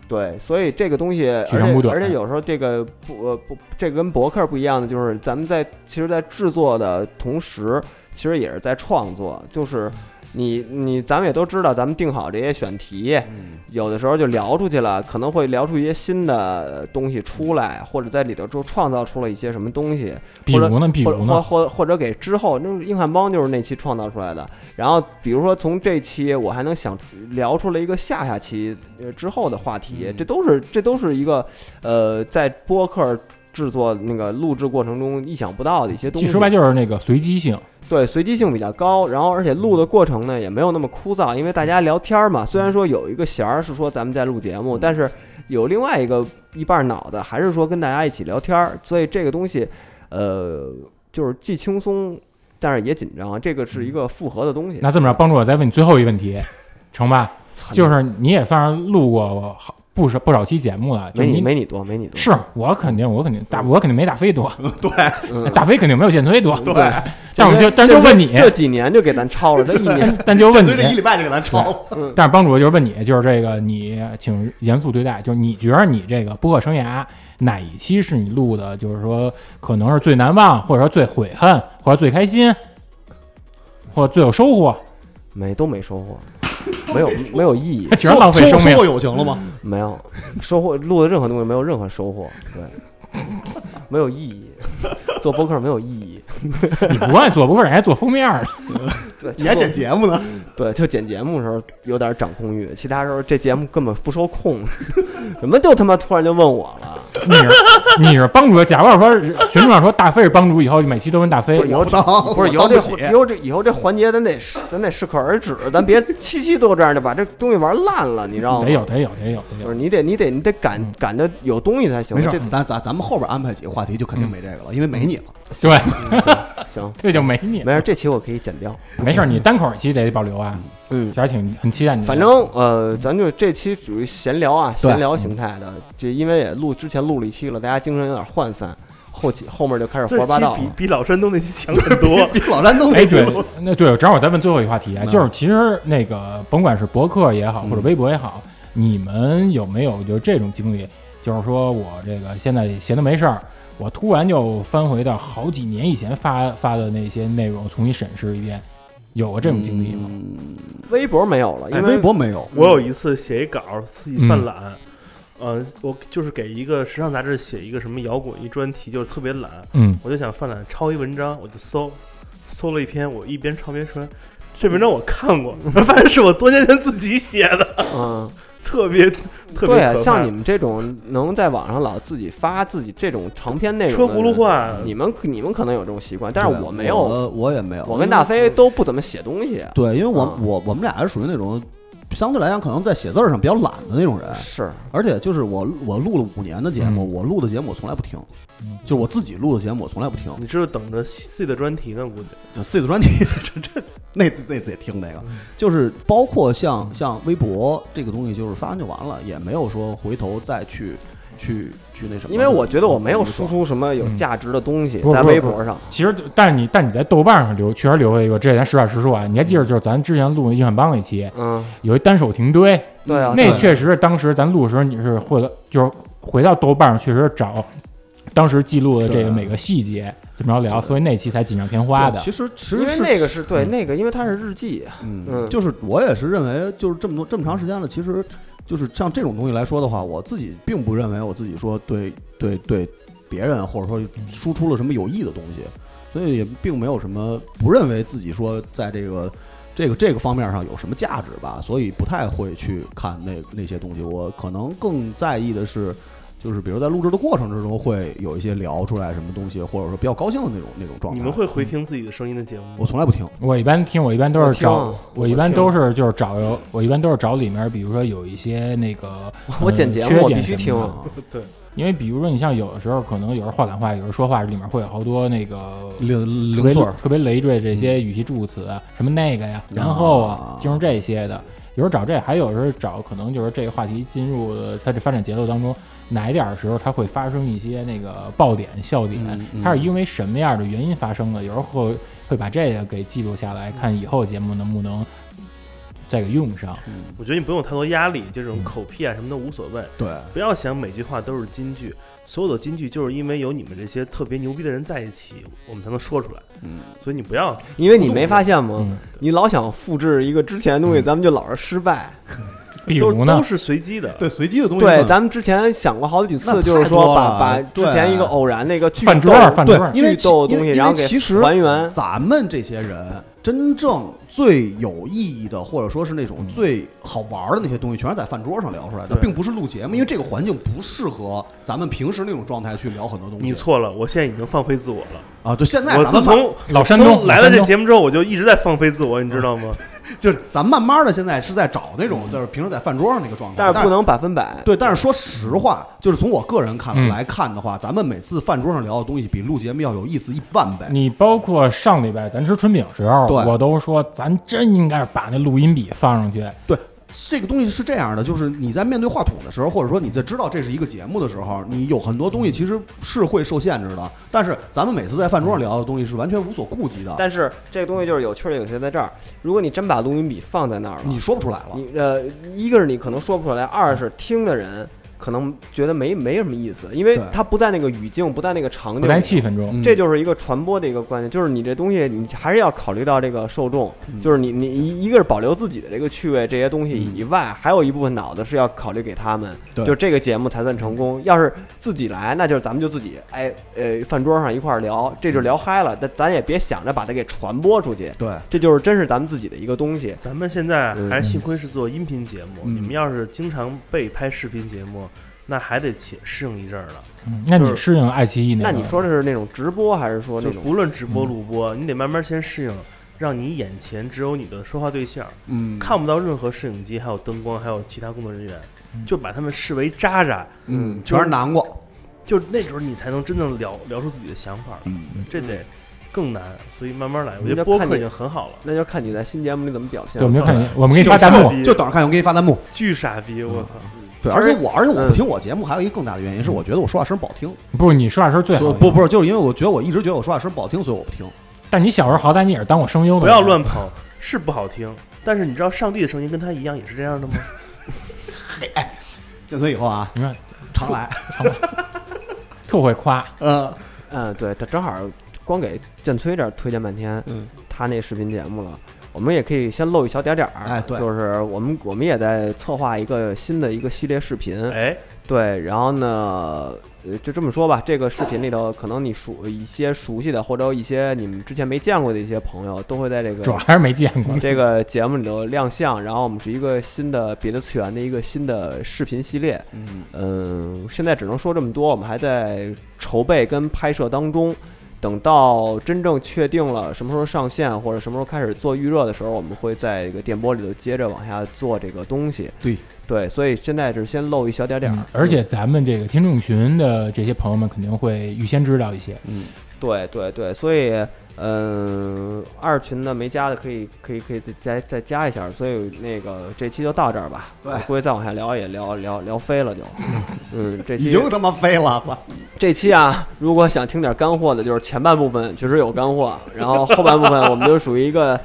B: 对，所以这个东嗯西，而
C: 取长补
B: 且
C: 短
B: 而且有时候这个不呃不，这个跟博客不一样的就是，咱们在其实，在制作的同时，其实也是在创作。就是你你，咱们也都知道，咱们定好这些选题，
C: 嗯
B: 有的时候就聊出去了，可能会聊出一些新的东西出来，或者在里头就创造出了一些什么东西。
C: 比如呢，比
B: 或者
C: 如
B: 或
C: 呢，
B: 或或者给之后，就是硬汉帮就是那期创造出来的。然后比如说从这期我还能想出聊出来一个下
C: 嗯
B: 下期呃之后的话题，这都是这都是一个呃在播客制作那个录制过程中意想不到的一些东
C: 其
B: 西。
C: 实说白就是那个随机性，
B: 对，随机性比较高，然后而且录的过程呢也没有那么枯燥，因为大家聊天儿嘛。虽然说有一个弦儿是说咱们在录节
C: 嗯
B: 目，但是有另外一个一半脑子还是说跟大家一起聊天儿，所以这个东西，呃，就是既轻松，但是也紧张，这个是一个复合的东西。
C: 那这么着，帮助我再问你最后一个问
B: (laughs)
C: 题，成吧？
B: 操
C: 就是你也算是录过好不少不少期节目了，就
B: 没
C: 你
B: 你没你多，没
C: (laughs)
B: 你多。
C: 是啊我肯定我肯定大我肯定没大飞多，
B: 嗯
C: 大飞肯定没有建崔多，
G: 对，
C: 但我就但就问你，
B: 这几年就给咱超了，这一年
C: 但但就问
G: 就这一
C: 你，
G: 礼拜就给咱抄。
C: 但是帮主就是问你，就是这个你请严肃对待，就是你觉得你这个播客生涯哪一期是你录的，就是说可能是最难忘，或者说最悔恨，或者最开心，或者最有收获， (laughs)
B: 没都没收获，没有没有意义，
C: 全是浪费
G: 收
C: 生
G: 收
C: 命
G: 过。友情了吗？
B: 没有收获录的任何东西没有任何收获，
G: (laughs)
B: 对，没有意义，做播客没有意义，
C: 你不爱做博客，你还做封面呢。
B: 对，就
G: 你还
B: 做
G: 剪节目呢？
B: 对，就剪节目的时候有点掌控欲，其他时候这节目根本不受控， (laughs) 什么就他妈突然就问我了，
C: 你是你是帮主，假如说群众要说大飞是帮主，以后每期都问大飞
B: 不，是以后这
G: 我不当
B: 不是以
G: 我
B: 后
G: 当
B: 这
G: 不起。
B: 以后这以后这环节咱得适咱得适可而止，咱别七期都这样就把这东西玩烂了，你知道吗？
C: 得有得有得有得
B: 不
C: 有。
B: 是你得你得你得赶
C: 嗯
B: 赶着有东西才行，
F: 没事
B: 这
F: 儿，咱咱咱们后边安排几个话题就肯定没这个了，因为没你了。
C: 对，
B: 行，
C: 这就没你了。
B: 没事，这期我可以剪掉。
C: 没事儿，你单口一期得保留啊，
B: 嗯，
C: 还是挺很期待你的。
B: 反正呃，咱就这期属于闲聊啊，
F: 对
B: 闲聊形态的。这因为也录之前录了一期了，大家精神有点涣散，后期后面就开始胡
E: 这
B: 说八
E: 期
B: 道啊
E: 比
B: 了。
E: 比老山东那期强很多
B: (laughs)
G: 比老山东
C: (laughs) 哎，
G: 那节
C: 对
G: 目，
C: 那对，正好我再问最后一个话题啊，
F: 嗯
C: 就是其实那个甭管是博客也好，或者微博也好，你们有没有就这种经历？就是说我这个现在闲的没事儿，我突然就翻回到好几年以前发发的那些内容，重新审视一遍，有过这种经历吗？
F: 嗯
B: 微博没有了，因
F: 哎
B: 为
F: 微博没有，
E: 我有一次写一稿，自己犯懒，呃，我就是给一个时尚杂志写一个什么摇滚一专题，就是特别懒，
C: 嗯，
E: 我就想犯懒抄一文章，我就搜，搜了一篇，我一边抄边说，这文章我看过， (laughs) 发现是我多年前自己写的，
B: 嗯，
E: 特别特别
B: 对啊，
E: 可怕
B: 像你们这种能在网上老自己发自己这种长篇内容，
E: 车轱辘，话，
B: 你们你们可能有这种习惯，但是
F: 对
B: 啊我没有，
F: 我我也没有。
B: 我跟大飞都不怎么写东西。
F: 对，因为我
B: 啊
F: 我我们俩是属于那种相对来讲可能在写字儿上比较懒的那种人，
B: 是，
F: 而且就是我我录了五年的节目，我录的节目我从来不听
C: 嗯，
F: 就是我自己录的节目我从来不听，
E: 你这是等着自己的专题呢，估计
F: 就 C 的专题， (laughs) 这这那那得听那个，就是包括像像微博这个东西，就是发完就完了，也没有说回头再去去去那什么，
B: 因为我觉得我没有输
F: 说
B: 出什么有
C: 嗯
B: 价值的东西
C: 不是
B: 在
C: 不是
B: 微
C: 不是
B: 博上。
C: 其实，但是你但你在豆瓣上留确实留了一个，这咱实话实说啊，你还记得就是咱之前录的硬汉帮那期，
B: 嗯，
C: 有一单手停堆，
B: 对啊，
C: 那
B: 对
C: 确实是当时咱录的时候，你是回到就是回到豆瓣上，确实找当时记录的这个
F: 对
C: 每个细节怎么着聊，所以那期才锦上添花的。
F: 其实其
B: 因
F: 实
B: 为
F: 是
B: 那个是对那个，因为它是日记，
F: 嗯
B: 嗯，
F: 就是我也是认为，就是这么多这么长时间了，其实就是像这种东西来说的话，我自己并不认为我自己说对对对别人或者说输出了什么有益的东西，所以也并没有什么不认为自己说在这个这个这个方面上有什么价值吧，所以不太会去看那那些东西。我可能更在意的是。就是比如在录制的过程之中，会有一些聊出来什么东西，或者说比较高兴的那种那种状态。
E: 你们会回听自己的声音的节目 (laughs) 吗？
F: 我从来不听，
C: 我一般听，我一般都
B: 我
C: 是
B: 听
C: 找
B: 啊，
C: 我一般都是就是找，我一般都是找里面，比如说有一些那个
B: 我
C: 嗯
B: 剪节
C: 缺
B: 目我
C: 点
B: 必须
C: 什
B: 听
C: 么的，
E: 对，
C: 因为比如说你像有的时候可能有人话赶话，有人说话里面会有好多那个特
F: 零零
C: 别
F: 碎儿，
C: 特别累赘这些语气助词，啊什么那个呀，然后啊
F: 啊，
C: 进入这些的。有时候找这，还有时候找可能就是这个话题进入了它这发展节奏当中，哪一点儿时候它会发生一些那个爆点、笑点，
F: 嗯嗯
C: 它是因为什么样的原因发生的？有时候会会把这个给记录下来，看以后节目能不能再给用上。
E: 我觉得你不用有太多压力，这种口癖啊什么的无所谓，
F: 对，
E: 不要想每句话都是金句，所有的金句就是因为有你们这些特别牛逼的人在一起，我们才能说出来。
F: 嗯，
E: 所以你不要
B: 因为你没发现吗？
C: 嗯，
B: 你老想复制一个之前的东西，咱们就老是失败。
C: 比
E: 都
C: 如呢
E: 都，是随机的。
H: 对随机的东西嘛，
B: 对，咱们之前想过好几
F: 那
B: 次，就是
F: 太
B: 说
F: 多
B: 把
F: 了
B: 把之
F: 对
B: 前一个偶然的一个剧
C: 饭桌
B: 斗
C: 儿饭桌
F: 对
C: 儿，
F: 因为
B: 剧斗的东西
F: 因为
B: 然后
F: 因为
B: 给
F: 其实
B: 还原
F: 咱们这些人真正最有意义的，或者说是那种最好玩的那些东西，全是在饭桌上聊出来的，
E: 对
F: 并不是录节目，因为这个环境不适合咱们平时那种状态去聊很多东西。
E: 你错了，我现在已经放飞自我了。
F: 啊！对，现在
E: 嗯我
F: 咱
E: 自
F: 们慢
E: 从
C: 老山
E: 从
C: 东
E: 来了这
C: 节
E: 节目之后，我就一直在放飞自我，你知道吗？
F: 就是咱慢慢的现在是在找那种就是平时在饭桌上那个状态，
B: 但
E: 嗯
F: 但
B: 是不能百分百。
F: 对，但是说实话，就是从我个人看
C: 嗯
F: 来看的话，咱们每次饭桌上聊的东西比录节目要有意思一万倍。
C: 你包括上礼拜咱吃春饼时候，
F: 对
C: 我都说咱真应该把那录音笔放上去，
F: 这个东西是这样的，就是你在面对话筒的时候，或者说你在知道这是一个节目的时候，你有很多东西其实是会受限制的。但是咱们每次在饭桌上聊的东西是完全无所顾忌的，
B: 但是这个东西就是有趣儿的有些在这儿，如果你真把录音笔放在那儿了，
F: 你说不出来了。
B: 你呃，一个是你可能说不出来，二是听的人可能觉得没没什么意思，因为
F: 对
B: 他不在那个语境，不在那个场
C: 不
B: 景
C: 在
B: 里，
C: 气氛中。
B: 这就是一个传播的一个关键，就是你这东西你还是要考虑到这个受众，就是你你一一个是保留自己的这个趣味这些东西以外，还有一部分脑子是要考虑给他们，
F: 对
B: 就这个节目才算成功。要是自己来，那就是咱们就自己哎呃饭桌上一块儿聊，这就聊嗨了，但咱也别想着把它给传播出去，
F: 对，
B: 这就是真是咱们自己的一个东西。
E: (laughs) 咱们现在还
C: 嗯
E: 幸亏是做音频节目，
F: 嗯
E: 你们要是经常被拍视频节目，那还得且适应一阵儿了。
C: 嗯那你适应爱奇艺
B: 那
C: 个？
B: 你说的是那种直播还是说
E: 就
B: 那
E: 是
B: 种？
E: 不论直播
C: 嗯
E: 录播，你得慢慢先适应，让你眼前只有你的说话对象，
F: 嗯，
E: 看不到任何摄影机、还有灯光、还有其他工作人员
C: 嗯，
E: 就把他们视为渣渣。
F: 嗯，全是南瓜。
E: 就那时候你才能真正聊聊出自己的想法，
F: 嗯，
E: 这得更难，所以慢慢来。我
B: 你
E: 觉得
B: 就
E: 播
B: 看
E: 客已
B: 你
E: 经很好了，
B: 那就看你在新节目里怎么表现
C: 对，我
B: 了。
C: 没有看见，我们给你发弹幕。
F: 就等着看，我给你发弹幕。
E: 巨傻逼！我操，
F: 对，
B: 其
F: 而
B: 实
F: 且我，而且我
B: 嗯
F: 不听我节目，还有一个更大的原因是，我觉得我说话声不好听。
C: 不是你说话声最好
F: 所以
C: 的，
F: 不不是，就是因为我觉得我一直觉得我说话声不好听，所以我不 (laughs) 听。
C: 但你小时候好歹你也是当我声优的，
E: 不要乱捧，是不好听，但是你知道上帝的声音跟他一样也是这样的吗？
F: 建村以后啊，
C: 你看
F: 常来。 (laughs)
C: 特会夸，
F: 呃，
B: 嗯，对，这正好光给建崔这儿推荐半天，
F: 嗯，
B: 他那视频节目了。我们也可以先露一小点点儿，
F: 哎对
B: 就是我们我们也在策划一个新的一个系列视频，
E: 哎，
B: 对，然后呢，呃，就这么说吧，这个视频里头可能你熟一些熟悉的，或者一些你们之前没见过的一些朋友，都会在这
C: 主要
B: 个
C: 还是没见过。(laughs)
F: 嗯
C: 嗯
B: 这个节目里头亮相。然后我们是一个新的别的次元的一个新的视频系列，
F: 嗯，
B: 嗯，现在只能说这么多，我们还在筹备跟拍摄当中。等到真正确定了什么时候上线，或者什么时候开始做预热的时候，我们会在这个电波里头接着往下做这个东西。
F: 对
B: 对，所以现在是先露一小点点儿、
C: 嗯而且咱们这个听众群的这些朋友们肯定会预先知道一些，
F: 嗯，
B: 对对对，所以嗯、呃二群的没加的可以可以可以再再加一下，所以那个这期就到这儿吧。
F: 对
B: 我估计再往下聊也聊聊聊
C: (laughs)
B: 飞了就，嗯，这
F: (laughs) 已
B: 期
F: 经他妈飞了，操！
B: 这期啊，如果想听点干货的，就是前半部分确实有干货，然后后半部分我们就属于一个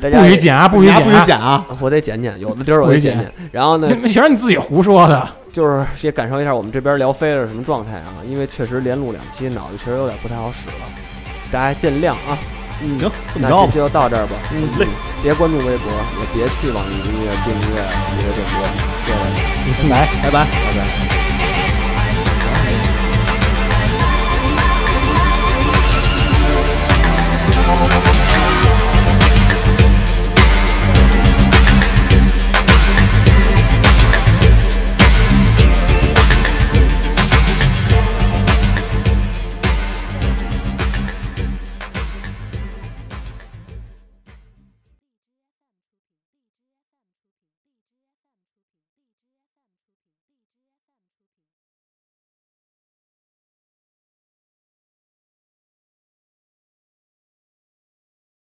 B: 大家
C: 不
B: 也
C: 许，剪啊，不许
F: 你还
C: 剪
F: 不
C: 啊
F: 许，剪啊！
B: 我得剪剪，有的地儿我
C: 不许
B: 得剪
C: 剪
B: 剪，然后呢
C: 这，全是你自己胡说的。
B: 就是也感受一下我们这边聊飞了什么状态啊，因为确实连录两期，脑子确实有点不太好使了，大家见谅啊。嗯，
F: 行，这
B: 那
F: 么
B: 这
F: 着吧
B: 期，就到这儿吧。
E: 嗯累。
B: 别关注微博，也别去网易音乐订阅娱乐电波，谢谢大家。
C: 来。
F: 拜拜。
I: Thank